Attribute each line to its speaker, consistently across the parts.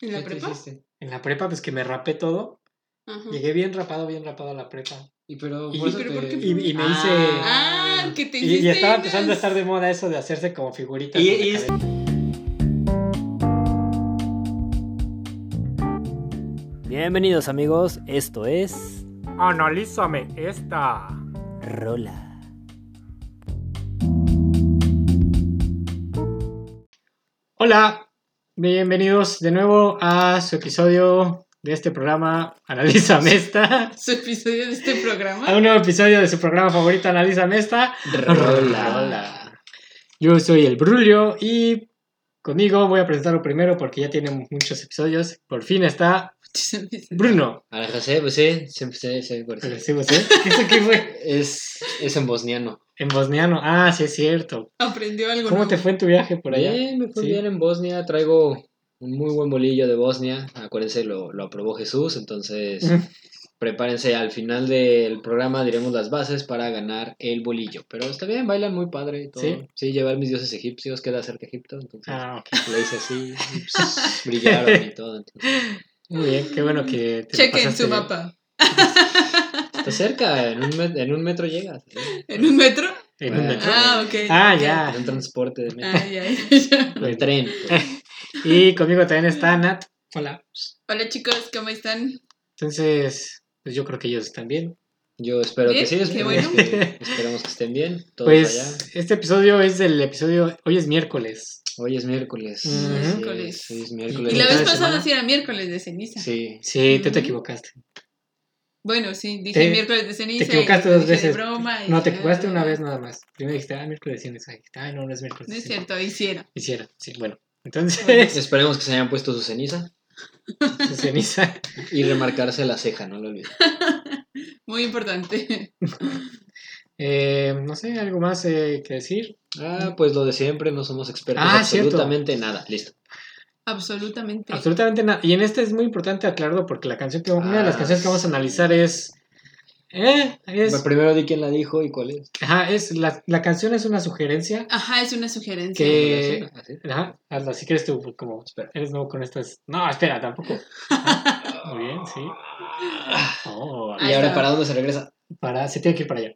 Speaker 1: ¿En la
Speaker 2: ¿Qué te
Speaker 1: prepa?
Speaker 2: hiciste? En la prepa, pues que me rapé todo.
Speaker 1: Ajá.
Speaker 2: Llegué bien rapado, bien rapado a la prepa.
Speaker 3: Y pero
Speaker 2: Y-
Speaker 3: por eso
Speaker 1: pero
Speaker 3: te-
Speaker 1: ¿por qué?
Speaker 2: Y, y me
Speaker 3: Ah,
Speaker 1: Ah, que te
Speaker 2: hice. Y,
Speaker 1: hiciste.
Speaker 2: y estaba
Speaker 1: unas-
Speaker 2: empezando a estar de moda eso de hacerse como figuritas.
Speaker 3: Y-
Speaker 2: en la
Speaker 3: y-
Speaker 2: cadena.
Speaker 4: Bienvenidos amigos, esto es
Speaker 5: Analízame esta.
Speaker 4: Rola.
Speaker 2: Hola, bienvenidos de nuevo a su episodio de este programa Analiza Mesta.
Speaker 1: Su episodio de este
Speaker 2: A
Speaker 1: programa.
Speaker 2: un nuevo episodio de su programa favorito Analiza Mesta. Rola. Yo soy el Brulio y conmigo voy a presentarlo primero porque ya tiene muchos episodios. Por fin está Bruno.
Speaker 3: A la José, pues sí, siempre se, se ve por eso.
Speaker 2: Sí, ¿sí? ¿Eso qué fue?
Speaker 3: Es, es en bosniano.
Speaker 2: En bosniano. Ah, sí, es cierto.
Speaker 1: Aprendió algo.
Speaker 2: ¿Cómo
Speaker 1: nuevo.
Speaker 2: te fue en tu viaje por allá?
Speaker 3: Bien, me fue
Speaker 2: Sí.
Speaker 3: bien en Bosnia. Traigo un muy buen bolillo de Bosnia. Acuérdense, lo, lo aprobó Jesús. Entonces,
Speaker 2: Ujú.
Speaker 3: prepárense. Al final del programa diremos las bases para ganar el bolillo. Pero está bien, bailan muy padre. y Todo.
Speaker 2: ¿Sí?
Speaker 3: Sí, llevar mis dioses egipcios. Queda cerca Egipto. Entonces,
Speaker 2: Ah, ok.
Speaker 3: lo hice así. y, pues, brillaron y todo. entonces,
Speaker 2: Muy bien, qué bueno que te la
Speaker 1: Chequen
Speaker 2: pasaste
Speaker 1: su
Speaker 2: bien.
Speaker 1: mapa.
Speaker 3: está cerca. En un, met- en un metro llegas. ¿eh? ¿sí?
Speaker 1: ¿En un metro?
Speaker 2: En un metro.
Speaker 1: Ah, ok.
Speaker 2: Ah,
Speaker 3: En
Speaker 2: ya.
Speaker 3: un transporte de metro.
Speaker 1: Ah, ya, ya, ya.
Speaker 3: En tren. pues.
Speaker 2: Y conmigo también está Nat. Hola.
Speaker 1: Hola chicos, ¿cómo están?
Speaker 2: Entonces, pues yo creo que ellos están bien.
Speaker 3: Yo espero
Speaker 1: Bien,
Speaker 3: que sí.
Speaker 1: qué
Speaker 3: Esperemos,
Speaker 1: bueno.
Speaker 3: que, esperemos que estén bien. Todos
Speaker 2: pues
Speaker 3: allá.
Speaker 2: este episodio es el episodio, hoy es miércoles.
Speaker 3: Hoy es miércoles.
Speaker 2: Ujú.
Speaker 3: Así es,
Speaker 1: Miércoles.
Speaker 3: Hoy es miércoles.
Speaker 1: Y la vez
Speaker 2: de
Speaker 1: pasada
Speaker 2: semana.
Speaker 1: sí era miércoles de ceniza.
Speaker 3: Sí.
Speaker 2: Sí, tú te
Speaker 1: Ujú.
Speaker 2: equivocaste.
Speaker 1: Bueno, sí, dije
Speaker 2: Te-
Speaker 1: miércoles de ceniza.
Speaker 2: te equivocaste
Speaker 1: y
Speaker 2: dos
Speaker 1: dije de
Speaker 2: veces.
Speaker 1: broma y-
Speaker 2: No, te equivocaste una vez nada más. Primero dijiste, ah, miércoles tienes ahí. Ah, no, no es miércoles.
Speaker 1: No es
Speaker 2: sí.
Speaker 1: cierto, hicieron.
Speaker 2: Hiciera, sí, bueno. Entonces,
Speaker 3: Esperemos que se hayan puesto su ceniza
Speaker 2: su ceniza.
Speaker 3: y remarcarse la ceja, no lo olviden.
Speaker 1: Muy importante.
Speaker 2: Eh, no sé, algo más eh, que decir.
Speaker 3: Ah, pues lo de siempre, no somos expertos
Speaker 2: Ah, cierto.
Speaker 3: absolutamente nada. Listo.
Speaker 1: Absolutamente.
Speaker 2: Absolutamente nada. Y en este es muy importante aclararlo porque la canción que, una de las
Speaker 3: Ah,
Speaker 2: canciones que vamos a analizar es. Eh, es.
Speaker 3: Primero di quién la dijo y cuál es.
Speaker 2: Ajá, es. La, la canción es una sugerencia
Speaker 1: Ajá, es una sugerencia.
Speaker 2: Que-
Speaker 3: ¿Cómo lo hacen? ¿Así?
Speaker 2: Ajá, hazlo, si quieres tú, como, espera, eres nuevo con estas. No, espera, tampoco. Ah, Muy bien, sí. Oh,
Speaker 1: Ah, Ahí
Speaker 3: Y ahora,
Speaker 1: está.
Speaker 3: ¿para dónde se regresa?
Speaker 2: para, se tiene que ir para allá.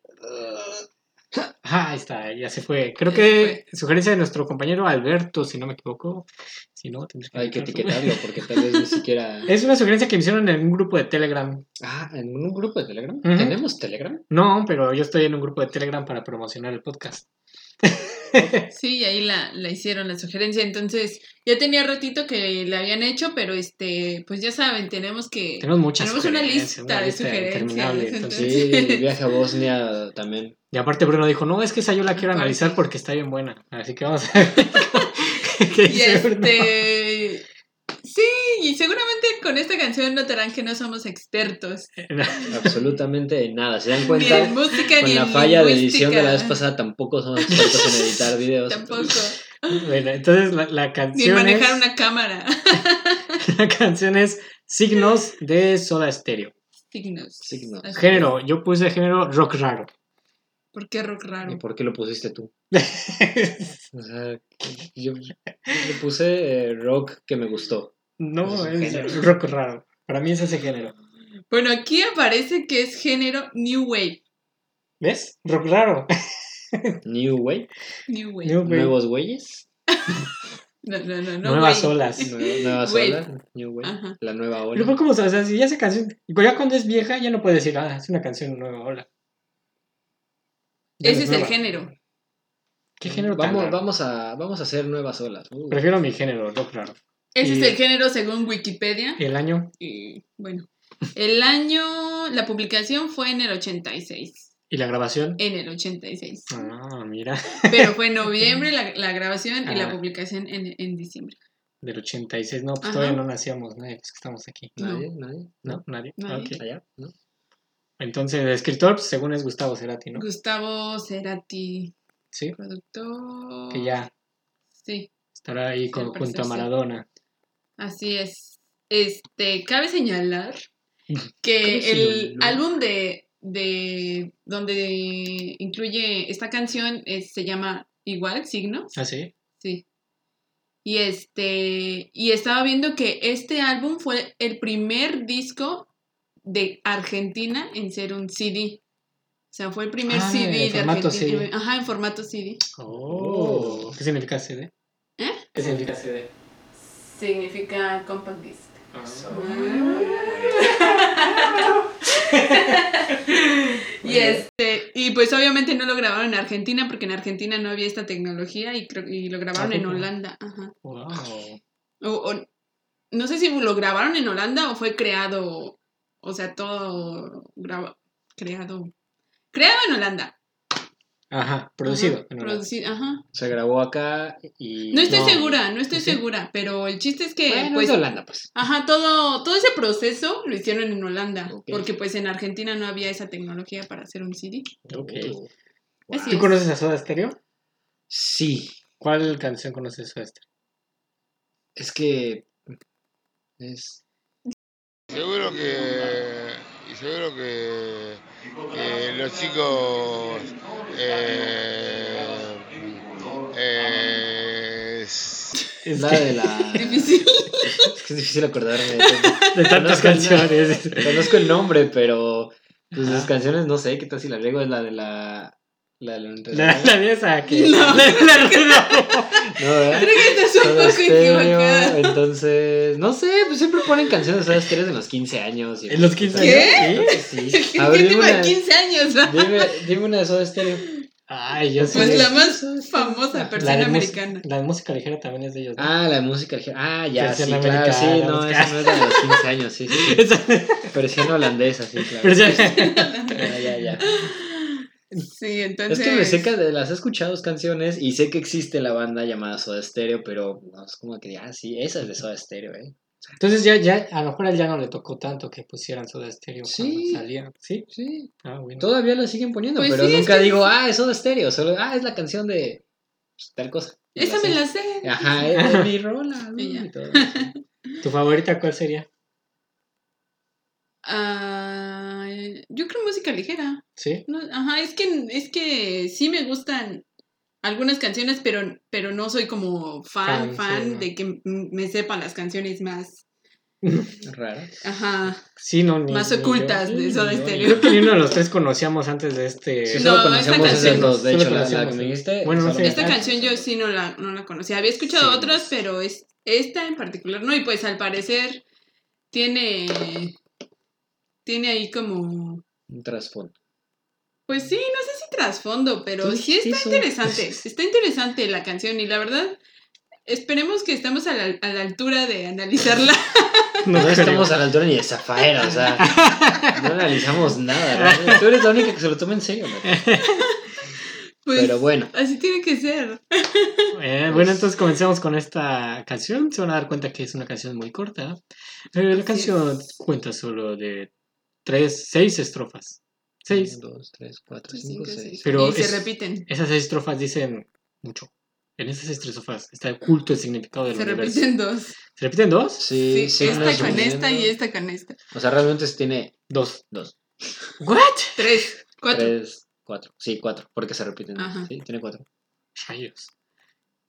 Speaker 2: Ajá, ahí está, ya se fue. Creo
Speaker 1: Ya
Speaker 2: que sugerencia de nuestro compañero Alberto, si no me equivoco. Si no, tendré que
Speaker 3: Hay que
Speaker 2: buscarlo.
Speaker 3: etiquetarlo porque tal vez ni siquiera.
Speaker 2: Es una sugerencia que me hicieron en un grupo de Telegram.
Speaker 3: Ah, ¿en un grupo de Telegram?
Speaker 2: Ujú.
Speaker 3: ¿Tenemos Telegram?
Speaker 2: No, pero yo estoy en un grupo de Telegram para promocionar el podcast.
Speaker 1: Sí, y ahí la, la hicieron la sugerencia. Entonces, ya tenía ratito que la habían hecho, pero este, pues ya saben, tenemos que.
Speaker 2: Tenemos muchas
Speaker 1: Tenemos una
Speaker 2: sugerencias,
Speaker 1: lista de sugerencias,
Speaker 2: interminable, entonces-
Speaker 1: entonces-
Speaker 3: Sí, viaje a Bosnia también.
Speaker 2: Y aparte Bruno dijo, no, es que esa yo la quiero
Speaker 1: Aparte.
Speaker 2: analizar porque está bien buena. Así que vamos a ver qué
Speaker 1: Y
Speaker 2: dice Bruno.
Speaker 1: este. Sí, y seguramente con esta canción notarán que no somos expertos.
Speaker 3: Absolutamente nada. ¿Se dan
Speaker 1: Ni en
Speaker 3: cuenta?
Speaker 1: música ni
Speaker 3: Con
Speaker 1: en
Speaker 3: Pues la falla de
Speaker 1: lingüística.
Speaker 3: edición de la vez pasada tampoco somos expertos en editar videos.
Speaker 1: Tampoco.
Speaker 2: Bueno, entonces la, la
Speaker 1: Ni en
Speaker 2: canción es,
Speaker 1: manejar una cámara.
Speaker 2: la canción es Signos de Soda Stereo.
Speaker 1: Signos.
Speaker 3: Signos.
Speaker 1: Así.
Speaker 2: Género, yo puse género rock raro.
Speaker 1: ¿Por qué rock
Speaker 3: ¿Y
Speaker 1: raro?
Speaker 3: por qué lo pusiste tú? O sea, yo le puse eh, rock que me gustó.
Speaker 2: no,
Speaker 3: Es un género.
Speaker 2: es rock raro. Para mí es ese género.
Speaker 1: Bueno, aquí aparece que es género New Wave.
Speaker 2: ¿Ves? Rock raro.
Speaker 3: New Way.
Speaker 1: New Wave.
Speaker 2: New Wave.
Speaker 3: Nuevos Güeyes.
Speaker 1: No, no, no, no.
Speaker 2: Nuevas
Speaker 1: wave.
Speaker 2: olas.
Speaker 3: nue- Nueva
Speaker 1: Wave.
Speaker 3: Ola. New Way.
Speaker 1: Ajá.
Speaker 3: La nueva
Speaker 2: Pero fue
Speaker 3: ola.
Speaker 2: como, o sea, si ya esa canción, ya cuando es vieja, ya no puedes decir, ah, es una canción nueva ola. Ya no
Speaker 1: Ese es el
Speaker 2: nueva.
Speaker 1: género.
Speaker 2: ¿Qué género tan
Speaker 3: Vamos,
Speaker 2: raro?
Speaker 3: vamos, a, vamos a hacer nuevas olas. Uh,
Speaker 2: Prefiero mi género, rock raro.
Speaker 1: Ese
Speaker 2: Y-
Speaker 1: es el género según Wikipedia.
Speaker 2: El año,
Speaker 1: Y, bueno, el año, la publicación fue en el 86.
Speaker 2: ¿Y la grabación?
Speaker 1: En el 86.
Speaker 2: Ah, mira,
Speaker 1: Pero fue en noviembre la, la grabación y la
Speaker 2: Ah.
Speaker 1: publicación en, en diciembre.
Speaker 2: del 86. No, pues
Speaker 1: Ajá.
Speaker 2: todavía no nacíamos, nadie, pues que estamos aquí.
Speaker 3: nadie, nadie.
Speaker 2: ¿No? ¿Nadie? Ah,
Speaker 1: Nadie.
Speaker 2: Ok.
Speaker 3: Allá, ¿no?
Speaker 2: Entonces, el escritor, pues, según es Gustavo Cerati, ¿no?
Speaker 1: Gustavo Cerati,
Speaker 2: Sí,
Speaker 1: productor.
Speaker 2: que ya
Speaker 1: Sí,
Speaker 2: estará ahí con-
Speaker 1: al
Speaker 2: junto
Speaker 1: parecer,
Speaker 2: a
Speaker 1: sí.
Speaker 2: Maradona.
Speaker 1: así es. Este, cabe señalar que
Speaker 3: Cabe
Speaker 1: el
Speaker 3: señalar.
Speaker 1: álbum de, de donde incluye esta canción es- se llama igual, signos.
Speaker 2: ¿Ah, sí?
Speaker 1: Sí. Y este, y estaba viendo que este álbum fue el primer disco de Argentina en ser un CD. O sea, fue el primer
Speaker 2: Ah,
Speaker 1: CD
Speaker 2: en
Speaker 1: de
Speaker 2: formato
Speaker 1: Argentina.
Speaker 2: CD.
Speaker 1: Ajá, en formato CD.
Speaker 2: Oh. ¿Qué significa CD?
Speaker 1: ¿Eh?
Speaker 2: ¿Qué significa CD?
Speaker 1: Significa compact disc.
Speaker 2: Ah.
Speaker 1: y este, y pues obviamente no lo grabaron en Argentina porque en Argentina no había esta tecnología y creo- y lo grabaron
Speaker 2: ¿A
Speaker 1: en
Speaker 2: poco?
Speaker 1: Holanda. Ajá.
Speaker 2: Wow.
Speaker 1: O, o- no sé si lo grabaron en Holanda o fue creado, o sea, todo graba- creado. Creado en Holanda.
Speaker 2: Ajá, producido.
Speaker 1: Ajá,
Speaker 2: en Holanda.
Speaker 1: producido, ajá.
Speaker 3: Se grabó acá y.
Speaker 1: No estoy
Speaker 2: No.
Speaker 1: segura, no estoy
Speaker 2: Sí.
Speaker 1: segura, pero el chiste es que
Speaker 3: Bueno,
Speaker 1: pues
Speaker 3: es de Holanda, pues.
Speaker 1: Ajá, todo, todo ese proceso lo hicieron en Holanda,
Speaker 3: Ok.
Speaker 1: porque pues en Argentina no había esa tecnología para hacer un CD.
Speaker 2: Ok.
Speaker 3: Oh.
Speaker 1: Así
Speaker 2: ¿Tú
Speaker 1: es.
Speaker 2: conoces a Soda Stereo?
Speaker 3: Sí.
Speaker 2: ¿Cuál canción conoces Soda Stereo?
Speaker 3: Es que. Es.
Speaker 6: Seguro que, y seguro que eh, los chicos eh, eh, s-
Speaker 2: Es
Speaker 3: la
Speaker 2: que-
Speaker 3: de la.
Speaker 1: Difícil.
Speaker 3: Es que es difícil acordarme. de tanto-
Speaker 2: de tantas
Speaker 3: Conozco el-
Speaker 2: canciones.
Speaker 3: Conozco el nombre, pero. Pues las
Speaker 2: Ajá.
Speaker 3: canciones, no sé, qué tal si la agrego es la de la. La de la.
Speaker 2: La, la de esa que.
Speaker 1: No.
Speaker 2: La, la- la-
Speaker 3: No, ¿verdad?
Speaker 1: Creo que estás un
Speaker 3: Soda
Speaker 1: poco
Speaker 2: este
Speaker 3: Stereo,
Speaker 1: equivocada.
Speaker 3: entonces, no sé, pues siempre ponen canciones de Soda Stereo en los 15 años. y-
Speaker 2: ¿En los 15
Speaker 1: ¿Qué?
Speaker 2: años? ¿Sí?
Speaker 3: Sí. A ver,
Speaker 1: ¿Quién
Speaker 3: dime
Speaker 1: tengo
Speaker 3: una,
Speaker 1: 15 años? va?
Speaker 3: dime, dime una de Soda Stereo.
Speaker 2: Ay, yo sé.
Speaker 1: Pues la más famosa
Speaker 2: La
Speaker 1: persona
Speaker 2: de mus-
Speaker 1: americana.
Speaker 2: La de música ligera también es de ellos. ¿no?
Speaker 3: Ah, la música. ligera. Ah, ya, sí,
Speaker 2: Versión
Speaker 3: claro, sí,
Speaker 2: americana,
Speaker 3: no,
Speaker 2: música-
Speaker 3: esa no es la de los 15 años, sí, sí, sí.
Speaker 2: Esa-
Speaker 3: Versión holandesa, sí, claro.
Speaker 2: pero ya-
Speaker 3: Ya, ya, ya.
Speaker 1: Sí,
Speaker 3: Es
Speaker 1: entonces.
Speaker 3: que me sé que de las he escuchado dos canciones y sé que existe la banda llamada Soda Stereo, pero no, es como que, ah, sí, esa es de Soda Stereo, ¿eh?
Speaker 2: Entonces ya, ya, a lo mejor a él ya no le tocó tanto que pusieran Soda Stereo
Speaker 3: Sí.
Speaker 2: cuando salieron. Sí.
Speaker 3: Sí,
Speaker 2: Ah, bueno.
Speaker 3: todavía la siguen poniendo,
Speaker 1: Pues
Speaker 3: pero
Speaker 1: sí, es
Speaker 3: nunca
Speaker 1: que-
Speaker 3: digo, ah, es Soda Stereo, solo, ah, es la canción de pues, tal cosa. Y
Speaker 1: Esa
Speaker 3: sé.
Speaker 1: me la sé.
Speaker 3: Ajá, es mi rola, ¿no?
Speaker 1: Y ya.
Speaker 3: Y todo, sí.
Speaker 2: ¿Tu favorita cuál sería?
Speaker 1: Ah, yo creo música ligera.
Speaker 2: Sí.
Speaker 1: No, ajá, es que, es que sí me gustan algunas canciones, pero, pero no soy como fan,
Speaker 2: Fan, sí,
Speaker 1: fan
Speaker 2: ¿no?
Speaker 1: de que m- me sepan las canciones más,
Speaker 3: Raro.
Speaker 1: ajá,
Speaker 2: Sí, no, ni.
Speaker 1: más
Speaker 2: ni yo.
Speaker 1: ocultas de Soda
Speaker 3: yo,
Speaker 1: Stereo.
Speaker 2: Creo que ni uno de los tres conocíamos antes de este.
Speaker 3: Sí,
Speaker 1: No,
Speaker 3: solo
Speaker 1: esa
Speaker 3: conocemos esas
Speaker 1: canción
Speaker 3: dos, de
Speaker 2: no.
Speaker 3: hecho,
Speaker 2: Solo
Speaker 3: la, la que
Speaker 2: conocemos.
Speaker 3: me dijiste.
Speaker 2: Bueno, no
Speaker 3: solo
Speaker 2: sé.
Speaker 3: esa.
Speaker 1: Esta canción yo sí no la, no la conocía. Había escuchado
Speaker 3: Sí.
Speaker 1: otras, pero es esta en particular no. Y pues al parecer tiene, tiene ahí como,
Speaker 3: Un trasfondo.
Speaker 1: pues sí, no sé si trasfondo, pero
Speaker 3: Entonces,
Speaker 1: sí
Speaker 3: sí
Speaker 1: está
Speaker 3: son-
Speaker 1: interesante. Está interesante la canción y la verdad... Esperemos que estemos a la, a la altura de analizarla.
Speaker 3: No,
Speaker 2: creo.
Speaker 3: estamos a la altura ni de Zafaera, o sea, no analizamos nada. ¿no? Tú eres la única que se lo toma en serio, ¿no?
Speaker 1: Pues,
Speaker 3: Pero bueno.
Speaker 1: Así tiene que ser.
Speaker 2: Eh, bueno, entonces comencemos con esta canción. Se van a dar cuenta que es una canción muy corta. Eh, la
Speaker 1: Así
Speaker 2: canción
Speaker 1: es.
Speaker 2: cuenta solo de tres, seis estrofas. Seis.
Speaker 3: Uno, dos, tres, cuatro,
Speaker 1: Cinco,
Speaker 3: cinco,
Speaker 1: seis.
Speaker 3: seis.
Speaker 2: Pero
Speaker 1: y
Speaker 2: es-
Speaker 1: se repiten.
Speaker 2: Esas seis estrofas dicen mucho. En esas seis estrofas está oculto el significado del
Speaker 1: Se
Speaker 2: universo.
Speaker 1: repiten dos.
Speaker 2: ¿Se repiten dos?
Speaker 3: Sí,
Speaker 1: Sí, esta
Speaker 3: signos
Speaker 1: con esta y
Speaker 3: uniendo.
Speaker 1: esta con esta.
Speaker 3: O sea, realmente se tiene
Speaker 2: Dos.
Speaker 3: dos,
Speaker 2: ¿What?
Speaker 1: Tres, cuatro.
Speaker 3: tres, cuatro. Sí, cuatro, porque se repiten.
Speaker 1: Ajá.
Speaker 3: Sí, tiene cuatro.
Speaker 2: Rayos.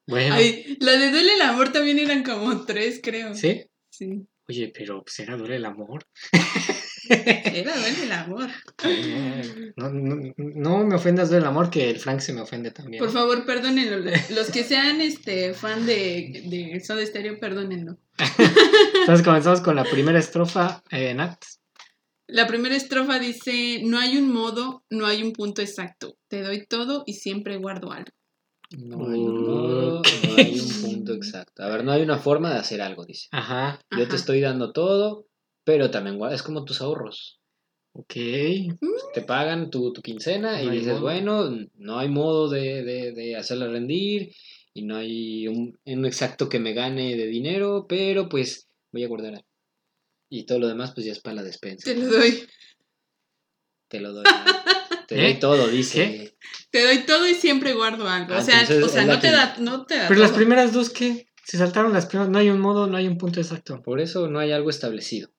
Speaker 2: Bueno.
Speaker 1: Ay, la de Duele el Amor también eran como tres, creo. Sí.
Speaker 2: ¿Sí? Oye, pero pues era Dora el amor.
Speaker 1: Era Duele el Amor.
Speaker 2: No, no, no me ofendas Dora el amor, que el Frank se me ofende también.
Speaker 1: Por favor, perdónenlo. Los que sean este fan de, de Soda Stereo, perdónenlo.
Speaker 2: Entonces comenzamos con la primera estrofa, eh, Nat.
Speaker 1: La primera estrofa dice: No hay un modo, no hay un punto exacto. Te doy todo y siempre guardo algo.
Speaker 3: No hay un modo, no hay un punto exacto. A ver, no hay una forma de hacer algo, dice.
Speaker 2: Ajá,
Speaker 3: Yo
Speaker 1: Ajá.
Speaker 3: te estoy dando todo, pero también guarda- es como tus ahorros. Pues,
Speaker 2: ok.
Speaker 3: Te pagan tu, tu quincena y
Speaker 2: No hay
Speaker 3: dices,
Speaker 2: modo.
Speaker 3: bueno, no hay modo de, de, de hacerla rendir y no hay un, un exacto que me gane de dinero, pero pues voy a guardar. algo". Y todo lo demás pues ya es para la despensa.
Speaker 1: Te lo doy.
Speaker 3: Te lo doy. ¿no? Te doy
Speaker 2: ¿Eh?
Speaker 3: todo, dice.
Speaker 1: Te doy todo y siempre guardo algo.
Speaker 3: Ah,
Speaker 1: o sea,
Speaker 3: entonces
Speaker 1: o sea
Speaker 3: es la
Speaker 1: no, te
Speaker 3: que-
Speaker 1: da, no te da.
Speaker 2: Pero las
Speaker 1: todo.
Speaker 2: primeras dos, ¿qué? Se saltaron las primeras. No hay un modo, no hay un punto exacto.
Speaker 3: Por eso no hay algo establecido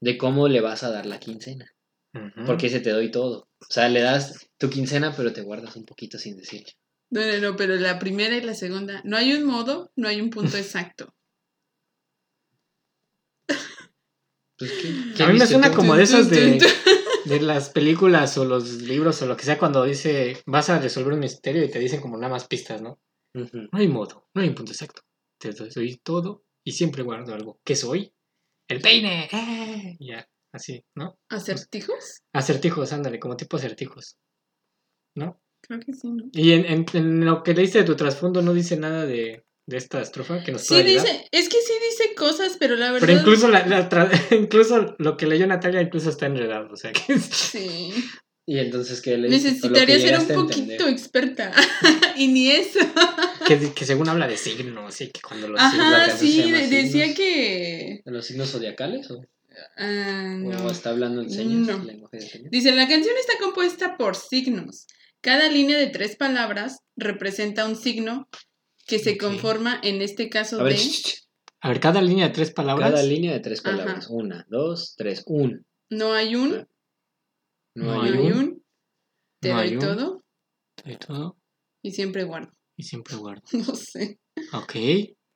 Speaker 3: de cómo le vas a dar la quincena.
Speaker 2: Ujú. Mm.
Speaker 3: Porque ese te doy todo. O sea, le das tu quincena, pero te guardas un poquito sin decirle.
Speaker 1: No, no, no, pero la primera y la segunda. No hay un modo, no hay un punto exacto.
Speaker 3: Pues, ¿qué- qué
Speaker 2: A mí me
Speaker 3: viste
Speaker 2: suena
Speaker 3: tú?
Speaker 2: como de esas
Speaker 1: Tun,
Speaker 2: de,
Speaker 1: tun,
Speaker 2: de las películas o los libros o lo que sea cuando dice vas a resolver un misterio y te dicen como nada más pistas, ¿no?
Speaker 3: Ujú.
Speaker 2: No hay modo, no hay un punto exacto. Te doy todo y siempre guardo algo. ¿Qué soy? El peine. ¡eh! Ya, así, ¿no?
Speaker 1: ¿Acertijos?
Speaker 2: Acertijos, ándale, como tipo acertijos.
Speaker 1: Creo que sí, ¿no?
Speaker 2: Y en, en- en lo que leíste de tu trasfondo no dice nada de, de esta estrofa que nos
Speaker 1: Sí
Speaker 2: pueda ayudar.
Speaker 1: dice, es que sí dice cosas, pero la verdad...
Speaker 2: Pero incluso, la, la tra- incluso lo que leyó Natalia incluso está enredado, o sea que es-
Speaker 1: Sí.
Speaker 3: Y entonces, ¿qué le dices? Por lo que
Speaker 1: Necesitaría ser un
Speaker 3: llegaste a entender.
Speaker 1: poquito experta. y ni eso.
Speaker 2: que, que según habla de signos y que cuando los
Speaker 1: Ajá,
Speaker 3: canción
Speaker 1: sí,
Speaker 3: se llama
Speaker 1: de- decía
Speaker 3: Signos.
Speaker 1: que...
Speaker 3: ¿De los signos zodiacales? ¿O,
Speaker 1: Ah,
Speaker 3: o
Speaker 1: no.
Speaker 3: está hablando en señas?
Speaker 1: No.
Speaker 3: lenguaje de señas?
Speaker 1: Dice, la canción está compuesta por signos. Cada línea de tres palabras representa un signo que se
Speaker 2: Ok.
Speaker 1: conforma, en este caso,
Speaker 3: A ver,
Speaker 1: de...
Speaker 3: ch- ch-
Speaker 2: A ver, cada línea de tres palabras.
Speaker 3: cada línea de tres
Speaker 1: Ajá.
Speaker 3: palabras. Una, dos, tres. Un.
Speaker 1: No hay un,
Speaker 3: No,
Speaker 1: no
Speaker 3: hay
Speaker 1: hay
Speaker 3: un.
Speaker 1: un, te
Speaker 2: no
Speaker 1: doy
Speaker 2: hay un.
Speaker 1: todo
Speaker 2: de todo
Speaker 1: y siempre guardo.
Speaker 2: y siempre guardo.
Speaker 1: No sé.
Speaker 2: Ok.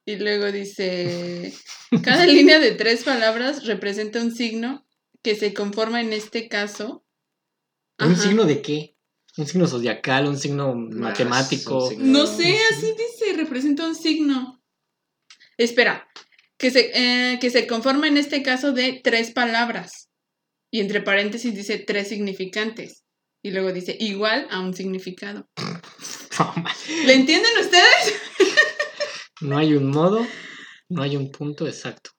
Speaker 1: Y luego dice, cada línea de tres palabras representa un signo que se conforma en este caso.
Speaker 2: ¿Un
Speaker 1: Ajá.
Speaker 2: signo de qué? ¿Un signo zodiacal? ¿Un signo matemático?
Speaker 3: un signo.
Speaker 1: No sé, así dice, representa un signo. Espera, que se, eh, que se conforma en este caso de tres palabras. Y entre paréntesis dice tres significantes. Y luego dice igual a un significado.
Speaker 2: No, man.
Speaker 1: ¿Le entienden ustedes?
Speaker 2: No hay un modo, no hay un punto exacto.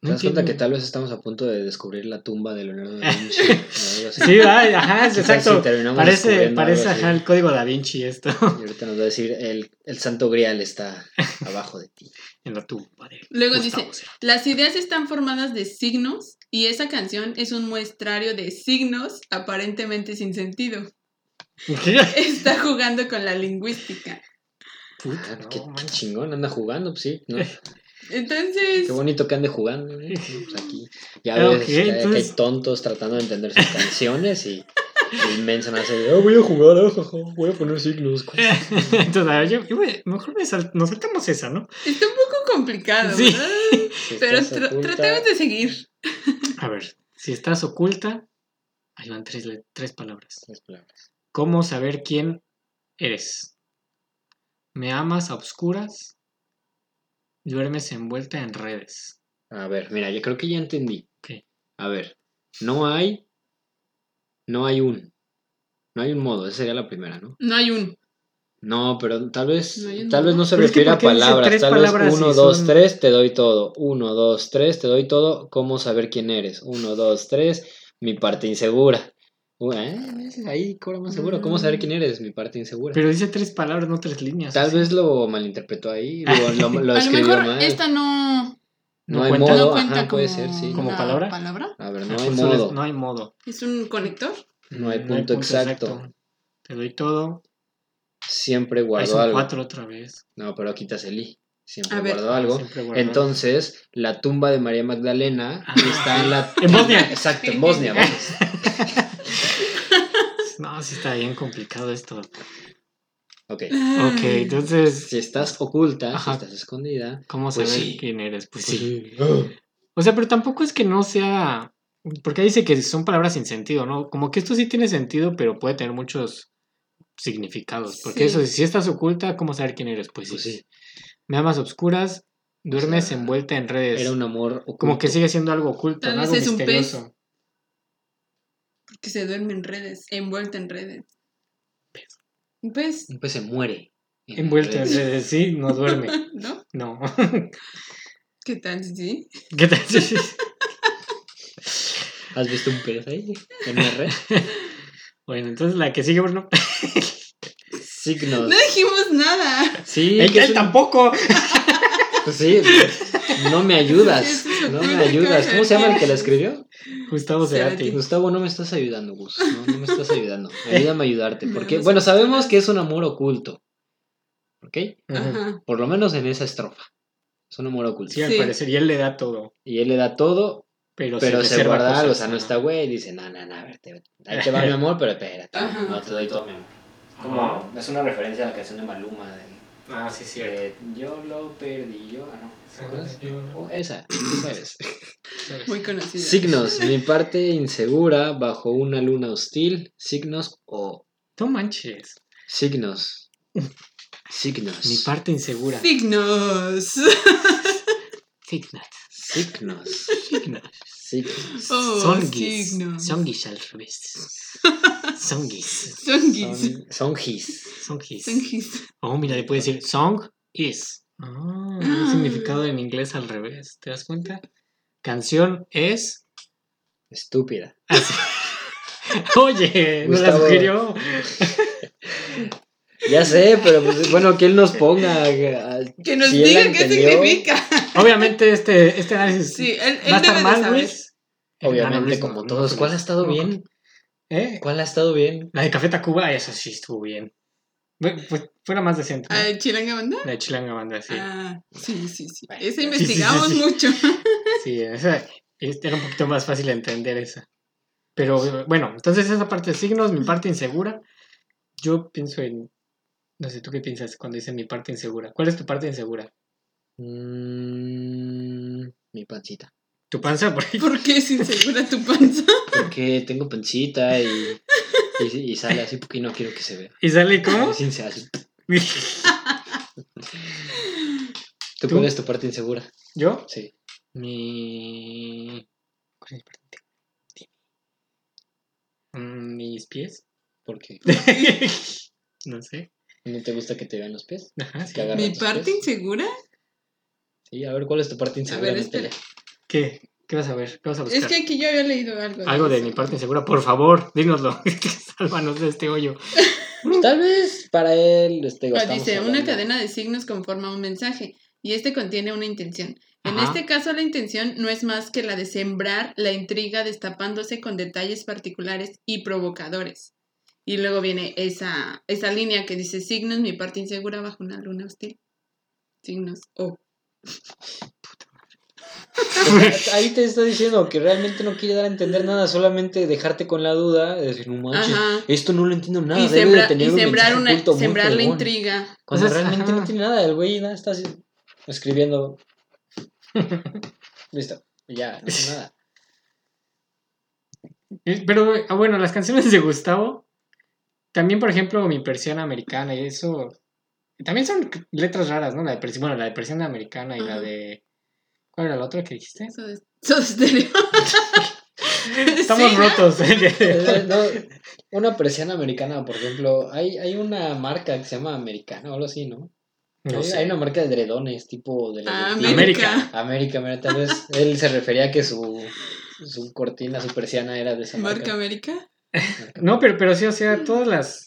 Speaker 3: ¿Te
Speaker 2: No
Speaker 3: das cuenta que
Speaker 2: entiendo.
Speaker 3: tal vez estamos a punto de descubrir la tumba de Leonardo da Vinci?
Speaker 2: Sí, ay, ajá, es exacto. Parece,
Speaker 3: Parece,
Speaker 2: parece ajá, el código da Vinci esto.
Speaker 3: Y ahorita nos va a decir, el, el santo grial está abajo de ti.
Speaker 2: En la tumba de
Speaker 1: Luego
Speaker 2: Gustavo
Speaker 1: dice,
Speaker 2: Cerati.
Speaker 1: Las ideas están formadas de signos y esa canción es un muestrario de signos aparentemente sin sentido.
Speaker 2: ¿Qué?
Speaker 1: Está jugando con la lingüística.
Speaker 2: Puta,
Speaker 3: Ah,
Speaker 2: no,
Speaker 3: qué, qué
Speaker 2: manches.
Speaker 3: chingón, anda jugando, pues sí. ¿no?
Speaker 1: Entonces,
Speaker 3: Qué bonito que ande jugando. ¿eh? No, pues aquí ya
Speaker 2: Pues, Ah,
Speaker 3: ves que-
Speaker 2: ok,
Speaker 3: que,
Speaker 2: entonces-
Speaker 3: hay tontos tratando de entender sus canciones y el inmenso nace de, "Ah, voy a jugar, ah, jaja, voy a poner signos.
Speaker 2: Entonces, a ver, yo- yo voy- mejor me sal- nos saltamos esa, ¿no?
Speaker 1: está un poco complicado,
Speaker 2: Sí.
Speaker 1: ¿verdad?
Speaker 3: Si
Speaker 1: Pero
Speaker 3: estás
Speaker 1: tra-
Speaker 3: oculta,
Speaker 1: tratemos de seguir.
Speaker 2: A ver, si estás oculta, ahí van tres, le- tres palabras.
Speaker 3: tres palabras.
Speaker 2: ¿Cómo saber quién eres? ¿Me amas a oscuras? ¿Duermes envuelta en redes?
Speaker 3: A ver, mira, yo creo que ya entendí.
Speaker 2: ¿Qué?
Speaker 3: A ver, no hay, no hay un, no hay un modo, esa sería la primera, ¿no?
Speaker 1: No hay un.
Speaker 3: No, pero tal vez,
Speaker 1: No hay un
Speaker 3: tal vez no se
Speaker 2: Pero es que
Speaker 3: refiere a
Speaker 2: ¿por qué dice
Speaker 3: palabras.
Speaker 2: tres
Speaker 3: Tal
Speaker 2: palabras
Speaker 3: vez uno,
Speaker 2: si
Speaker 3: dos,
Speaker 2: son-
Speaker 3: tres, te doy todo. Uno, dos, tres, te doy todo. ¿Cómo saber quién eres? Uno, dos, tres, mi parte insegura. Uh, eh, Ahí cobra más seguro. ¿Cómo
Speaker 2: Ah.
Speaker 3: saber quién eres? Mi parte insegura.
Speaker 2: Pero dice tres palabras, no tres líneas.
Speaker 3: Tal
Speaker 2: así.
Speaker 3: vez lo malinterpretó ahí, lo, lo- lo
Speaker 1: A lo
Speaker 3: escribió
Speaker 1: mejor
Speaker 3: mal.
Speaker 1: esta no,
Speaker 3: No
Speaker 2: no
Speaker 3: hay
Speaker 2: cuenta.
Speaker 1: no
Speaker 3: modo,
Speaker 1: cuenta
Speaker 3: ajá,
Speaker 1: como,
Speaker 3: puede ser, sí.
Speaker 2: ¿Como
Speaker 1: una
Speaker 2: palabra?
Speaker 3: A ver, no hay
Speaker 2: Ah, por eso les-
Speaker 3: modo,
Speaker 2: No hay modo. Mm,
Speaker 1: ¿Es un conector?
Speaker 3: no hay punto exacto.
Speaker 2: Te doy todo.
Speaker 3: Siempre
Speaker 2: Ahí
Speaker 3: guardo
Speaker 2: son
Speaker 3: algo.
Speaker 2: cuatro otra vez.
Speaker 3: No, pero quitas el i. Siempre
Speaker 1: A ver.
Speaker 3: guardo algo.
Speaker 2: Siempre guardo algo.
Speaker 3: Entonces, la tumba de María Magdalena
Speaker 2: Ah.
Speaker 3: está en la.
Speaker 2: En Bosnia.
Speaker 3: Exacto, en Bosnia. vamos.
Speaker 2: No, sí está bien complicado esto.
Speaker 3: Ok.
Speaker 2: Ok,
Speaker 1: Mm.
Speaker 2: entonces,
Speaker 3: Si estás oculta,
Speaker 2: Ajá.
Speaker 3: si estás escondida.
Speaker 2: ¿cómo saber
Speaker 3: Pues sí.
Speaker 2: quién eres? Pues
Speaker 3: pues
Speaker 2: sí.
Speaker 3: sí.
Speaker 2: O sea, pero tampoco es que no sea. Porque dice que son palabras sin sentido, ¿no? Como que esto sí tiene sentido, pero puede tener muchos significados. Porque
Speaker 1: Sí.
Speaker 2: eso, si estás oculta, ¿cómo saber quién eres? Pues sí.
Speaker 3: Pues sí.
Speaker 2: Me amas a obscuras, duermes
Speaker 3: sea,
Speaker 2: envuelta en redes.
Speaker 3: Era un amor oculto.
Speaker 2: Como que sigue siendo algo oculto,
Speaker 1: Tal
Speaker 2: ¿no?
Speaker 1: vez
Speaker 2: algo
Speaker 1: es un pez.
Speaker 2: misterioso.
Speaker 1: Que se duerme en redes, envuelta en redes.
Speaker 2: Pues.
Speaker 1: Pues, Un pez.
Speaker 3: Un pez se muere.
Speaker 2: Envuelta en
Speaker 3: redes.
Speaker 2: redes, sí, no duerme.
Speaker 1: ¿No?
Speaker 2: No.
Speaker 1: ¿Qué tal, sí?
Speaker 2: ¿Qué tal?
Speaker 3: ¿Has visto un pez ahí? En una red.
Speaker 2: bueno, entonces la que sigue, Bruno.
Speaker 3: Signos.
Speaker 1: No dijimos nada.
Speaker 3: Sí,
Speaker 2: Él-
Speaker 3: que es
Speaker 2: él
Speaker 3: un-
Speaker 2: tampoco.
Speaker 3: Pues sí. No me ayudas.
Speaker 1: Sí, eso es
Speaker 3: No me
Speaker 1: oculto,
Speaker 3: ayudas. ¿Cómo se llama el que la escribió?
Speaker 2: Gustavo
Speaker 1: Cerati.
Speaker 2: Cerati.
Speaker 3: Gustavo, no me estás ayudando, Gus. No, no me estás ayudando. Ayúdame a ayudarte.
Speaker 1: No,
Speaker 3: Porque,
Speaker 1: no
Speaker 3: bueno,
Speaker 1: sabes.
Speaker 3: sabemos que es un amor oculto. ¿Ok?
Speaker 2: Ajá.
Speaker 1: Ajá.
Speaker 3: Por lo menos en esa estrofa. Es un amor oculto.
Speaker 2: Sí, al
Speaker 1: Sí.
Speaker 2: parecer, y él le da todo.
Speaker 3: Y él le da todo,
Speaker 2: Pero,
Speaker 3: pero se,
Speaker 2: reserva
Speaker 3: guarda algo. O
Speaker 2: cosas,
Speaker 3: sea, no
Speaker 2: ajá.
Speaker 3: está güey. Dice, no, no, no, a ver, te- ahí te va mi amor, pero espérate.
Speaker 1: Ajá.
Speaker 3: No te doy todo mi amor. Como, es una referencia a la canción de Maluma. De,
Speaker 2: Ah, sí, cierto.
Speaker 3: de yo lo perdí, yo. Ah, no. ¿Se acuerdas?
Speaker 2: Yo-
Speaker 3: Oh, esa, ¿sabes?
Speaker 1: Muy conocida.
Speaker 3: Signos, mi parte insegura bajo una luna hostil. Signos o
Speaker 2: No manches.
Speaker 3: signos. Signos.
Speaker 2: Mi parte insegura.
Speaker 1: Signos.
Speaker 2: Signat.
Speaker 3: Signos.
Speaker 2: Signat.
Speaker 3: Signos.
Speaker 1: Oh,
Speaker 2: Songis.
Speaker 1: signos.
Speaker 2: Songis al revés. Songis.
Speaker 1: Songis.
Speaker 3: Son his.
Speaker 2: Songis.
Speaker 1: Songis.
Speaker 2: Oh, mira, le puede decir song is. Ah, el significado en inglés al revés. ¿Te das cuenta? Canción es.
Speaker 3: Estúpida.
Speaker 2: Oye, no la
Speaker 3: Gustavo.
Speaker 2: sugirió.
Speaker 3: Ya sé, pero pues, bueno, que él nos ponga. a-
Speaker 1: Que nos
Speaker 3: si él
Speaker 1: digan qué
Speaker 3: entendió,
Speaker 1: significa.
Speaker 2: Obviamente, este, este análisis
Speaker 1: Sí, él,
Speaker 2: va a
Speaker 1: él
Speaker 2: estar
Speaker 1: debe de
Speaker 2: mal,
Speaker 1: saber.
Speaker 2: Luis. Ah, no,
Speaker 3: Obviamente,
Speaker 2: Luis,
Speaker 3: como
Speaker 2: no,
Speaker 3: todos.
Speaker 2: no,
Speaker 3: ¿Cuál ha
Speaker 2: Luis.
Speaker 3: estado
Speaker 2: No,
Speaker 3: bien?
Speaker 2: ¿Eh?
Speaker 3: ¿Cuál ha estado bien?
Speaker 2: La de Café Tacuba, esa sí estuvo bien. Fue, fue- fue la más decente. ¿no?
Speaker 1: ¿A Ah, Chilanga Banda?
Speaker 2: La de Chilanga Banda, sí.
Speaker 1: Ah, sí, sí, sí.
Speaker 3: Bueno,
Speaker 1: Esa
Speaker 3: sí,
Speaker 2: sí, sí,
Speaker 1: investigamos
Speaker 2: sí.
Speaker 1: mucho.
Speaker 2: Sí, esa este, era un poquito más fácil de entender esa. Pero bueno, entonces esa parte de signos, mi parte insegura, yo pienso en... No sé, ¿tú qué piensas cuando dice mi parte insegura? ¿Cuál es tu parte insegura?
Speaker 3: Mm, mi pancita.
Speaker 2: ¿Tu panza? Por ahí?
Speaker 1: ¿Por qué es insegura tu panza?
Speaker 3: Porque tengo pancita y, y, y sale así porque no quiero que se vea.
Speaker 2: ¿Y sale cómo?
Speaker 3: Sin se hace. ¿Tú,
Speaker 2: ¿Tú?
Speaker 3: cuál es tu parte insegura?
Speaker 2: ¿Yo?
Speaker 3: Sí.
Speaker 2: Mi... ¿Cuál es mi parte? Mm, ¿Mis pies?
Speaker 3: Porque
Speaker 2: no sé.
Speaker 3: no te gusta que te vean los pies.
Speaker 2: Ajá, sí.
Speaker 3: Que agarran
Speaker 1: ¿Mi
Speaker 3: tus
Speaker 1: parte
Speaker 2: pues,
Speaker 3: pies.
Speaker 1: insegura?
Speaker 3: Sí, a ver, ¿cuál es tu parte insegura?
Speaker 1: ver,
Speaker 3: Natalia?
Speaker 2: ¿Qué? ¿Qué vas a ver? ¿Qué vas a buscar?
Speaker 1: Es que aquí yo había leído algo.
Speaker 2: pues, Algo de
Speaker 1: eso.
Speaker 2: mi parte insegura, por favor, dígnoslo. Sálvanos de este hoyo.
Speaker 3: Pues, tal vez para él. Este,
Speaker 1: Ah,
Speaker 3: estamos
Speaker 1: dice, una
Speaker 3: hablando-
Speaker 1: cadena de signos conforma un mensaje y este contiene una intención. En
Speaker 2: Ajá.
Speaker 1: este caso, la intención no es más que la de sembrar la intriga destapándose con detalles particulares y provocadores. Y luego viene esa, esa línea que dice signos, mi parte insegura bajo una luna hostil. Signos. Oh.
Speaker 3: Pues, Ahí te está diciendo que realmente no quiere dar a entender nada, solamente dejarte con la duda de decir, no manches,
Speaker 1: Ajá.
Speaker 3: esto no lo entiendo nada.
Speaker 1: y
Speaker 3: debe
Speaker 1: sembra-
Speaker 3: de tener
Speaker 1: y
Speaker 3: un
Speaker 1: sembrar,
Speaker 3: mensaje
Speaker 1: una,
Speaker 3: oculto muy
Speaker 1: sembrar la
Speaker 3: fregón".
Speaker 1: intriga.
Speaker 3: Cuando
Speaker 2: O sea,
Speaker 3: realmente
Speaker 2: Pues, ajá.
Speaker 3: no tiene nada, el güey nada está así, escribiendo. Listo, ya, no hace nada.
Speaker 2: Eh, Pero ah, bueno, las canciones de Gustavo, también por ejemplo mi persiana americana y eso, también son c- letras raras, ¿no? La de persiana, bueno, la de persiana americana y la
Speaker 1: Ajá.
Speaker 2: de... ¿Cuál era la otra que dijiste?
Speaker 1: Eso de, eso de estéreo.
Speaker 2: Estamos
Speaker 1: Sí, ¿no?
Speaker 2: rotos. el día de hoy.
Speaker 3: Eh, no, una persiana americana, por ejemplo, hay, hay una marca que se llama Americana o algo así, ¿no?
Speaker 2: No
Speaker 3: hay,
Speaker 2: sé.
Speaker 3: hay una marca de dredones, tipo de
Speaker 1: Ah,
Speaker 3: Directivo.
Speaker 1: América.
Speaker 3: América, mira, tal vez él se refería a que su, su cortina, su persiana era de esa
Speaker 1: Marca
Speaker 3: marca.
Speaker 1: América.
Speaker 3: Marca.
Speaker 2: No, pero, pero sí, o sea, todas las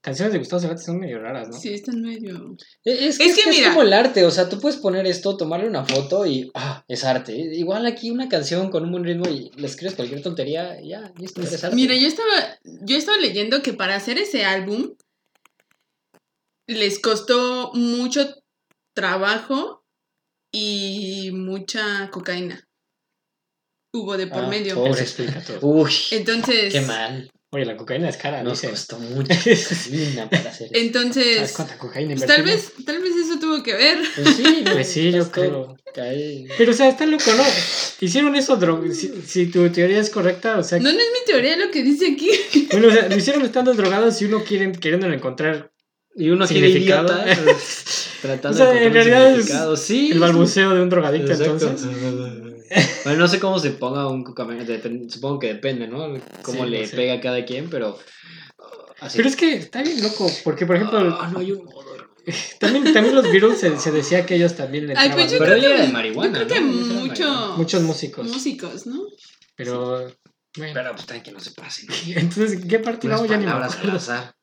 Speaker 2: canciones de Gustavo Cerati son medio raras, ¿no?
Speaker 1: Sí, están medio.
Speaker 3: E- Es que,
Speaker 1: Es
Speaker 3: es,
Speaker 1: que
Speaker 3: que es
Speaker 1: mira.
Speaker 3: como el arte, o sea, tú puedes poner esto, tomarle una foto y ah, es arte. Igual aquí una canción con un buen ritmo y le escribes cualquier tontería y ya, listo, eres arte.
Speaker 1: Mira, yo estaba, yo estaba leyendo que para hacer ese álbum les costó mucho trabajo y mucha cocaína. Hubo de por
Speaker 3: Ah,
Speaker 1: medio.
Speaker 3: oh.
Speaker 2: Eso explica todo.
Speaker 3: Uy,
Speaker 1: Entonces,
Speaker 3: qué mal.
Speaker 2: Oye, la cocaína es
Speaker 1: Ah,
Speaker 2: cara, Uh. no
Speaker 3: Nos
Speaker 2: sé.
Speaker 3: costó mucho gasolina para hacer esto.
Speaker 2: ¿Sabes
Speaker 1: entonces
Speaker 2: cuánta cocaína
Speaker 1: pues, tal
Speaker 2: invertimos?
Speaker 1: vez, tal vez eso tuvo que ver.
Speaker 3: Pues sí,
Speaker 2: Pues sí, yo
Speaker 3: costó
Speaker 2: creo.
Speaker 3: caer.
Speaker 2: Pero, o sea, está loco, ¿no? Hicieron eso, dro- si, si tu teoría es correcta, o sea,
Speaker 1: No, no es mi teoría lo que dice aquí.
Speaker 2: bueno, o sea, lo hicieron estando drogados y uno quiere, queriéndolo encontrar
Speaker 3: Y uno quiere
Speaker 2: significado.
Speaker 3: idiota tratando
Speaker 2: O sea,
Speaker 3: de
Speaker 2: en
Speaker 3: encontrar
Speaker 2: realidad
Speaker 3: un
Speaker 2: es
Speaker 3: significado. Sí,
Speaker 2: el balbuceo de un drogadicto,
Speaker 3: Exacto.
Speaker 2: entonces.
Speaker 3: Bueno, no sé cómo se ponga un cucamero, depen- supongo que depende, ¿no? Cómo
Speaker 2: Sí,
Speaker 3: le
Speaker 2: no sé.
Speaker 3: pega a cada quien, pero uh, así.
Speaker 2: Pero es que está bien loco, porque, por ejemplo,
Speaker 3: Ah, no hay un modo, hermano.
Speaker 2: también, también los Beatles se, se decía que ellos también le
Speaker 1: Ay,
Speaker 2: entraban.
Speaker 1: pues yo
Speaker 2: ¿no?
Speaker 3: Pero
Speaker 1: creo
Speaker 3: ella
Speaker 1: que,
Speaker 3: era de
Speaker 1: yo
Speaker 3: marihuana,
Speaker 1: creo
Speaker 3: ¿no?
Speaker 1: que
Speaker 3: Ella era de
Speaker 1: mucho-
Speaker 3: marihuana.
Speaker 2: Muchos músicos.
Speaker 1: músicos, ¿no?
Speaker 2: Pero, bueno.
Speaker 3: Pero pues también que no se pase.
Speaker 2: Entonces, ¿qué parte
Speaker 3: Unas
Speaker 2: no? Ya ni me
Speaker 3: palabras al
Speaker 2: acuerdo.
Speaker 3: azar.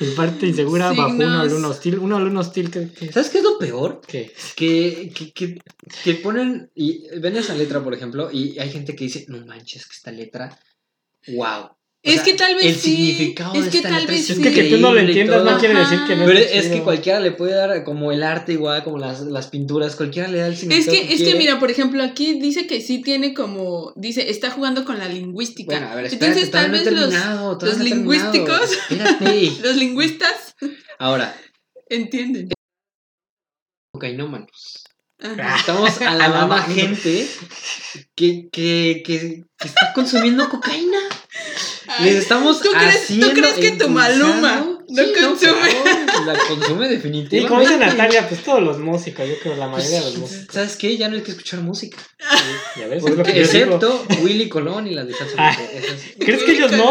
Speaker 2: Mi parte insegura bajo un
Speaker 1: Signos.
Speaker 2: alumno hostil. Un alumno hostil que... que-
Speaker 3: ¿Sabes qué es lo peor?
Speaker 2: que-
Speaker 3: Que, que, que, que ponen y ven esa letra, por ejemplo, y hay gente que dice, no manches, que esta letra, wow.
Speaker 1: Es
Speaker 3: sea,
Speaker 1: que tal vez
Speaker 3: el
Speaker 1: sí.
Speaker 3: significado
Speaker 1: es
Speaker 3: de
Speaker 1: que
Speaker 3: esta
Speaker 1: tal
Speaker 3: letra
Speaker 1: vez
Speaker 3: es
Speaker 2: Es que que tú no
Speaker 3: Increíble
Speaker 2: lo
Speaker 3: y
Speaker 2: entiendas
Speaker 3: todo.
Speaker 2: no quiere decir que no
Speaker 3: Pero
Speaker 2: esté
Speaker 3: es que
Speaker 2: chido.
Speaker 3: cualquiera le puede dar, como el arte igual, como las, las pinturas, cualquiera le da el
Speaker 1: Es
Speaker 3: significado.
Speaker 1: que, es que
Speaker 3: quiere.
Speaker 1: mira, por ejemplo, aquí dice que sí tiene como, dice, está jugando con la lingüística.
Speaker 3: Bueno, a ver, espérate,
Speaker 1: Entonces tal
Speaker 3: todavía
Speaker 1: vez
Speaker 3: no he
Speaker 1: los,
Speaker 3: terminado, todavía
Speaker 1: los
Speaker 3: no he terminado.
Speaker 1: lingüísticos-
Speaker 3: Espérate.
Speaker 1: los lingüistas
Speaker 3: Ahora,
Speaker 1: entienden.
Speaker 3: cocainómanos.
Speaker 1: Ajá.
Speaker 2: Ah.
Speaker 3: Estamos alabando a gente que, que, que, que está consumiendo cocaína. Les
Speaker 1: Ay,
Speaker 3: estamos
Speaker 1: ¿tú crees- tú
Speaker 3: haciendo
Speaker 1: crees que tu Maluma
Speaker 3: impulsando-
Speaker 1: no consume?
Speaker 3: claro, la consume
Speaker 2: Y como dice
Speaker 3: definitivamente.
Speaker 2: Natalia, pues todos los músicos, yo creo la
Speaker 3: Pues,
Speaker 2: mayoría de los músicos.
Speaker 3: ¿Sabes qué? Ya no hay que escuchar música.
Speaker 2: Ya ves, es lo que
Speaker 3: Porque
Speaker 2: yo digo.
Speaker 3: Pues excepto Willy Colón y las de Saxo.
Speaker 2: Ah.
Speaker 3: Esas-
Speaker 2: ¿Crees que ellos no?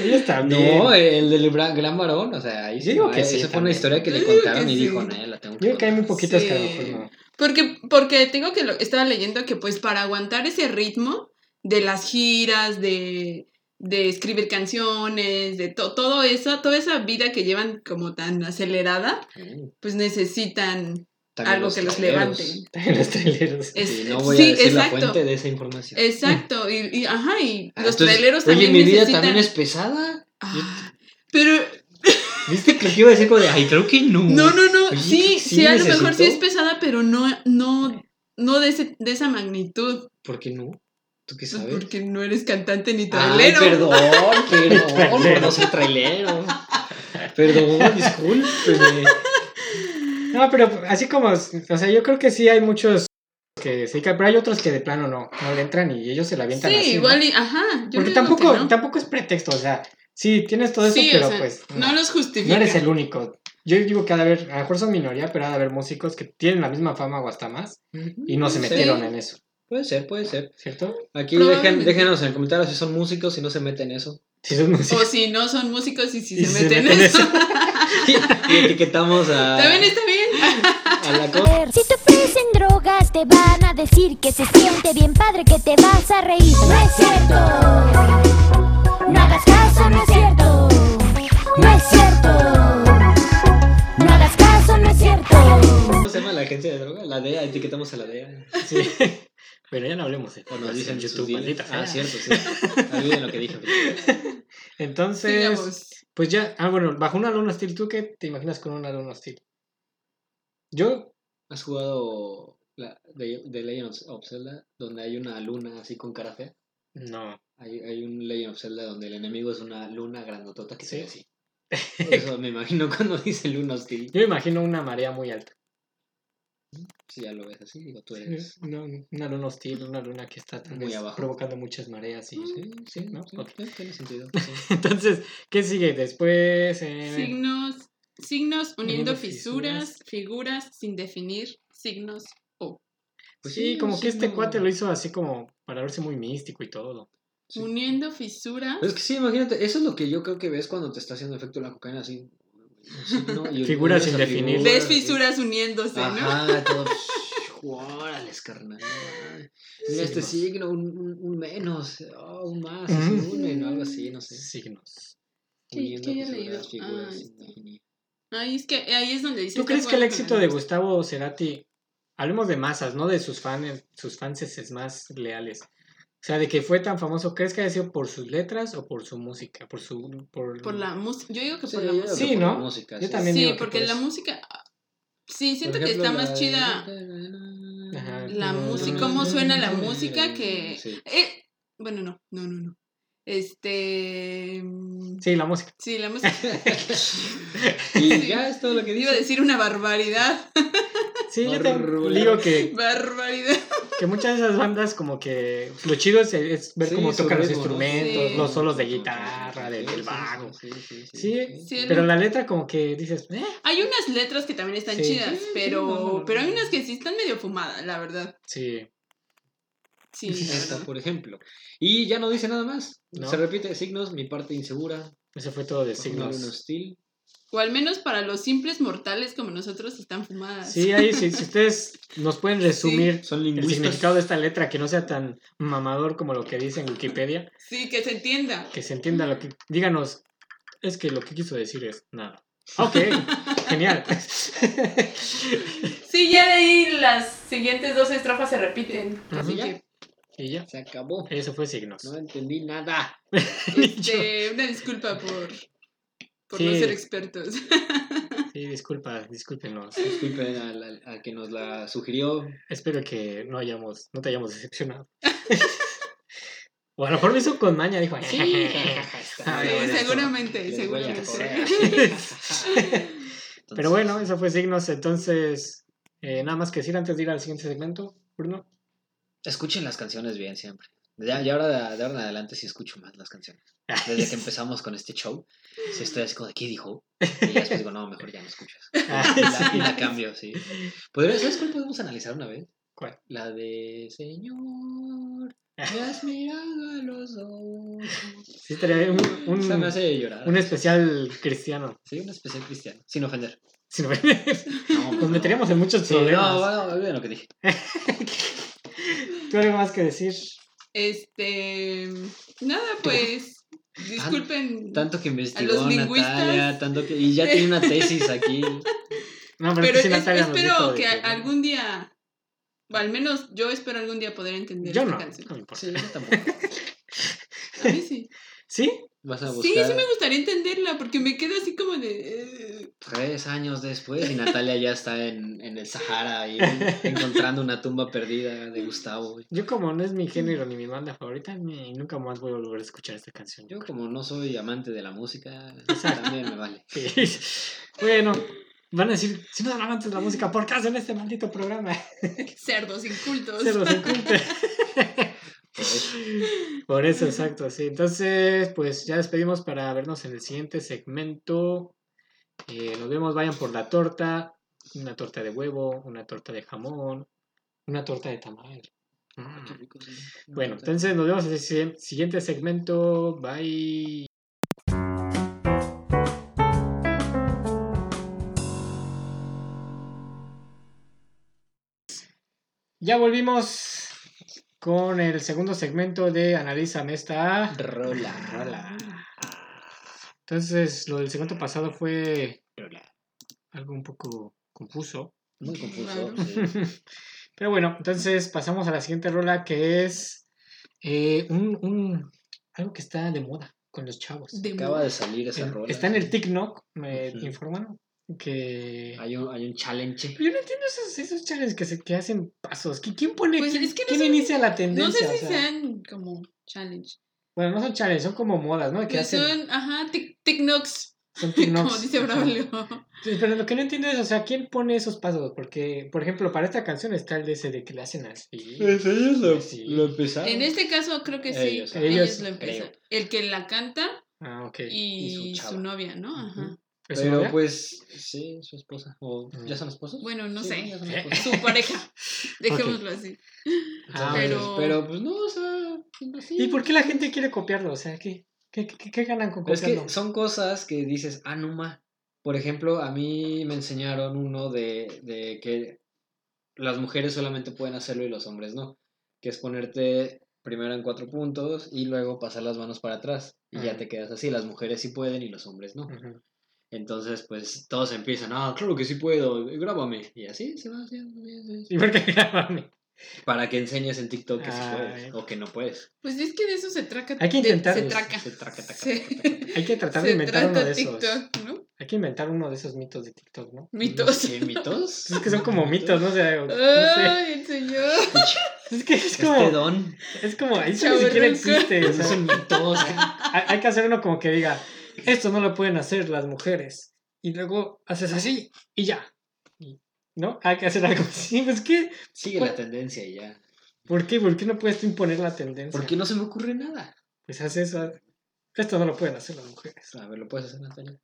Speaker 2: Ellos también.
Speaker 3: No, eh. el del gran, gran varón, o sea, ahí sí.
Speaker 2: Digo
Speaker 3: no,
Speaker 2: que
Speaker 3: esa
Speaker 2: sí,
Speaker 3: fue una
Speaker 2: también.
Speaker 3: historia que
Speaker 1: Yo
Speaker 3: le
Speaker 1: digo
Speaker 3: contaron
Speaker 1: que
Speaker 3: y
Speaker 1: sí.
Speaker 3: dijo, no, la tengo que
Speaker 2: Yo creo que hay muy poquitas que a lo
Speaker 1: Sí.
Speaker 2: mejor no. pues
Speaker 1: Porque, porque tengo que lo, estaba leyendo que pues para aguantar ese ritmo de las giras, de, de escribir canciones, de to- todo eso, toda esa vida que llevan como tan acelerada,
Speaker 3: Mm,
Speaker 1: pues necesitan
Speaker 3: también
Speaker 1: algo que los
Speaker 3: traileros.
Speaker 1: levante.
Speaker 2: También los traileros.
Speaker 1: es-
Speaker 3: Sí, no voy a
Speaker 1: sí,
Speaker 3: decir la
Speaker 1: exacto.
Speaker 3: fuente de esa información.
Speaker 1: Exacto, y, y, ajá, y
Speaker 3: Ah,
Speaker 1: los
Speaker 3: entonces,
Speaker 1: traileros
Speaker 3: oye,
Speaker 1: también
Speaker 3: mi vida
Speaker 1: necesitan...
Speaker 3: también es pesada.
Speaker 1: Ah, pero,
Speaker 3: ¿Viste que iba a decir como de, ay, creo que no?
Speaker 1: no, no, no,
Speaker 3: Oye,
Speaker 1: sí, sí,
Speaker 3: sí
Speaker 1: a lo mejor sí
Speaker 3: necesito.
Speaker 1: es pesada, pero no, no, no de, ese- de esa magnitud,
Speaker 3: ¿Por qué no? ¿Tú qué
Speaker 1: pues,
Speaker 3: sabes?
Speaker 1: porque no eres cantante ni
Speaker 3: Ay,
Speaker 1: trailero.
Speaker 3: perdón, perdón,
Speaker 2: Trailero.
Speaker 3: por no ser trailero. Perdón, discúlpeme.
Speaker 2: No, pero así como, o sea, yo creo que sí hay muchos que sí, caen, pero hay otros que de plano no, no le entran y ellos se la
Speaker 1: Sí,
Speaker 2: avientan así. ¿no?
Speaker 1: igual y, ajá, yo
Speaker 2: Porque
Speaker 1: digo que
Speaker 2: tampoco,
Speaker 1: no.
Speaker 2: tampoco es pretexto, o sea, sí, tienes todo eso,
Speaker 1: Sí, o
Speaker 2: pero
Speaker 1: sea,
Speaker 2: pues
Speaker 1: no los justifica.
Speaker 2: no eres el único. Yo digo que ha de haber, a lo mejor son minoría, pero ha de haber músicos que tienen la misma fama o hasta más y no
Speaker 3: Sí,
Speaker 2: se metieron en eso,
Speaker 3: Puede ser, puede ser.
Speaker 2: ¿cierto?
Speaker 3: Aquí dejen,
Speaker 1: Probablemente.
Speaker 3: déjenos en el comentario si son músicos y no se meten en eso.
Speaker 2: Si son
Speaker 1: O
Speaker 2: músicos.
Speaker 1: si no son músicos y si
Speaker 2: Y
Speaker 1: se,
Speaker 2: si se
Speaker 1: meten en
Speaker 2: meten
Speaker 1: eso.
Speaker 3: y etiquetamos a,
Speaker 1: También está bien.
Speaker 3: a la cosa.
Speaker 7: Si te ofrecen drogas, te van a decir que se siente bien padre, que te vas a reír. No es cierto. No hagas caso, no es cierto. No es cierto. No hagas caso, no es cierto.
Speaker 3: ¿Cómo se llama la agencia de droga? La DEA, etiquetamos a la DEA.
Speaker 2: Sí. Pero ya no hablemos de
Speaker 3: O nos dicen
Speaker 2: YouTube,
Speaker 3: sus deals.
Speaker 2: maldita sea.
Speaker 3: Ah, cierto, sí. Olviden lo que dije.
Speaker 2: Entonces,
Speaker 1: Sigamos.
Speaker 2: Pues ya, ah, bueno, bajo un alumno hostil, ¿tú qué te imaginas con un alumno hostil? Yo,
Speaker 3: ¿Has jugado la, de, de Legend of Zelda donde hay una luna así con cara fea?
Speaker 2: no.
Speaker 3: Hay, hay un Legend of Zelda donde el enemigo es una luna grandotota que se ve
Speaker 2: Sí.
Speaker 3: así. Por Eso me imagino cuando dice luna hostil.
Speaker 2: Yo me imagino una marea muy alta.
Speaker 3: Si ya lo ves así, digo, tú
Speaker 2: Pues,
Speaker 3: eres.
Speaker 2: No, un alumno hostil, una luna que está tal
Speaker 3: Muy
Speaker 2: vez
Speaker 3: abajo.
Speaker 2: provocando muchas mareas.
Speaker 1: Mm.
Speaker 2: Y, Mm, sí, sí, ¿no?
Speaker 3: sí,
Speaker 2: Ok.
Speaker 3: sí, tiene sentido. sí.
Speaker 2: Entonces, ¿qué sigue después? eh,
Speaker 1: Signos, signos uniendo
Speaker 2: Uniendo
Speaker 1: fisuras, figuras sin definir, signos O.
Speaker 2: Pues
Speaker 3: Pues
Speaker 2: sí,
Speaker 3: sí,
Speaker 2: como
Speaker 3: sí,
Speaker 2: que este
Speaker 3: no.
Speaker 2: cuate lo hizo así como para verse muy místico y todo.
Speaker 3: Sí.
Speaker 1: Uniendo fisuras.
Speaker 3: Pero Es que sí, imagínate, eso es lo que yo creo que ves cuando te está haciendo efecto la cocaína así. signo, y
Speaker 2: Figuras
Speaker 3: esa
Speaker 2: sin definir.
Speaker 3: figura,
Speaker 1: Ves
Speaker 3: así.
Speaker 1: fisuras uniéndose, ¿no?
Speaker 3: Ajá, todo. Órales, carnal. Mira este
Speaker 2: Signos.
Speaker 3: signo, un, un, un menos, oh, un más,
Speaker 2: Ujú.
Speaker 3: un menos, algo así, no sé.
Speaker 2: Signos.
Speaker 1: Sí,
Speaker 3: Uniendo
Speaker 1: que haya
Speaker 3: figuras,
Speaker 1: leído.
Speaker 3: figuras
Speaker 1: Ah,
Speaker 3: sin
Speaker 1: está.
Speaker 3: definir.
Speaker 1: Ahí es que ahí es donde dice.
Speaker 2: ¿Tú
Speaker 1: está
Speaker 2: crees que el
Speaker 1: jugando
Speaker 2: éxito
Speaker 1: con
Speaker 2: de
Speaker 1: la-
Speaker 2: Gustavo Cerati, hablemos de masas, no de sus fans, sus fans más leales? O sea, de que fue tan famoso, ¿crees que haya sido por sus letras o por su música? Por su. Por,
Speaker 1: por la música? Yo digo que Pues
Speaker 3: Sí,
Speaker 1: por la
Speaker 3: yo creo
Speaker 1: música.
Speaker 3: que
Speaker 2: Sí,
Speaker 3: por
Speaker 2: ¿no?
Speaker 3: la música,
Speaker 2: Yo
Speaker 3: sí.
Speaker 2: también. digo
Speaker 1: Sí,
Speaker 2: que
Speaker 1: porque
Speaker 2: por
Speaker 1: la
Speaker 2: eso.
Speaker 1: música ah, sí
Speaker 3: Por
Speaker 1: siento que
Speaker 3: ejemplo,
Speaker 1: está
Speaker 3: la
Speaker 1: más
Speaker 3: de-
Speaker 1: chida
Speaker 2: Ajá.
Speaker 1: la música, cómo suena la música que...
Speaker 3: Sí.
Speaker 1: Eh, bueno, no, no, no, no. Este... mm,
Speaker 2: Sí, la música.
Speaker 1: Sí, la música...
Speaker 3: Y ya es todo lo que
Speaker 1: Iba a
Speaker 3: dice.
Speaker 1: decir una barbaridad.
Speaker 2: Sí, yo te
Speaker 3: Horrible.
Speaker 2: digo que,
Speaker 1: barbaridad.
Speaker 2: que muchas de esas bandas, como que lo chido es, es ver
Speaker 3: Sí,
Speaker 2: cómo
Speaker 3: su
Speaker 2: tocan los
Speaker 3: ritmo, ¿no?
Speaker 2: instrumentos,
Speaker 1: Sí.
Speaker 2: los solos de guitarra, del,
Speaker 3: Sí,
Speaker 2: del
Speaker 3: sí,
Speaker 2: bajo.
Speaker 3: Sí, sí, sí,
Speaker 2: Sí,
Speaker 1: Sí,
Speaker 2: pero
Speaker 1: no.
Speaker 2: la letra, como que dices, ¿eh?
Speaker 1: Hay unas letras que también están
Speaker 2: Sí.
Speaker 1: chidas,
Speaker 2: Sí,
Speaker 1: pero,
Speaker 3: sí, no, no, no.
Speaker 1: pero hay unas que sí están medio fumadas, la verdad.
Speaker 2: Sí.
Speaker 1: Sí, la
Speaker 3: Esta,
Speaker 1: verdad.
Speaker 3: por ejemplo. Y ya no dice nada más.
Speaker 2: No.
Speaker 3: Se repite signos, mi parte insegura,
Speaker 2: Eso fue todo de
Speaker 3: signos
Speaker 2: signos.
Speaker 3: hostil.
Speaker 1: O al menos para los simples mortales como nosotros están fumadas.
Speaker 2: Sí, ahí sí, si ustedes nos pueden resumir
Speaker 3: Son
Speaker 2: el significado de esta letra, que no sea tan mamador como lo que dice en Wikipedia,
Speaker 1: Sí, que se entienda.
Speaker 2: que se entienda lo que... Díganos, es que lo que quiso decir es nada. Ok, genial.
Speaker 1: Sí, ya de ahí las siguientes dos estrofas se repiten.
Speaker 2: Ajá.
Speaker 1: Así que
Speaker 2: Y ya.
Speaker 3: Se acabó.
Speaker 2: Eso fue signos.
Speaker 3: No entendí nada.
Speaker 2: Ni yo.
Speaker 1: Este, una disculpa por, por no
Speaker 2: Sí.
Speaker 1: ser expertos.
Speaker 2: Sí, disculpa, discúlpenos.
Speaker 3: Disculpen al, al- al que nos la sugirió.
Speaker 2: Espero que no hayamos, no te hayamos decepcionado. o a lo mejor me hizo con maña, dijo.
Speaker 3: Sí,
Speaker 2: Ah,
Speaker 1: Sí,
Speaker 2: bueno,
Speaker 1: seguramente,
Speaker 3: Les voy a
Speaker 1: seguramente.
Speaker 3: cobrar.
Speaker 2: Pero bueno, eso fue signos. Entonces, eh, nada más que decir antes de ir al siguiente segmento, Bruno.
Speaker 3: Escuchen las canciones bien siempre. Ya, ya ahora de, de ahora en adelante sí escucho más las canciones. Desde que empezamos con este show, sí estoy así como de, ¿qué dijo? Y ya después digo, no, mejor ya no escuchas. Y la, y la cambio, sí. ¿Podría- ¿Sabes cuál podemos analizar una vez?
Speaker 2: ¿Cuál?
Speaker 3: La de Señor, me has mirado a los ojos.
Speaker 2: Sí, estaría un, un-
Speaker 3: Esa me hace llorar.
Speaker 2: un especial cristiano.
Speaker 3: Sí, un especial cristiano, sin ofender.
Speaker 2: Si no-
Speaker 3: No,
Speaker 2: Nos meteríamos en muchos
Speaker 3: Sí, no,
Speaker 2: problemas.
Speaker 3: bueno, olviden lo que dije.
Speaker 2: ¿Tú algo más que decir?
Speaker 1: Este, nada, pues, disculpen.
Speaker 3: Tanto que investigó
Speaker 1: los lingüistas.
Speaker 3: Natalia, tanto que... Y ya tiene una tesis aquí.
Speaker 2: No, pero,
Speaker 1: Pero
Speaker 2: es que sí,
Speaker 1: es-
Speaker 2: Natalia nos dijo
Speaker 1: espero
Speaker 2: de
Speaker 1: que
Speaker 2: no.
Speaker 1: algún día, o al menos yo espero algún día poder entender
Speaker 2: Yo
Speaker 1: esta
Speaker 2: no, no
Speaker 1: canción.
Speaker 2: me importa.
Speaker 3: Sí, yo tampoco.
Speaker 1: A mí sí.
Speaker 2: ¿Sí?
Speaker 3: Vas a
Speaker 1: Sí,
Speaker 3: buscar
Speaker 1: sí me gustaría entenderla, porque me quedo así como de... eh,
Speaker 3: tres años después y Natalia ya está en, en el Sahara ahí, encontrando una tumba perdida de Gustavo.
Speaker 2: Yo como no es mi género ni mi banda favorita, ni, nunca más voy a volver a escuchar esta canción.
Speaker 3: Yo como no soy amante de la música,
Speaker 2: Exacto.
Speaker 3: también me vale.
Speaker 2: Sí. bueno, van a decir, si no son amantes de la música, ¿por qué hacen este maldito programa?
Speaker 1: cerdos incultos.
Speaker 2: Se los oculta. Por eso, exacto, sí. Entonces, pues ya despedimos para vernos en el siguiente segmento. Eh, nos vemos, vayan por la torta, una torta de huevo, una torta de jamón, una torta de tamal. Mm. Bueno, entonces nos vemos en el si- siguiente segmento. Bye. Ya volvimos con el segundo segmento de Analízame esta
Speaker 3: Rola.
Speaker 2: rola. Entonces, lo del segmento pasado fue
Speaker 3: Rola.
Speaker 2: algo un poco confuso.
Speaker 3: Muy confuso.
Speaker 1: Claro.
Speaker 3: sí.
Speaker 2: Pero bueno, entonces pasamos a la siguiente rola que es eh, un, un- algo que está de moda con los chavos.
Speaker 1: De
Speaker 3: Acaba de salir esa
Speaker 2: En-
Speaker 3: rola.
Speaker 2: está en el TikTok, me
Speaker 3: Ujú.
Speaker 2: informan que...
Speaker 3: Hay un, hay un challenge.
Speaker 2: Pero yo no entiendo esos, esos challenges que, se, que hacen pasos. ¿Qui- ¿Quién pone?
Speaker 1: Pues
Speaker 2: ¿Quién,
Speaker 1: es que no
Speaker 2: quién
Speaker 1: son-
Speaker 2: inicia la
Speaker 1: No
Speaker 2: tendencia?
Speaker 1: sé si
Speaker 2: O sea,
Speaker 1: sean como challenge.
Speaker 2: Bueno, no son challenges, son como modas, ¿no? Que
Speaker 1: Que
Speaker 2: hacen,
Speaker 1: Pues son, ajá, tic- ticnocs,
Speaker 2: son
Speaker 1: como
Speaker 2: TikToks.
Speaker 1: dice
Speaker 2: Ajá.
Speaker 1: Braulio.
Speaker 2: Sí, Pero lo que no entiendo es, o sea, ¿quién pone esos pasos? Porque, por ejemplo, para esta canción está el de ese de que le hacen así.
Speaker 3: ellos
Speaker 2: lo- Sí. lo
Speaker 3: empezaron.
Speaker 1: En este caso creo que sí. Ellos,
Speaker 3: Ellos, ajá.
Speaker 2: Ellos,
Speaker 1: lo empiezan. El que la canta
Speaker 2: Ah, ok.
Speaker 1: y,
Speaker 3: Y su
Speaker 1: su,
Speaker 3: chava.
Speaker 1: novia, ¿no? Ajá.
Speaker 2: Ujú. ¿Es una
Speaker 3: Pero
Speaker 2: idea?
Speaker 3: pues, sí, su esposa. O,
Speaker 2: Ah.
Speaker 3: ¿Ya son esposos?
Speaker 1: Bueno, no
Speaker 3: Sí,
Speaker 1: sé.
Speaker 3: ya son
Speaker 2: ¿Eh?
Speaker 3: esposos.
Speaker 1: Su pareja. Dejémoslo así.
Speaker 2: Ah,
Speaker 3: Entonces,
Speaker 1: bueno.
Speaker 3: pero... pues no, o sea, pues, así.
Speaker 2: ¿Y por qué la gente quiere copiarlo? O sea, ¿qué, qué, qué- qué ganan con
Speaker 3: Pero Pues es
Speaker 2: copiarlo?
Speaker 3: que son cosas que dices, ah, no ma. Por ejemplo, a mí me enseñaron uno de, de que las mujeres solamente pueden hacerlo y los hombres no. Que es ponerte primero en cuatro puntos y luego pasar las manos para atrás. Y ya
Speaker 2: Ajá.
Speaker 3: te quedas así. Las mujeres sí pueden y los hombres no.
Speaker 2: Ujú.
Speaker 3: Entonces, pues todos empiezan, ah, claro que sí puedo, grábame. Y así se va haciendo. sí, sí, sí.
Speaker 2: ¿Y por qué grabarme?
Speaker 3: Para que enseñes en TikTok que sí
Speaker 2: Ay.
Speaker 3: puedes o que no puedes.
Speaker 1: Pues es que de eso se traca.
Speaker 2: Hay que
Speaker 1: de-
Speaker 2: intentarlo,
Speaker 1: Se traca.
Speaker 3: Se traca, taca,
Speaker 1: Se-
Speaker 3: taca, taca, taca.
Speaker 2: Hay que tratar de
Speaker 1: Se
Speaker 2: inventar uno de
Speaker 1: trata
Speaker 2: esos.
Speaker 1: TikTok, ¿no?
Speaker 2: Hay que inventar uno de esos mitos de TikTok, ¿no?
Speaker 1: Mitos.
Speaker 3: ¿Qué, mitos?
Speaker 2: Es que son como mitos, ¿no? O sea, no sé.
Speaker 1: Ay, el señor.
Speaker 2: Es que es
Speaker 3: Este
Speaker 2: como.
Speaker 3: don.
Speaker 2: Es como. Eso ni
Speaker 1: Chavorruco.
Speaker 2: siquiera existe. o
Speaker 3: Esos
Speaker 2: sea,
Speaker 3: son mitos.
Speaker 2: hay, hay que hacer uno como que diga: Esto no lo pueden hacer las mujeres. Y luego haces así y ya. Y- ¿No? Hay que hacer algo así. Pues que.
Speaker 3: Sigue la tendencia y ya.
Speaker 2: ¿Por qué? ¿Por qué no puedes tú imponer la tendencia?
Speaker 3: ¿Por qué no se me ocurre nada?
Speaker 2: Pues haces eso. Esto no lo pueden hacer las mujeres.
Speaker 3: Pues, A ver, lo puedes hacer, Natalia.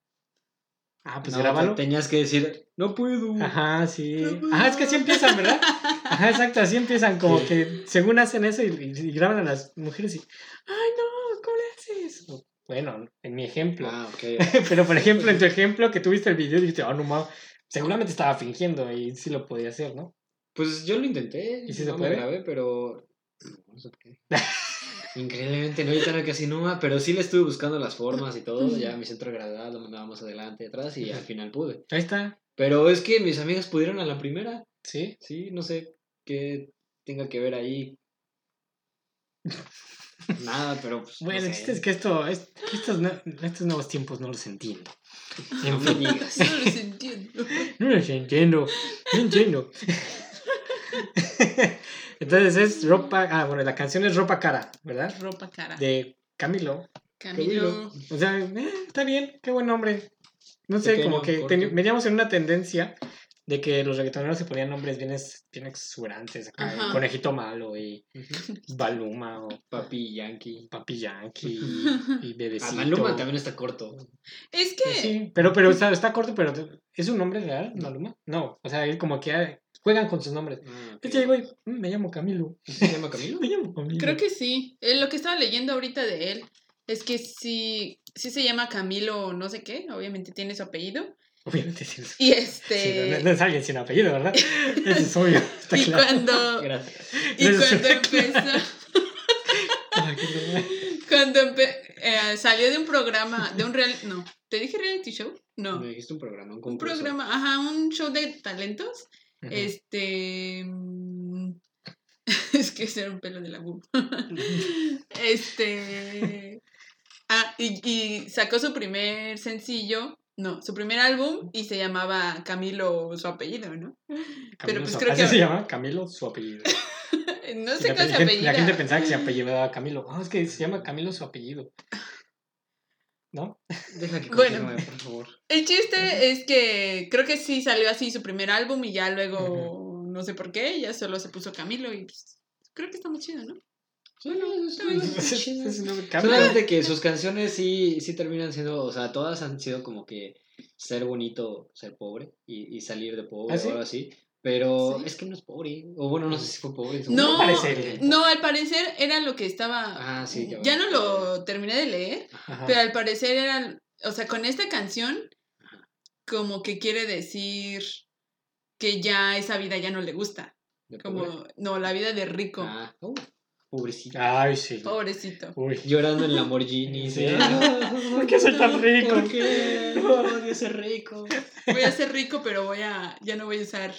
Speaker 2: Ah, pues
Speaker 3: No,
Speaker 2: grábalo.
Speaker 3: Tenías que decir, no puedo.
Speaker 2: Ajá, sí.
Speaker 3: No, pues,
Speaker 2: Ajá, es que así empiezan, ¿verdad? Ajá, exacto, así empiezan, como
Speaker 3: Sí.
Speaker 2: que según hacen eso y, y- y graban a las mujeres y, ay, no, ¿cómo le haces? O, Bueno, en mi ejemplo.
Speaker 3: Ah, ok.
Speaker 2: Pero, por ejemplo, en tu ejemplo que tuviste el video, dijiste, oh, no, mames, seguramente estaba fingiendo y sí lo podía hacer, ¿no?
Speaker 3: Pues yo lo intenté.
Speaker 2: ¿Y si se
Speaker 3: no
Speaker 2: puede?
Speaker 3: me grabé, pero. No sé por qué. Increíblemente, no ahorita casi no, ma, pero sí le estuve buscando las formas y todo. Ya mi centro de gravedad lo mandaba más adelante y atrás y al final pude.
Speaker 2: Ahí está,
Speaker 3: Pero es que mis amigas pudieron a la primera.
Speaker 2: sí.
Speaker 3: Sí, no sé qué tenga que ver ahí. Nada, pero pues.
Speaker 2: Bueno, el chiste es que esto, es- que estos, nue- estos nuevos tiempos no los entiendo. En
Speaker 3: No
Speaker 2: fin,
Speaker 3: me digas.
Speaker 1: No los entiendo.
Speaker 2: no los entiendo. No entiendo. Entonces es ropa. Ah, bueno, la canción es ropa cara, ¿verdad?
Speaker 1: Ropa cara.
Speaker 2: De Camilo.
Speaker 1: Camilo.
Speaker 2: O sea, eh, está bien, qué buen nombre. No sé,
Speaker 3: Pequeño,
Speaker 2: como que
Speaker 3: corto.
Speaker 2: teni- veníamos en una tendencia de que los reggaetoneros se ponían nombres bien, ex- bien exuberantes. acá,
Speaker 1: Ajá.
Speaker 2: Conejito Malo y Baluma o
Speaker 3: Papi Yankee.
Speaker 2: Papi Yankee y Bebecito.
Speaker 3: Ah, Maluma también está corto.
Speaker 1: Es que
Speaker 2: Pues Sí, pero, pero está, está corto, pero ¿es un nombre real, Maluma? No, o sea, él como que ah, juegan con sus nombres.
Speaker 3: Ah, ok.
Speaker 2: Este güey, mm, me llamo Camilo.
Speaker 3: ¿Se llama Camilo?
Speaker 2: Me llamo Camilo.
Speaker 1: creo que sí. Eh, Lo que estaba leyendo ahorita de él es que si, si se llama Camilo no sé qué, obviamente tiene su apellido.
Speaker 2: Obviamente sí.
Speaker 1: Y
Speaker 2: Sí, no,
Speaker 1: este...
Speaker 2: no- no es alguien sin apellido, ¿verdad? Eso es obvio, está
Speaker 1: y
Speaker 2: claro.
Speaker 1: cuando,
Speaker 3: Gracias.
Speaker 1: y
Speaker 2: Eso
Speaker 1: cuando
Speaker 2: está claro.
Speaker 1: empezó...
Speaker 2: Ay, qué horror.
Speaker 1: Cuando empe- eh, salió de un programa, de un real, no, ¿te dije reality show? No,
Speaker 3: Me dijiste un programa, un
Speaker 1: un
Speaker 3: concurso.
Speaker 1: programa, ajá, un show de talentos,
Speaker 2: Ujú.
Speaker 1: este, mm, es que ese era un pelo de la boom, este, ah, y, y sacó su primer sencillo, no, su primer álbum y se llamaba Camilo su apellido, ¿no? Pero
Speaker 2: Camilo
Speaker 1: pues
Speaker 2: su-
Speaker 1: creo
Speaker 2: así
Speaker 1: que-
Speaker 2: se llama Camilo su apellido.
Speaker 1: Eh, No
Speaker 2: Y
Speaker 1: sé
Speaker 2: la,
Speaker 1: cuál
Speaker 2: pe-
Speaker 1: se
Speaker 2: gente- la gente
Speaker 1: apellida.
Speaker 2: pensaba que se apellidaba Camilo. Ah, es que se llama Camilo su apellido. ¿No?
Speaker 3: Deja que
Speaker 1: Bueno.
Speaker 3: continúe, por favor.
Speaker 1: El chiste es que creo que sí salió así su primer álbum y ya luego, no sé por qué, ya solo se puso Camilo y pues, creo que está muy chido, ¿no?
Speaker 2: Es- es un nombre- Camilo.
Speaker 3: Solamente que sus canciones sí, sí terminan siendo, o sea, todas han sido como que ser bonito, ser pobre y, y salir de pobre
Speaker 2: ¿Ah, sí?
Speaker 3: o algo así. Pero
Speaker 1: Sí.
Speaker 3: es que no es pobre. O bueno, no sé si fue pobre. en su
Speaker 1: No,
Speaker 3: momento.
Speaker 2: Parece-
Speaker 1: No, al parecer era lo que estaba...
Speaker 3: Ah, sí, ya,
Speaker 1: ya no lo terminé de leer,
Speaker 2: Ajá.
Speaker 1: pero al parecer era... O sea, con esta canción como que quiere decir que ya esa vida ya no le gusta.
Speaker 3: De pobre.
Speaker 1: Como, no, la vida de rico.
Speaker 3: Ah, uh, pobrecito.
Speaker 2: Ay, sí.
Speaker 1: Oh. Pobrecito.
Speaker 2: Uy.
Speaker 3: Llorando en Lamborghini.
Speaker 2: Sí.
Speaker 3: sí.
Speaker 2: ¿Por qué soy tan rico?
Speaker 3: ¿Por qué? Odio ser rico.
Speaker 1: Voy a ser rico, pero voy a... Ya no voy a usar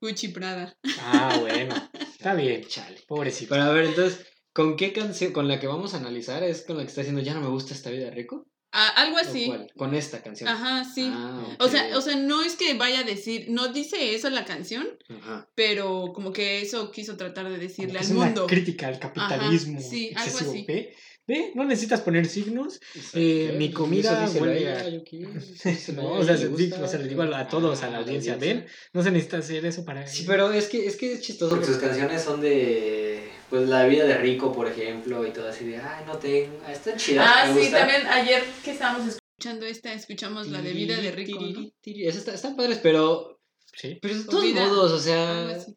Speaker 1: Gucci Prada.
Speaker 2: Ah, bueno. Está bien.
Speaker 3: Chale.
Speaker 2: Pobrecito.
Speaker 3: Pero a ver, entonces, ¿con qué canción, con la que vamos a analizar es con la que está diciendo ya no me gusta esta vida rico?
Speaker 1: Ah, algo
Speaker 3: ¿O
Speaker 1: así.
Speaker 3: cuál? Con esta canción.
Speaker 1: Ajá, sí.
Speaker 3: Ah,
Speaker 1: O sea,
Speaker 3: ok.
Speaker 1: o sea, no es que vaya a decir, no dice eso la canción,
Speaker 3: Ajá.
Speaker 1: pero como que eso quiso tratar de
Speaker 2: Como
Speaker 1: decirle
Speaker 2: que
Speaker 1: al
Speaker 2: es una
Speaker 1: mundo.
Speaker 2: crítica al capitalismo.
Speaker 1: Ajá, sí, algo
Speaker 2: excesivo.
Speaker 1: así.
Speaker 2: ¿Ve? ¿Ve? No necesitas poner signos.
Speaker 3: Exacto.
Speaker 2: mi
Speaker 3: Eso
Speaker 2: comida
Speaker 3: díselo
Speaker 2: huele
Speaker 3: ella,
Speaker 2: a-
Speaker 3: yo quiero, díselo
Speaker 2: No,
Speaker 3: a
Speaker 2: o
Speaker 3: ella,
Speaker 2: sea,
Speaker 3: le
Speaker 2: se-
Speaker 3: gusta. Ah,
Speaker 2: o sea, le digo a- a todos, a la audiencia, ¿ven? No se necesita hacer eso para.
Speaker 3: Sí, pero es que es que Pues es chistoso porque sus canciones son de pues la vida de rico, por ejemplo, y todo así de, ay, no tengo, ah, está chida,
Speaker 1: Ah,
Speaker 3: me
Speaker 1: sí,
Speaker 3: gusta".
Speaker 1: también ayer que estábamos escuchando esta, escuchamos la de vida de rico, ¿no?
Speaker 3: Tiri, tiri. Esas está- están padres, pero
Speaker 2: Sí.
Speaker 3: pero de
Speaker 1: O
Speaker 3: todos
Speaker 1: vida,
Speaker 3: modos, o
Speaker 1: Algo
Speaker 3: sea,
Speaker 2: Ah,
Speaker 1: así.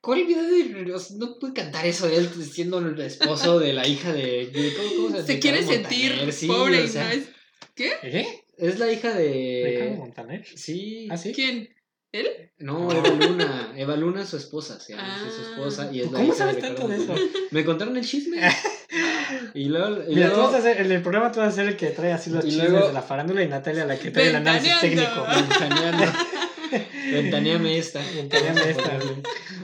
Speaker 3: ¿cuál vida de o sea, no puede cantar eso él siendo el esposo de la hija de, de- ¿cómo- cómo
Speaker 1: Se quiere
Speaker 3: Ricardo
Speaker 1: sentir
Speaker 3: Montaner, sí,
Speaker 1: pobre
Speaker 3: o
Speaker 1: y
Speaker 3: sea,
Speaker 1: no es...
Speaker 2: ¿Eh?
Speaker 3: es la hija
Speaker 2: Ricardo
Speaker 3: de
Speaker 2: Montaner.
Speaker 3: eh, Sí,
Speaker 2: ¿Ah, sí?
Speaker 1: ¿Quién? ¿Él?
Speaker 3: No, Eva Luna. Eva Luna es su esposa, se llama. es su
Speaker 1: Ah.
Speaker 3: esposa. Y es la
Speaker 2: ¿Cómo
Speaker 3: hija de
Speaker 2: sabes tanto de
Speaker 3: Ricardo
Speaker 2: eso?
Speaker 3: Montaner. Me contaron el chisme. y luego. Y
Speaker 2: Mira, tú vas a
Speaker 3: luego
Speaker 2: ser- en el programa tú vas a ser el que trae así los
Speaker 3: Y
Speaker 2: chismes
Speaker 3: luego-
Speaker 2: de la farándula y Natalia la que trae el análisis técnico.
Speaker 1: Ventaneando.
Speaker 3: ventaneando. Ventaneame esta.
Speaker 2: Ventaneame esta.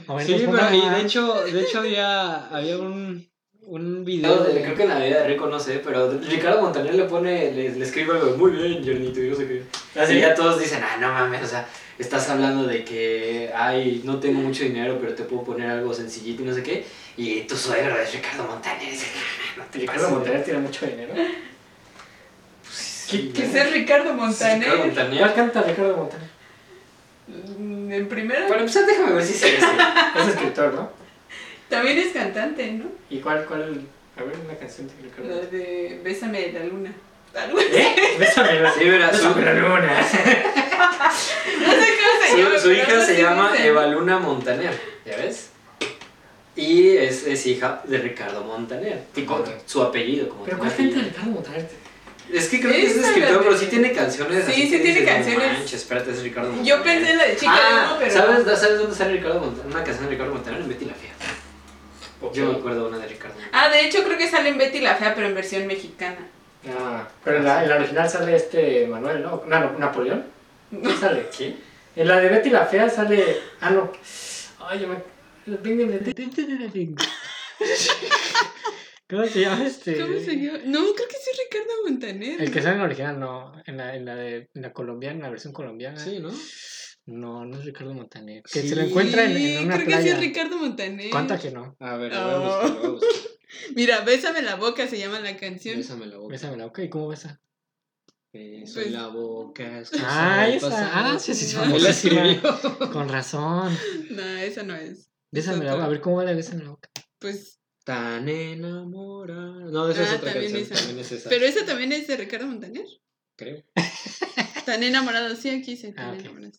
Speaker 2: A ver,
Speaker 3: Sí,
Speaker 2: nos
Speaker 3: pero
Speaker 2: pongan
Speaker 3: ahí,
Speaker 2: más.
Speaker 3: de hecho, de hecho había, había un, un video. De, creo que en la vida de Rico, no sé, pero Ricardo Montaner le pone, le, le escribe algo de, muy bien, Jornito, yo sé qué. Así ya todos dicen, ah, no mames, o sea, estás hablando de que, ay, no tengo mucho dinero, pero te puedo poner algo sencillito y no sé qué. Y tu suegro es Ricardo Montaner. Dice, "No, no te pases".
Speaker 8: tiene mucho dinero.
Speaker 3: Sí,
Speaker 1: Que
Speaker 3: ¿no?
Speaker 1: es Ricardo
Speaker 3: Ricardo
Speaker 1: Montaner.
Speaker 3: Montaner.
Speaker 8: canta Ricardo Montaner?
Speaker 1: Mm, En primera,
Speaker 3: Para empezar, déjame ver si se ve.
Speaker 8: Es escritor, ¿no?
Speaker 1: también es cantante, ¿no?
Speaker 8: ¿Y cuál, cuál? A ver, una canción de Ricardo
Speaker 1: La
Speaker 8: Montaner.
Speaker 1: de Bésame la luna. Algo así.
Speaker 8: ¿Eh? Bésame la,
Speaker 3: Sí, verás, su-
Speaker 8: bésame la luna.
Speaker 1: No sé cómo se llama,
Speaker 3: Su, su
Speaker 1: pero
Speaker 3: hija
Speaker 1: no
Speaker 3: se
Speaker 1: sé
Speaker 3: llama
Speaker 1: cómo se
Speaker 3: Eva Luna Montaner, ¿ya ves? Y es, es hija de Ricardo Montaner. Y con su apellido, como
Speaker 8: ¿Pero
Speaker 3: tal,
Speaker 8: cuál
Speaker 3: apellido.
Speaker 8: canta Ricardo Montaner?
Speaker 3: Es que creo que es
Speaker 1: Esa
Speaker 3: escritor,
Speaker 1: la
Speaker 3: pero
Speaker 1: de-
Speaker 3: sí tiene canciones.
Speaker 1: Sí,
Speaker 3: así
Speaker 1: sí
Speaker 3: que
Speaker 1: tiene
Speaker 3: dices, "No
Speaker 1: canciones".
Speaker 3: manches, espérate, es Ricardo Montaner.
Speaker 1: Yo pensé en la de Chica
Speaker 3: ah,
Speaker 1: Emo, pero.
Speaker 3: ¿sabes, ¿Sabes dónde sale Ricardo Montaner? Una canción de Ricardo Montaner en Betty la Fea. Yo me acuerdo una de Ricardo Montaner.
Speaker 1: Ah, de hecho creo que sale en Betty la Fea, pero en versión mexicana.
Speaker 8: Ah, pero en la, en la original sale este Manuel, ¿no? Na- no, ¿Napoleón? No sale.
Speaker 3: ¿Qué?
Speaker 8: En la de Betty la Fea sale. Ah, no. Ay, yo me. Venga, Betty.
Speaker 2: ¿Cómo se llama este?
Speaker 1: ¿Cómo se llama? No, creo que sí es Ricardo Montaner.
Speaker 2: El que sale en la original, no. En la, en la, de, en la colombiana, en la versión colombiana.
Speaker 3: Ah, Sí, ¿no?
Speaker 2: No, no es Ricardo Montaner. Que se
Speaker 3: Sí,
Speaker 2: lo encuentra en, en
Speaker 1: Sí,
Speaker 2: una
Speaker 1: creo que sí
Speaker 2: playa.
Speaker 1: es Ricardo Montaner.
Speaker 2: ¿Cuánta que no?
Speaker 3: A ver, lo voy a
Speaker 1: Oh.
Speaker 3: buscar, lo voy a buscar.
Speaker 1: Mira, Bésame la boca se llama la canción.
Speaker 3: Bésame la boca.
Speaker 2: Bésame la boca y cómo besa.
Speaker 3: Bésame
Speaker 1: Pues-
Speaker 3: la boca. es cosa
Speaker 2: Ah,
Speaker 3: del
Speaker 2: esa.
Speaker 3: pasado.
Speaker 2: Ah, sí, sí, sí.
Speaker 1: No.
Speaker 3: Él la escribió.
Speaker 2: Con razón.
Speaker 1: No, esa no es.
Speaker 2: Bésame la boca. A ver cómo va la de bésame la boca.
Speaker 1: Pues,
Speaker 3: Tan enamorada. No, esa
Speaker 1: Ah,
Speaker 3: es otra
Speaker 1: también
Speaker 3: canción.
Speaker 1: esa.
Speaker 3: También es esa.
Speaker 1: pero esa también es de Ricardo Montaner.
Speaker 3: Creo.
Speaker 1: Tan enamorado, sí, aquí se tan
Speaker 2: Ah, ok.
Speaker 1: enamorado.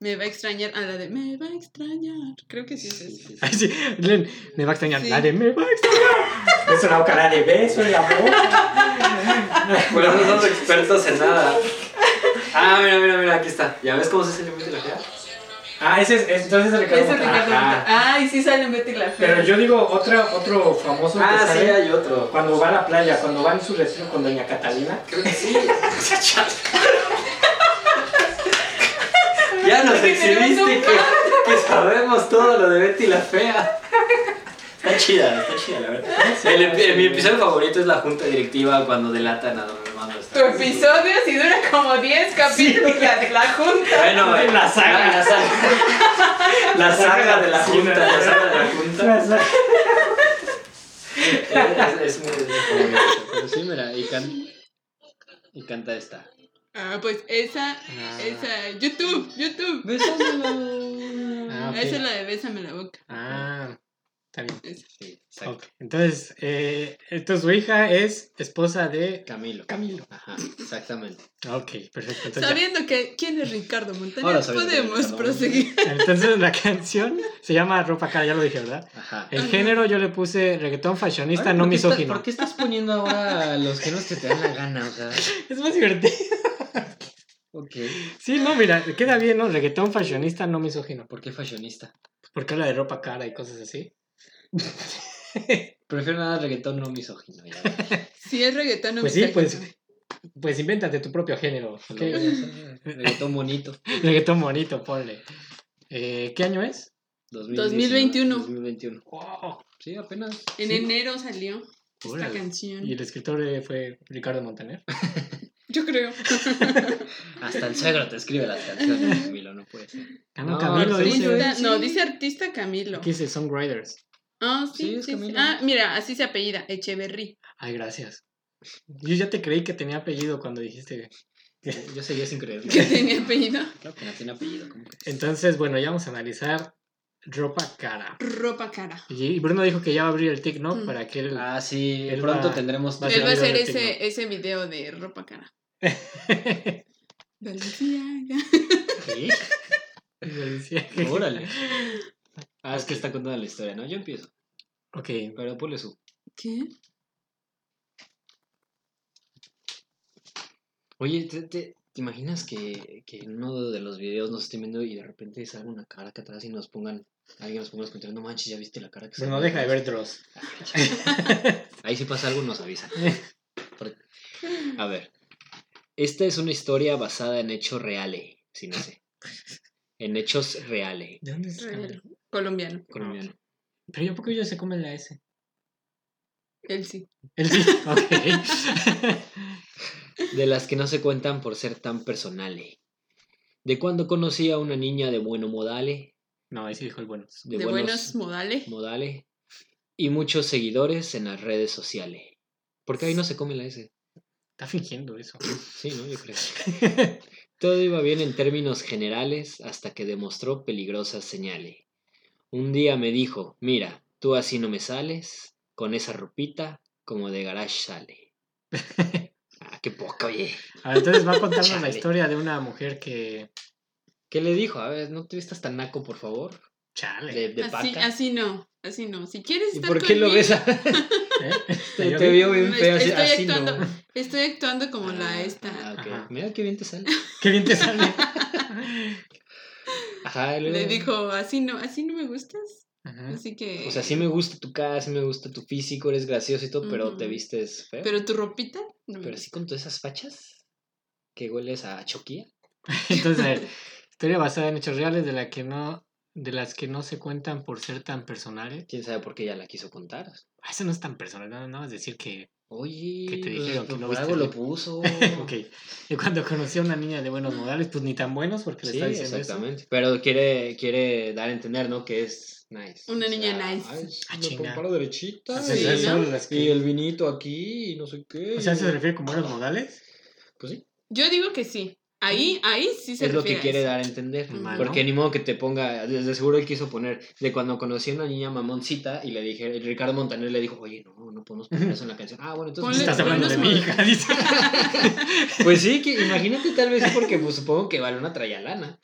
Speaker 1: Me va a extrañar a la de me va a extrañar. Creo que sí es
Speaker 3: Sí,
Speaker 1: esa.
Speaker 3: sí, sí.
Speaker 2: Ay, sí. Len, me va a extrañar.
Speaker 1: Sí.
Speaker 2: La de me va a extrañar.
Speaker 8: Es una boca la de beso en la boca. Bueno, no somos expertos en nada. Ah, mira, mira, mira, aquí está. ¿Ya ves cómo se hace el límite de la fea? Ah, ese es, es- entonces es Ricardo
Speaker 1: Ese es
Speaker 8: Montaner.
Speaker 1: Ricardo Montaner.
Speaker 8: Ajá.
Speaker 1: Ay, sí sale en Betty la Fea.
Speaker 8: Pero yo digo otra, otro famoso que
Speaker 3: Ah, sí,
Speaker 8: sale
Speaker 3: hay otro.
Speaker 8: cuando va a la playa, cuando va en su retiro con Doña Catalina.
Speaker 3: Creo que sí. ya nos
Speaker 1: Creo que tenemos
Speaker 3: exhibiste
Speaker 1: un
Speaker 3: que, que sabemos todo lo de Betty la Fea. Está chida, está chida, la verdad. El epi- mi episodio favorito es la junta directiva cuando delatan a don Armando.
Speaker 1: Tu episodio si dura como 10 capítulos la de la junta.
Speaker 3: Bueno, eh,
Speaker 8: La saga.
Speaker 3: La, la saga. La saga de la
Speaker 8: Sí,
Speaker 3: junta,
Speaker 8: la
Speaker 3: la saga de la junta. Es, es muy, es muy favorito. Pero sí, mira, y, can- y canta esta.
Speaker 1: Ah, pues esa,
Speaker 2: Ah.
Speaker 1: esa, YouTube, YouTube.
Speaker 2: Ah, ok.
Speaker 1: Esa es la de Bésame la boca.
Speaker 2: Ah, está bien.
Speaker 3: Sí, exacto.
Speaker 2: Ok, Entonces, eh, entonces su hija es esposa de.
Speaker 3: Camilo.
Speaker 2: Camilo.
Speaker 3: Ajá, exactamente.
Speaker 2: Ok, perfecto. Entonces, Pues ya.
Speaker 1: Sabiendo que quién es Ricardo Montaner,
Speaker 3: Ahora sabiendo quién es
Speaker 1: podemos
Speaker 3: Ricardo
Speaker 1: proseguir.
Speaker 2: Entonces la canción se llama Ropa Cara, ya lo dije, ¿verdad?
Speaker 3: Ajá.
Speaker 1: Eh,
Speaker 2: El género yo le puse reggaetón fashionista,
Speaker 3: Ahora,
Speaker 2: no
Speaker 3: ¿por qué estás-
Speaker 2: misógino.
Speaker 3: ¿Por qué estás poniendo ahora los géneros que te dan la gana? O sea,
Speaker 2: Es más divertido.
Speaker 3: ok.
Speaker 2: Sí, no, mira, queda bien, ¿no? Reggaetón fashionista, no misógino.
Speaker 3: ¿Por qué fashionista?
Speaker 2: Porque habla de ropa cara y cosas así.
Speaker 3: Prefiero nada reggaetón no misógino. ya.
Speaker 1: Si es reggaetón o
Speaker 2: Pues sí,
Speaker 1: metal.
Speaker 2: pues, pues invéntate tu propio género.
Speaker 3: Lo voy a
Speaker 2: ¿ok?
Speaker 3: hacer. Reggaetón bonito.
Speaker 2: Reggaetón bonito, ponle. Eh, ¿Qué año es?
Speaker 1: 2021.
Speaker 3: 2021.
Speaker 2: Wow.
Speaker 3: Sí, apenas.
Speaker 1: En
Speaker 2: sí.
Speaker 1: enero salió esta
Speaker 2: Órale.
Speaker 1: canción.
Speaker 2: Y el escritor eh, fue Ricardo Montaner.
Speaker 1: Yo creo.
Speaker 3: Hasta el suegro te escribe las canciones, Camilo, no puede ser.
Speaker 2: Ah, no,
Speaker 3: No,
Speaker 2: Camilo dice.
Speaker 1: Artista- no, dice artista Camilo.
Speaker 2: Aquí dice Songwriters.
Speaker 1: Ah,
Speaker 3: Sí,
Speaker 1: sí,
Speaker 3: es
Speaker 1: sí, sí.
Speaker 3: Camilo.
Speaker 1: Ah, mira, así se apellida, Echeverry.
Speaker 2: Ay, gracias. Yo ya te creí que tenía apellido cuando dijiste.
Speaker 3: Yo seguía sin creerlo.
Speaker 1: Que tenía apellido.
Speaker 3: Claro que no tiene apellido. ¿cómo que?
Speaker 2: Entonces, bueno, ya vamos a analizar ropa cara.
Speaker 1: Ropa cara.
Speaker 2: Y y Bruno dijo que ya va a abrir el tic, ¿no?
Speaker 1: Mm.
Speaker 2: Para que él.
Speaker 3: Ah, sí,
Speaker 2: Él
Speaker 3: pronto
Speaker 2: va-
Speaker 3: tendremos.
Speaker 2: va a
Speaker 1: Él va a
Speaker 2: video
Speaker 1: hacer
Speaker 2: de
Speaker 1: ese,
Speaker 2: TikTok.
Speaker 1: ese video de ropa cara. Valenciaga.
Speaker 3: ¿Qué? Órale. Ah, es que está contando la historia, ¿no? Yo empiezo.
Speaker 2: ok,
Speaker 3: Pero ponle su.
Speaker 1: ¿Qué?
Speaker 3: Oye, ¿te, te, te imaginas que, que en uno de los videos nos estén viendo y de repente salga una cara acá atrás y nos pongan, alguien nos ponga los comentarios, no manches, ya viste la cara que se
Speaker 2: Bruno, Pues deja de ver Dross.
Speaker 3: Ahí si pasa algo nos avisa. Por- A ver. Esta es una historia basada en hechos reales, si no sé. En hechos reales,
Speaker 2: ¿De dónde es
Speaker 1: Real.
Speaker 2: Camilo?
Speaker 1: Colombiano.
Speaker 3: colombiano.
Speaker 2: Pero yo poco yo sé cómo es la S.
Speaker 1: Él sí.
Speaker 2: Él sí. Ok.
Speaker 3: De las que no se cuentan por ser tan personales. De cuando conocí a una niña de buenos modales,
Speaker 2: no, ahí sí dijo el bueno.
Speaker 3: de,
Speaker 1: De, buenos modales.
Speaker 3: modales y muchos seguidores en las redes sociales. Porque ahí no se come la S.
Speaker 2: Está fingiendo eso.
Speaker 3: Sí, ¿no? Yo creo. Todo iba bien en términos generales hasta que demostró peligrosas señales. Un día me dijo, mira, tú así no me sales, con esa ropita, como de garage sale. ah, qué poca, oye.
Speaker 2: A ver, Ah, entonces va a contarnos la
Speaker 3: Chale.
Speaker 2: historia de una mujer que.
Speaker 3: ¿Qué le dijo? A ver, no te vistas tan naco, por favor.
Speaker 2: Chale.
Speaker 3: De, de
Speaker 1: Así,
Speaker 3: paca.
Speaker 1: así no. Así no. Si quieres
Speaker 3: ¿Y
Speaker 1: estar
Speaker 3: por qué lo
Speaker 1: conmigo,
Speaker 3: ves? a-
Speaker 2: ¿eh?
Speaker 3: te,
Speaker 2: Yo
Speaker 3: te
Speaker 2: vi-
Speaker 3: vio bien
Speaker 1: me-
Speaker 3: feo. así-
Speaker 1: Estoy
Speaker 3: así no.
Speaker 1: actuando. Estoy actuando como la
Speaker 3: Ah,
Speaker 1: esta.
Speaker 3: ah, ok.
Speaker 2: Ajá.
Speaker 3: Mira qué bien te sale.
Speaker 2: Qué bien te sale.
Speaker 3: Ajá, y luego-
Speaker 1: Le dijo, así no, así no me gustas.
Speaker 2: Ajá.
Speaker 1: Así que.
Speaker 3: Ah, O sea, sí me gusta tu cara, sí me gusta tu físico, eres gracioso y todo, pero
Speaker 1: Ujú.
Speaker 3: te vistes feo.
Speaker 1: Pero tu ropita. No me
Speaker 3: Pero sí con todas esas fachas que hueles a choquía.
Speaker 2: Entonces, a ver, historia basada en hechos reales de la que no de las que no se cuentan por ser tan personales.
Speaker 3: ¿Quién sabe por qué ella la quiso contar?
Speaker 2: Ah, Eso no es tan personal, nada nada más decir que.
Speaker 3: Oye,
Speaker 2: ¿Qué te dijeron?
Speaker 3: pues,
Speaker 2: ¿Que no
Speaker 3: por
Speaker 2: viste
Speaker 3: algo
Speaker 2: el
Speaker 3: lo
Speaker 2: libro?
Speaker 3: puso.
Speaker 2: ok. Y cuando conocí a una niña de buenos modales, pues ni tan buenos porque le
Speaker 3: Sí,
Speaker 2: está diciendo eso.
Speaker 3: exactamente. Pero quiere, quiere dar a entender, ¿no? Que es nice.
Speaker 1: Una niña nice.
Speaker 2: Ah,
Speaker 3: me
Speaker 2: chinga.
Speaker 3: comparo derechita.
Speaker 2: O sea,
Speaker 1: Sí,
Speaker 2: esas
Speaker 1: ¿no?
Speaker 2: son las que-
Speaker 3: Y el vinito aquí, y no sé qué.
Speaker 2: O sea,
Speaker 3: y-
Speaker 2: ¿se refiere con buenos modales?
Speaker 3: Pues sí.
Speaker 1: Yo digo que sí. Ahí, ahí sí se
Speaker 3: es lo que
Speaker 1: refiere a
Speaker 3: quiere
Speaker 1: eso.
Speaker 3: dar a entender.
Speaker 2: Mal,
Speaker 3: Porque
Speaker 2: ¿no?
Speaker 3: ni modo que te ponga, desde seguro él quiso poner, de cuando conocí a una niña mamoncita y le dije, Ricardo Montaner le dijo, oye, no, no podemos poner eso en la canción. Ah, bueno, entonces...
Speaker 1: Ponle-
Speaker 2: Estás hablando de mi
Speaker 1: buenos
Speaker 2: hija, dice.
Speaker 3: Pues sí, que imagínate tal vez sí, porque pues, supongo que Valona traía lana.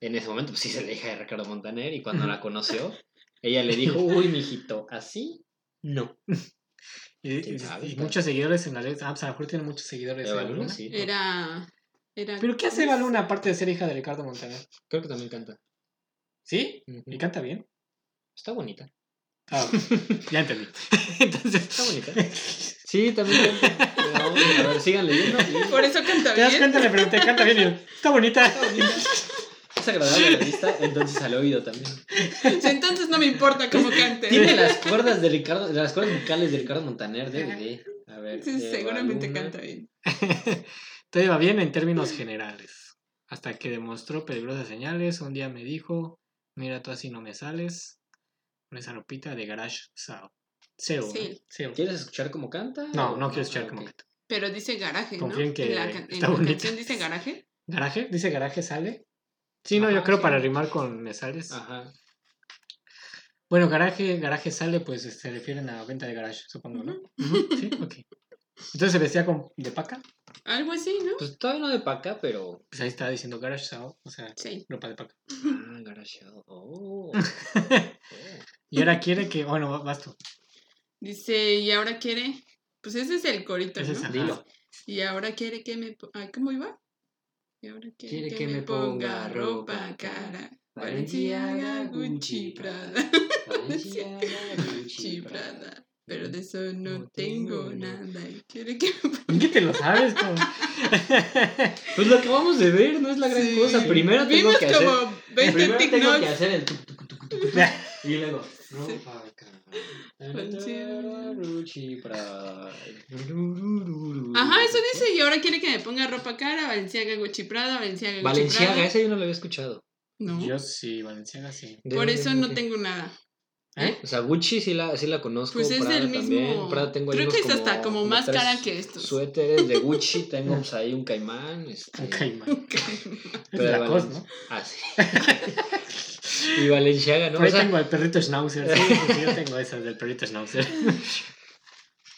Speaker 3: En ese momento, pues sí, es la hija de Ricardo Montaner y cuando la conoció, ella le dijo, uy, mijito, así no.
Speaker 2: Y,
Speaker 3: ¿Quién
Speaker 2: y-
Speaker 3: sabe?
Speaker 2: y muchos seguidores en la red. Ah, pues a lo mejor tiene muchos seguidores. ¿eh?
Speaker 3: Eva
Speaker 2: Eva
Speaker 3: Luna,
Speaker 2: Luna.
Speaker 3: sí.
Speaker 1: Eh.
Speaker 3: no.
Speaker 1: Era, era.
Speaker 2: ¿Pero qué hace Eva Luna aparte de ser hija de Ricardo Montaner?
Speaker 3: Creo que también canta.
Speaker 2: ¿Sí?
Speaker 3: Ujú.
Speaker 2: ¿Y canta bien?
Speaker 3: Está bonita.
Speaker 2: Ah, ok. ya entendí. Entonces,
Speaker 3: Está bonita. Sí, también canta. No, a ver, sigan leyendo. y-
Speaker 1: Por eso canta
Speaker 2: ¿Te das
Speaker 1: bien.
Speaker 2: cuenta? Le pregunté, canta bien. Y yo, está bonita.
Speaker 3: Es agradable la vista, entonces al oído también.
Speaker 1: Entonces no me importa cómo cante.
Speaker 3: Tiene las cuerdas de Ricardo, de las cuerdas vocales de Ricardo Montaner, DVD. A ver.
Speaker 1: Sí,
Speaker 3: Eva
Speaker 1: seguramente
Speaker 3: Luna.
Speaker 1: canta bien.
Speaker 2: Todo iba bien en términos generales. Hasta que demostró peligrosas señales. Un día me dijo, mira, tú así no me sales. Con esa ropita de Garage Sao. Seo. ¿no?
Speaker 1: Sí.
Speaker 2: Seo.
Speaker 3: ¿Quieres escuchar cómo canta?
Speaker 2: No, no quiero escuchar
Speaker 3: Ah,
Speaker 2: como
Speaker 3: ok.
Speaker 2: que-
Speaker 1: Pero dice garaje, ¿no?
Speaker 2: Confío en que
Speaker 1: en la, can- en
Speaker 2: está
Speaker 1: la
Speaker 2: bonita.
Speaker 1: canción dice garaje.
Speaker 2: ¿Garaje? ¿Dice garaje sale? Sí, Ah, no,
Speaker 3: Ajá,
Speaker 2: yo creo
Speaker 3: sí.
Speaker 2: para rimar con me sales.
Speaker 3: Ajá.
Speaker 2: Bueno, garaje, garaje sale, pues se refieren a venta de garage, supongo, ¿no? Ujú, Sí, ok. Entonces se vestía con, de paca.
Speaker 1: Algo así, ¿no?
Speaker 3: Pues todavía no de paca, pero.
Speaker 2: Pues ahí estaba diciendo garage sao, o sea,
Speaker 1: Sí.
Speaker 2: ropa de paca.
Speaker 3: Ah, garage. Oh. oh.
Speaker 2: Y ahora quiere que, bueno, va- vas tú.
Speaker 1: Dice, y ahora quiere. Pues ese es el corito,
Speaker 2: Ese
Speaker 1: ¿no?
Speaker 2: es, ajá.
Speaker 3: Dilo.
Speaker 1: Y ahora quiere que me. po- ay, ¿Cómo iba? Y ahora
Speaker 3: Quiere que me ponga ropa cara,
Speaker 1: Valenciaga, Gucci, Prada.
Speaker 3: Valenciaga, Gucci,
Speaker 1: Gucci,
Speaker 3: Prada.
Speaker 1: Prada. Pero de eso no,
Speaker 3: No
Speaker 1: tengo
Speaker 3: tengo
Speaker 1: nada. Y quiere que me ponga.
Speaker 2: ¿En qué te lo sabes? como?
Speaker 3: Pues lo acabamos de ver, no es la gran
Speaker 1: Sí.
Speaker 3: cosa. Primero tengo
Speaker 1: Vimos
Speaker 3: que hacer.
Speaker 1: como 20
Speaker 3: Primero tengo que
Speaker 1: TikToks.
Speaker 3: hacer el tuc, tuc, tuc, tuc, tuc, y luego ropa cara.
Speaker 1: Valenciaga.
Speaker 3: Gucci, Prada.
Speaker 1: Ajá, eso dice. Y ahora quiere que me ponga ropa cara. Valenciaga, Gucci, Prada. Valenciaga, Gucci,
Speaker 3: Valenciaga,
Speaker 1: Prada.
Speaker 3: ese yo no lo había escuchado.
Speaker 1: No.
Speaker 2: Yo sí, Valenciaga sí.
Speaker 3: ¿De
Speaker 1: Por
Speaker 3: dónde
Speaker 1: eso
Speaker 3: es
Speaker 1: no
Speaker 3: Gucci?
Speaker 1: tengo nada.
Speaker 2: ¿Eh?
Speaker 3: O sea, Gucci sí la, sí la conozco.
Speaker 1: Pues es
Speaker 3: Prada
Speaker 1: del mismo.
Speaker 3: También. Prada tengo ahí
Speaker 1: Creo
Speaker 3: unos
Speaker 1: que es hasta como más
Speaker 3: tres
Speaker 1: cara que estos.
Speaker 3: Suéteres de Gucci, tengo pues, ahí un caimán. Este,
Speaker 2: Un caimán. Es
Speaker 3: pero
Speaker 2: de la cos,
Speaker 3: Valen-
Speaker 2: ¿no?
Speaker 3: Ah, sí. y Valenciaga, ¿no?
Speaker 2: Por
Speaker 3: O
Speaker 2: ahí
Speaker 3: sea,
Speaker 2: Pues tengo el perrito schnauzer. Sí, sí, yo tengo esas del perrito schnauzer.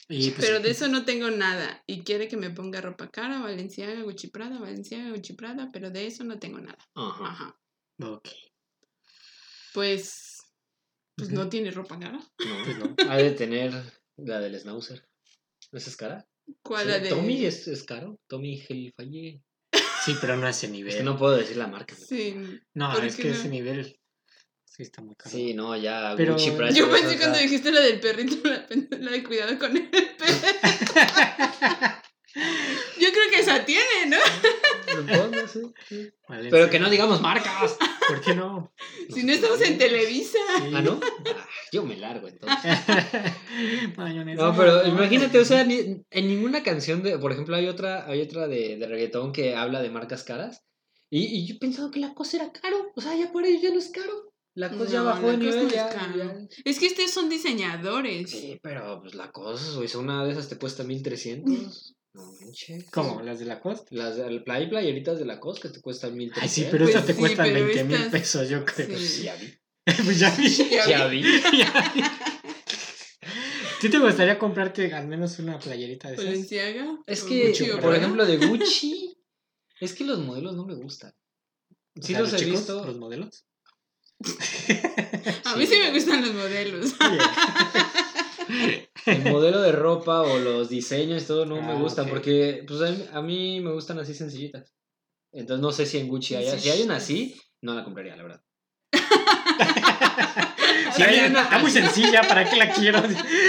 Speaker 2: Y pues,
Speaker 1: Pero de eso no tengo nada. Y quiere que me ponga ropa cara, Valenciaga, Gucci Prada, Valenciaga, Gucci Prada, pero de eso no tengo nada.
Speaker 3: Ajá.
Speaker 1: Ajá.
Speaker 2: Ok.
Speaker 1: Pues. Pues no tiene ropa cara.
Speaker 3: No,
Speaker 2: Pues no.
Speaker 3: Ha de tener la del Snauzer. ¿No es cara?
Speaker 1: ¿Cuál la de.?
Speaker 3: Tommy es, es caro. Tommy Hilfiger.
Speaker 2: Sí, pero no a ese
Speaker 3: Es que
Speaker 2: nivel.
Speaker 3: no puedo decir la marca.
Speaker 1: Sí.
Speaker 2: No,
Speaker 1: ¿Por
Speaker 2: es
Speaker 1: qué
Speaker 2: que
Speaker 1: no?
Speaker 2: ese nivel sí está muy caro.
Speaker 3: Sí, no, ya.
Speaker 2: Pero-
Speaker 3: Gucci Prada.
Speaker 1: Yo
Speaker 3: eso
Speaker 1: pensé
Speaker 3: ya-
Speaker 1: cuando dijiste la del perrito, la, pen- la de cuidado con el perro. Yo creo que esa tiene, ¿no?
Speaker 3: Supongo, sí, sí.
Speaker 2: Valencia.
Speaker 3: Pero que no digamos marcas.
Speaker 2: ¿Por qué no?
Speaker 1: Si no estamos en Televisa.
Speaker 3: Ah, ¿no? Ah, yo me largo entonces.
Speaker 2: Mayonesa,
Speaker 3: No, pero
Speaker 2: no.
Speaker 3: imagínate, o sea, ni- en ninguna canción de, por ejemplo, hay otra, hay otra de, de reggaetón que habla de marcas caras. Y, y yo pensaba que la cosa era caro. O sea, ya por ello ya no es caro. La cosa ya
Speaker 1: No,
Speaker 3: bajó de
Speaker 1: la cosa
Speaker 3: nivel.
Speaker 1: no es
Speaker 3: ya-
Speaker 1: caro.
Speaker 3: ya-
Speaker 1: Es que ustedes son diseñadores.
Speaker 3: Sí, pero pues la cosa, o sea, una de esas te cuesta 1300. No manches.
Speaker 2: ¿Cómo? ¿Las de la costa?
Speaker 3: Las de- hay playeritas de la cosa que te cuestan 1300.
Speaker 2: Ay, sí, pero
Speaker 1: Pues
Speaker 2: estas te
Speaker 1: sí,
Speaker 2: cuestan
Speaker 1: pero
Speaker 2: 20 mil
Speaker 1: estas-
Speaker 2: pesos, yo creo.
Speaker 1: Sí.
Speaker 3: Ya vi.
Speaker 2: pues ya vi.
Speaker 3: Ya vi.
Speaker 2: ya vi. ¿Sí te gustaría comprarte al menos una playerita
Speaker 3: Pues,
Speaker 2: de esas?
Speaker 1: Valenciaga.
Speaker 3: Es
Speaker 1: o
Speaker 3: que,
Speaker 1: Gucci o
Speaker 3: por
Speaker 1: Prada.
Speaker 3: ejemplo, de Gucci, es que los modelos no me gustan.
Speaker 2: O
Speaker 3: Sí
Speaker 2: sea,
Speaker 3: los he
Speaker 2: chicos,
Speaker 3: visto.
Speaker 2: ¿Los modelos?
Speaker 1: A mí sí me gustan los modelos.
Speaker 3: El modelo de ropa o los diseños, todo no me
Speaker 2: Ah,
Speaker 3: gustan
Speaker 2: ok.
Speaker 3: porque pues, a, mí, a mí me gustan así sencillitas. Entonces no sé si en Gucci hay. Si hay una así, no la compraría, la verdad.
Speaker 2: Sí,
Speaker 3: hay una-
Speaker 2: está muy sencilla, ¿para qué la quiero?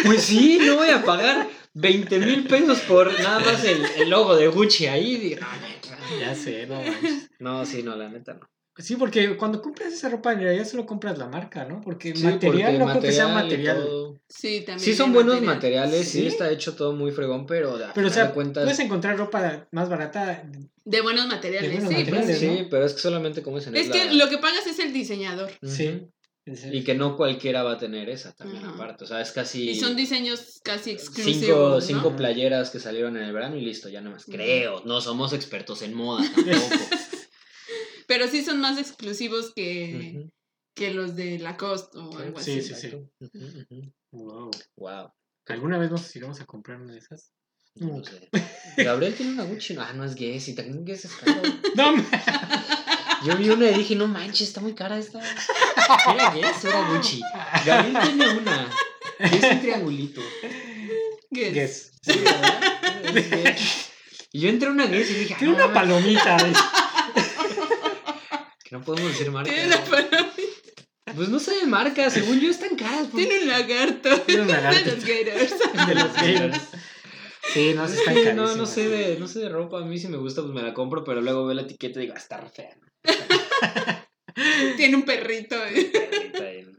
Speaker 3: Pues sí, no voy a pagar 20 mil pesos por nada más el, el logo de Gucci ahí. Digo, "Ah, neta".
Speaker 2: ya sé, no manches.
Speaker 3: No, sí, no, la neta no.
Speaker 2: Sí, porque cuando compras esa ropa en realidad solo compras la marca, ¿no? Porque material no creo que sea material.
Speaker 1: Sí, también.
Speaker 3: Sí,
Speaker 1: hay
Speaker 3: son buenos
Speaker 1: material.
Speaker 3: materiales, sí.
Speaker 2: Sí.
Speaker 3: está hecho todo muy fregón, pero a
Speaker 2: Pero, o
Speaker 3: final
Speaker 2: sea,
Speaker 3: de cuentas-
Speaker 2: puedes encontrar ropa más barata.
Speaker 1: De buenos materiales,
Speaker 2: De buenos
Speaker 1: sí. pues,
Speaker 2: materiales,
Speaker 1: sí.
Speaker 3: Sí, pero es que solamente como dicen,
Speaker 1: Es
Speaker 3: la-
Speaker 1: que lo que pagas es el diseñador.
Speaker 3: Ujú.
Speaker 2: Sí.
Speaker 3: Y que no cualquiera va a tener esa también
Speaker 1: Ajá.
Speaker 3: aparte. O sea, es casi
Speaker 1: Y son diseños casi
Speaker 3: cinco,
Speaker 1: exclusivos. ¿no?
Speaker 3: cinco playeras que salieron en el verano y listo, ya nada más. Creo, no somos expertos en moda tampoco.
Speaker 1: Pero sí son más exclusivos que,
Speaker 3: Ujú.
Speaker 1: que los de Lacoste o algo
Speaker 2: Sí,
Speaker 1: así.
Speaker 2: sí, sí.
Speaker 3: Exacto. Ujú, ujú.
Speaker 2: Wow.
Speaker 3: Wow.
Speaker 2: ¿Alguna vez nos iremos a comprar una de esas?
Speaker 3: No lo
Speaker 2: Nunca.
Speaker 3: sé. Gabriel tiene una Gucci. Ah, no es gay. Si también Guess es caro.
Speaker 2: ¡No!
Speaker 3: Yo vi una y dije, no manches, está muy cara esta. Era Guess, era Gucci. Gabriel tiene una. que Es un triangulito.
Speaker 1: Que-
Speaker 2: Guess.
Speaker 3: Sí, ¿verdad? Es Guess. Y yo entré a una Guess y dije, ah, no,
Speaker 2: Tiene una
Speaker 3: mames,
Speaker 2: palomita. ¿eh?
Speaker 3: que no podemos decir marca.
Speaker 1: Tiene una paloma,
Speaker 3: Pues no sé de marca, según yo están caras. pues.
Speaker 1: tiene un lagarto.
Speaker 2: Tiene un lagarto.
Speaker 1: De los gators.
Speaker 2: de los gators. Sí, no, sí están
Speaker 3: Sí,
Speaker 2: carísimas.
Speaker 3: no, no sé de, no sé de ropa, a mí si me gusta pues me la compro, pero luego veo la etiqueta y digo, "Ah, está re fea. ¿no?
Speaker 1: Tiene un perrito. eh.
Speaker 3: Está bien.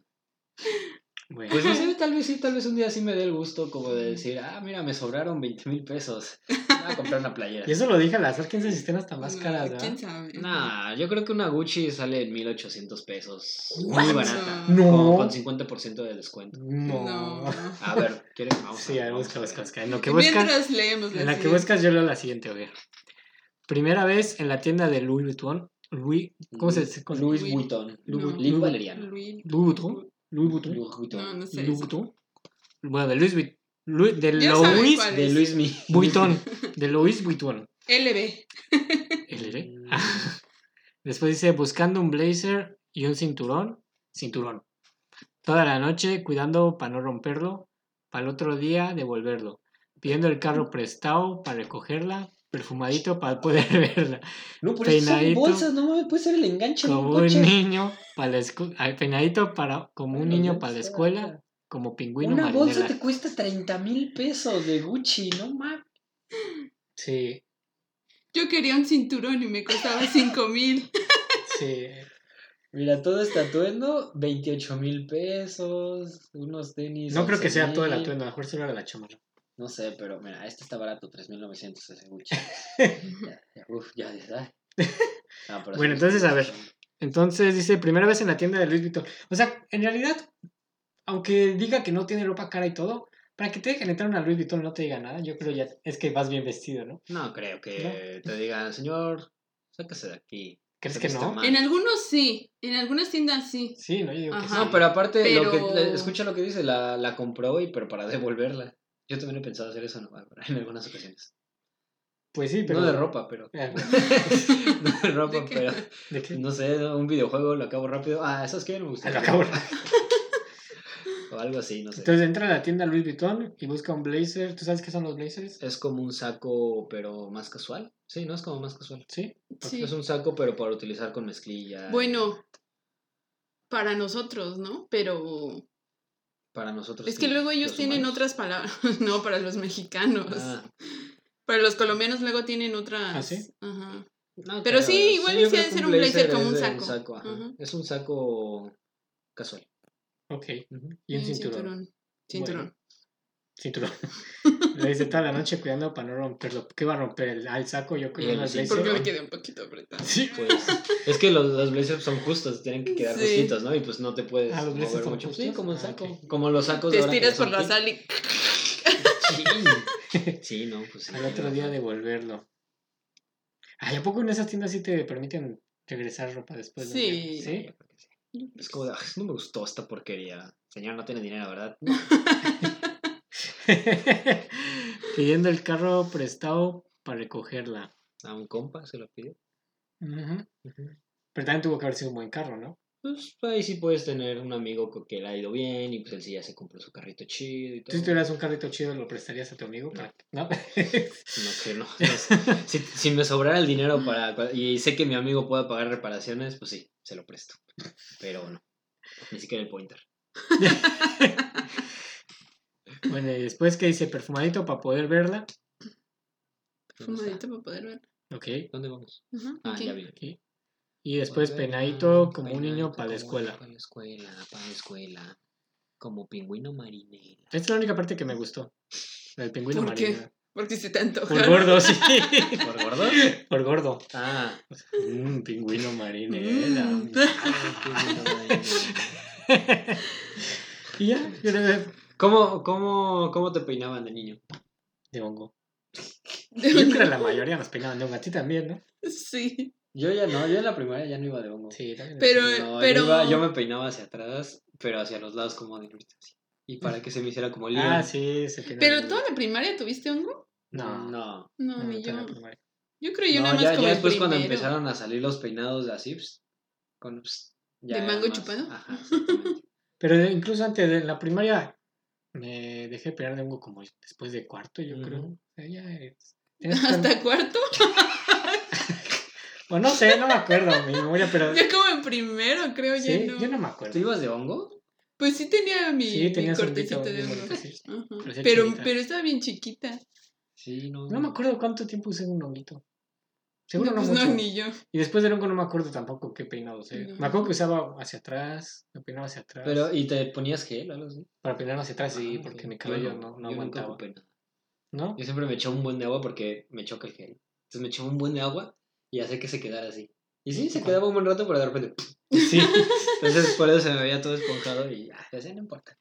Speaker 2: Bueno.
Speaker 3: Pues no sé, tal vez sí, tal vez un día sí me dé el gusto como de decir, ah, mira, me sobraron 20 mil pesos. Voy a comprar una playera.
Speaker 2: y eso lo dije al azar, quién sabe si estén hasta más
Speaker 1: No,
Speaker 2: caras,
Speaker 1: Mm, ¿Quién
Speaker 2: ¿verdad?
Speaker 1: sabe?
Speaker 3: Nah, yo creo que una Gucci sale en 1800 pesos. Muy
Speaker 1: What?
Speaker 3: barata. Con,
Speaker 2: No.
Speaker 3: con 50% de descuento.
Speaker 2: No.
Speaker 1: No.
Speaker 3: A ver, ¿quieres? Vamos
Speaker 2: Sí, a ver,
Speaker 3: vamos
Speaker 2: busca, busca,
Speaker 3: ver.
Speaker 2: busca. En lo que buscas,
Speaker 1: Mientras leemos la,
Speaker 2: en la que
Speaker 1: siguiente.
Speaker 2: buscas yo leo la siguiente, a ver. Primera vez en la tienda de Louis Vuitton. Louis, ¿Cómo se dice?
Speaker 3: Louis
Speaker 1: Louis-
Speaker 3: Vuitton.
Speaker 1: No.
Speaker 2: Louis-
Speaker 3: Louis Valeriano.
Speaker 1: Louis-
Speaker 2: Louis Vuitton. Louis Vuitton.
Speaker 3: Louis Vuitton.
Speaker 1: No, no sé.
Speaker 2: Louis Vuitton. Bueno, de Louis Vuitton. Louis- De
Speaker 1: Ya saben
Speaker 2: Louis
Speaker 1: cuál
Speaker 3: De
Speaker 1: es.
Speaker 3: Luis Mi.
Speaker 2: Vuitton. De Louis Vuitton.
Speaker 1: LB.
Speaker 2: LR.
Speaker 3: Mm.
Speaker 2: Después dice, buscando un blazer y un cinturón. Cinturón. Toda la noche cuidando para no romperlo, para el otro día devolverlo. Pidiendo el carro prestado para recogerla, perfumadito para poder verla.
Speaker 3: No, por eso son
Speaker 2: Peinadito.
Speaker 3: bolsas, no mames, puede ser el enganche de un
Speaker 2: Como un
Speaker 3: coche.
Speaker 2: niño para la escu- ay, peinadito para, como un
Speaker 3: Bueno,
Speaker 2: niño
Speaker 3: ya
Speaker 2: para la
Speaker 3: está.
Speaker 2: escuela, como pingüino
Speaker 3: Una bolsa
Speaker 2: marinela.
Speaker 3: te cuesta 30 mil pesos de Gucci, no mames.
Speaker 2: Sí,
Speaker 1: Yo quería un cinturón y me costaba 5 mil.
Speaker 2: sí.
Speaker 3: Mira, todo este atuendo, 28 mil pesos, unos tenis.
Speaker 2: No creo que
Speaker 3: 11,000.
Speaker 2: sea todo el atuendo, a lo mejor solo era la chamarra.
Speaker 3: No sé, pero mira, este está barato, 3.900 ese Gucci. ya, ya, uf, ya, ya. Ah, pero
Speaker 2: Bueno,
Speaker 3: sí,
Speaker 2: entonces,
Speaker 3: sí,
Speaker 2: a ver.
Speaker 3: sí.
Speaker 2: Entonces dice, primera vez en la tienda de Luis Vuitton. O sea, en realidad, aunque diga que no tiene ropa cara y todo, para que te dejen entrar a una Luis Vuitton no te diga nada. Yo creo ya es que vas bien vestido, ¿no?
Speaker 3: No creo que te digan, señor, sáquese de aquí.
Speaker 2: ¿Crees
Speaker 3: Se
Speaker 2: que
Speaker 3: viste
Speaker 2: no?
Speaker 3: mal.
Speaker 1: En algunos sí. En algunas tiendas sí.
Speaker 2: Sí, no, yo digo que
Speaker 1: Ajá.
Speaker 2: sí.
Speaker 3: No, pero aparte, Lo
Speaker 1: Pero-
Speaker 3: que, escucha lo que dice, la, la compró y pero para devolverla. Yo también he pensado hacer eso en, en algunas ocasiones.
Speaker 2: Pues sí, pero.
Speaker 3: No de ropa, pero.
Speaker 2: Ah, bueno.
Speaker 3: no de ropa,
Speaker 1: ¿De qué?
Speaker 3: pero.
Speaker 2: ¿De qué?
Speaker 3: No sé, ¿no? un videojuego lo acabo rápido. Ah, eso es que me gusta.
Speaker 2: Ah, lo acabo
Speaker 3: O algo así, no sé.
Speaker 2: Entonces entra a la tienda Luis Vuitton y busca un blazer. ¿Tú sabes qué son los blazers?
Speaker 3: Es como un saco, pero más casual. Sí, no es como más casual.
Speaker 2: Sí.
Speaker 1: Sí.
Speaker 3: Es un saco, pero para utilizar con mezclilla.
Speaker 1: Bueno, para nosotros, ¿no? Pero
Speaker 3: Para nosotros.
Speaker 1: es que luego ellos
Speaker 3: Pues los
Speaker 1: tienen
Speaker 3: humanos.
Speaker 1: otras palabras. No, para los mexicanos.
Speaker 3: Ah,
Speaker 1: Para los colombianos luego tienen otras.
Speaker 2: ¿Ah, sí?
Speaker 1: Ajá.
Speaker 3: no,
Speaker 1: Pero sí, igual
Speaker 3: yo
Speaker 1: y sí
Speaker 3: creo
Speaker 1: ha de
Speaker 3: que
Speaker 1: ser un blazer como
Speaker 3: es
Speaker 1: un
Speaker 3: de
Speaker 1: saco.
Speaker 3: ajá.
Speaker 1: Ajá.
Speaker 3: Es un saco casual.
Speaker 2: Ok.
Speaker 3: Ujú.
Speaker 2: Y un cinturón.
Speaker 1: Cinturón.
Speaker 2: Cinturón. Le dice toda la noche cuidando para no romperlo. ¿Qué va a romper? ¿El, al saco? Yo
Speaker 3: Y
Speaker 2: creo
Speaker 3: el
Speaker 2: que
Speaker 3: sí,
Speaker 2: blazer.
Speaker 1: Porque
Speaker 3: Cinturón.
Speaker 1: le queda un poquito apretado.
Speaker 2: Sí.
Speaker 3: Pues, es que los, los blazers son justos, tienen que quedar
Speaker 1: Sí.
Speaker 3: justitos, ¿no? Y pues no te puedes
Speaker 2: Ah, los blazers
Speaker 3: mover
Speaker 2: son
Speaker 3: mucho. Sí,
Speaker 2: justos.
Speaker 3: como el
Speaker 2: Ah,
Speaker 3: saco.
Speaker 2: ok.
Speaker 3: Como los sacos
Speaker 1: Te
Speaker 3: ahora que
Speaker 1: estiras
Speaker 3: son
Speaker 1: por la
Speaker 3: hip.
Speaker 1: sal y
Speaker 3: Sí. Sí, no, pues sí.
Speaker 2: Al otro día devolverlo. Ay, ¿a poco en esas tiendas sí te permiten regresar ropa después? de un
Speaker 1: Sí.
Speaker 2: día?
Speaker 3: Sí.
Speaker 2: ¿Sí?
Speaker 3: Es como de, "Ay, no me gustó esta porquería. Señor, no tiene dinero, ¿verdad? No.
Speaker 2: Pidiendo el carro prestado para recogerla.
Speaker 3: A un compa se lo pidió.
Speaker 2: Ujú. Pero también tuvo que haber sido un buen carro, ¿no?
Speaker 3: Pues ahí sí puedes tener un amigo co- que le ha ido bien y pues él sí ya se compró su carrito chido y
Speaker 2: Tú
Speaker 3: todo.
Speaker 2: Si tuvieras un carrito chido, ¿lo prestarías a tu amigo? para- ¿No?
Speaker 3: No, que no. no. si, si me sobrara el dinero para cua- y sé que mi amigo pueda pagar reparaciones, pues sí, se lo presto. Pero no. Ni siquiera el pointer.
Speaker 2: bueno, y después que dice perfumadito para poder verla.
Speaker 3: ¿Dónde, está?
Speaker 1: fumadito para poder ver.
Speaker 2: Ok.
Speaker 3: ¿Dónde vamos?
Speaker 1: Ajá,
Speaker 3: Ah,
Speaker 1: ok.
Speaker 3: ya vi.
Speaker 2: ok. Y después penadito como un niño para la escuela.
Speaker 9: Para la escuela, para la escuela. Como pingüino marinero.
Speaker 2: Esta es la única parte que me gustó. El pingüino
Speaker 1: ¿Por qué?
Speaker 2: marino.
Speaker 1: Porque se te antoja.
Speaker 2: Por gordo, sí.
Speaker 9: ¿Por gordo?
Speaker 2: Por gordo.
Speaker 9: Ah.
Speaker 2: Mmm, pingüino marinera.
Speaker 1: Mm.
Speaker 9: pingüino marinero.
Speaker 2: y ya, yo le-
Speaker 3: ¿Cómo, cómo, ¿Cómo te peinaban de niño?
Speaker 2: de hongo. Yo creo que la mayoría nos peinaban de hongo. A ti también, ¿no?
Speaker 1: Sí.
Speaker 3: Yo ya no, yo en la primaria ya no iba de hongo.
Speaker 2: Sí, también.
Speaker 1: Pero,
Speaker 3: No,
Speaker 1: pero.
Speaker 3: Yo, iba- yo me peinaba hacia atrás, pero hacia los lados como de ahorita, así. Y para que se me hiciera como el
Speaker 2: Ah, sí, se peinaban.
Speaker 1: ¿Pero toda la primaria tuviste hongo?
Speaker 2: No, no.
Speaker 3: No.
Speaker 1: No,
Speaker 2: no,
Speaker 1: ni yo.
Speaker 2: toda la primaria.
Speaker 1: Yo creo yo
Speaker 3: No,
Speaker 1: nada más
Speaker 3: ya,
Speaker 1: como
Speaker 3: ya
Speaker 1: el
Speaker 3: después cuando
Speaker 1: primero.
Speaker 3: empezaron a salir los peinados de así, pues, con pues, ya
Speaker 1: ¿De
Speaker 3: era
Speaker 1: mango
Speaker 3: más-
Speaker 1: chupado?
Speaker 3: Ajá, exactamente.
Speaker 2: Pero de- incluso antes de la primaria me dejé peinar de hongo como después de cuarto, yo
Speaker 3: Ujú.
Speaker 2: creo. O sea, ya es- tienes que-
Speaker 1: ¿Hasta cuarto?
Speaker 2: Bueno, no sé, no me acuerdo mi memoria, pero.
Speaker 1: Ya como en primero, creo ya
Speaker 2: Sí,
Speaker 1: no.
Speaker 2: yo no me
Speaker 3: ¿Tú
Speaker 2: acuerdo.
Speaker 3: ibas de hongo?
Speaker 1: Pues sí tenía mi,
Speaker 2: Sí,
Speaker 1: mi
Speaker 2: tenías un
Speaker 1: cortecito
Speaker 2: honguito,
Speaker 1: de
Speaker 2: un
Speaker 1: hongo.
Speaker 2: honguito, sí.
Speaker 1: Ajá.
Speaker 2: Parecía
Speaker 1: Pero,
Speaker 2: chiquita.
Speaker 1: pero estaba bien chiquita.
Speaker 3: Sí, no.
Speaker 2: No me acuerdo cuánto tiempo usé un honguito. Seguro
Speaker 1: No,
Speaker 2: no,
Speaker 1: pues
Speaker 2: mucho.
Speaker 1: no, ni yo.
Speaker 2: Y después del hongo no me acuerdo tampoco qué peinado usé.
Speaker 1: No.
Speaker 2: Me acuerdo que usaba hacia atrás, me peinaba hacia atrás.
Speaker 3: Pero, ¿y te ponías gel o algo así?
Speaker 2: Para peinarme hacia atrás, sí,
Speaker 3: Ah,
Speaker 2: porque
Speaker 3: ok.
Speaker 2: mi
Speaker 3: Yo
Speaker 2: cabello
Speaker 3: yo
Speaker 2: no, no
Speaker 3: nunca
Speaker 2: aguantaba.
Speaker 3: ocupé nada.
Speaker 2: ¿No?
Speaker 3: Yo siempre me echaba un buen de agua porque me choca el gel. Entonces me echaba un buen de agua y hacía que se quedara así. Y sí, se quedaba un buen rato, pero de repente...
Speaker 2: Sí.
Speaker 3: Entonces por eso se me veía todo esponjado y ah, ya sé, no importa.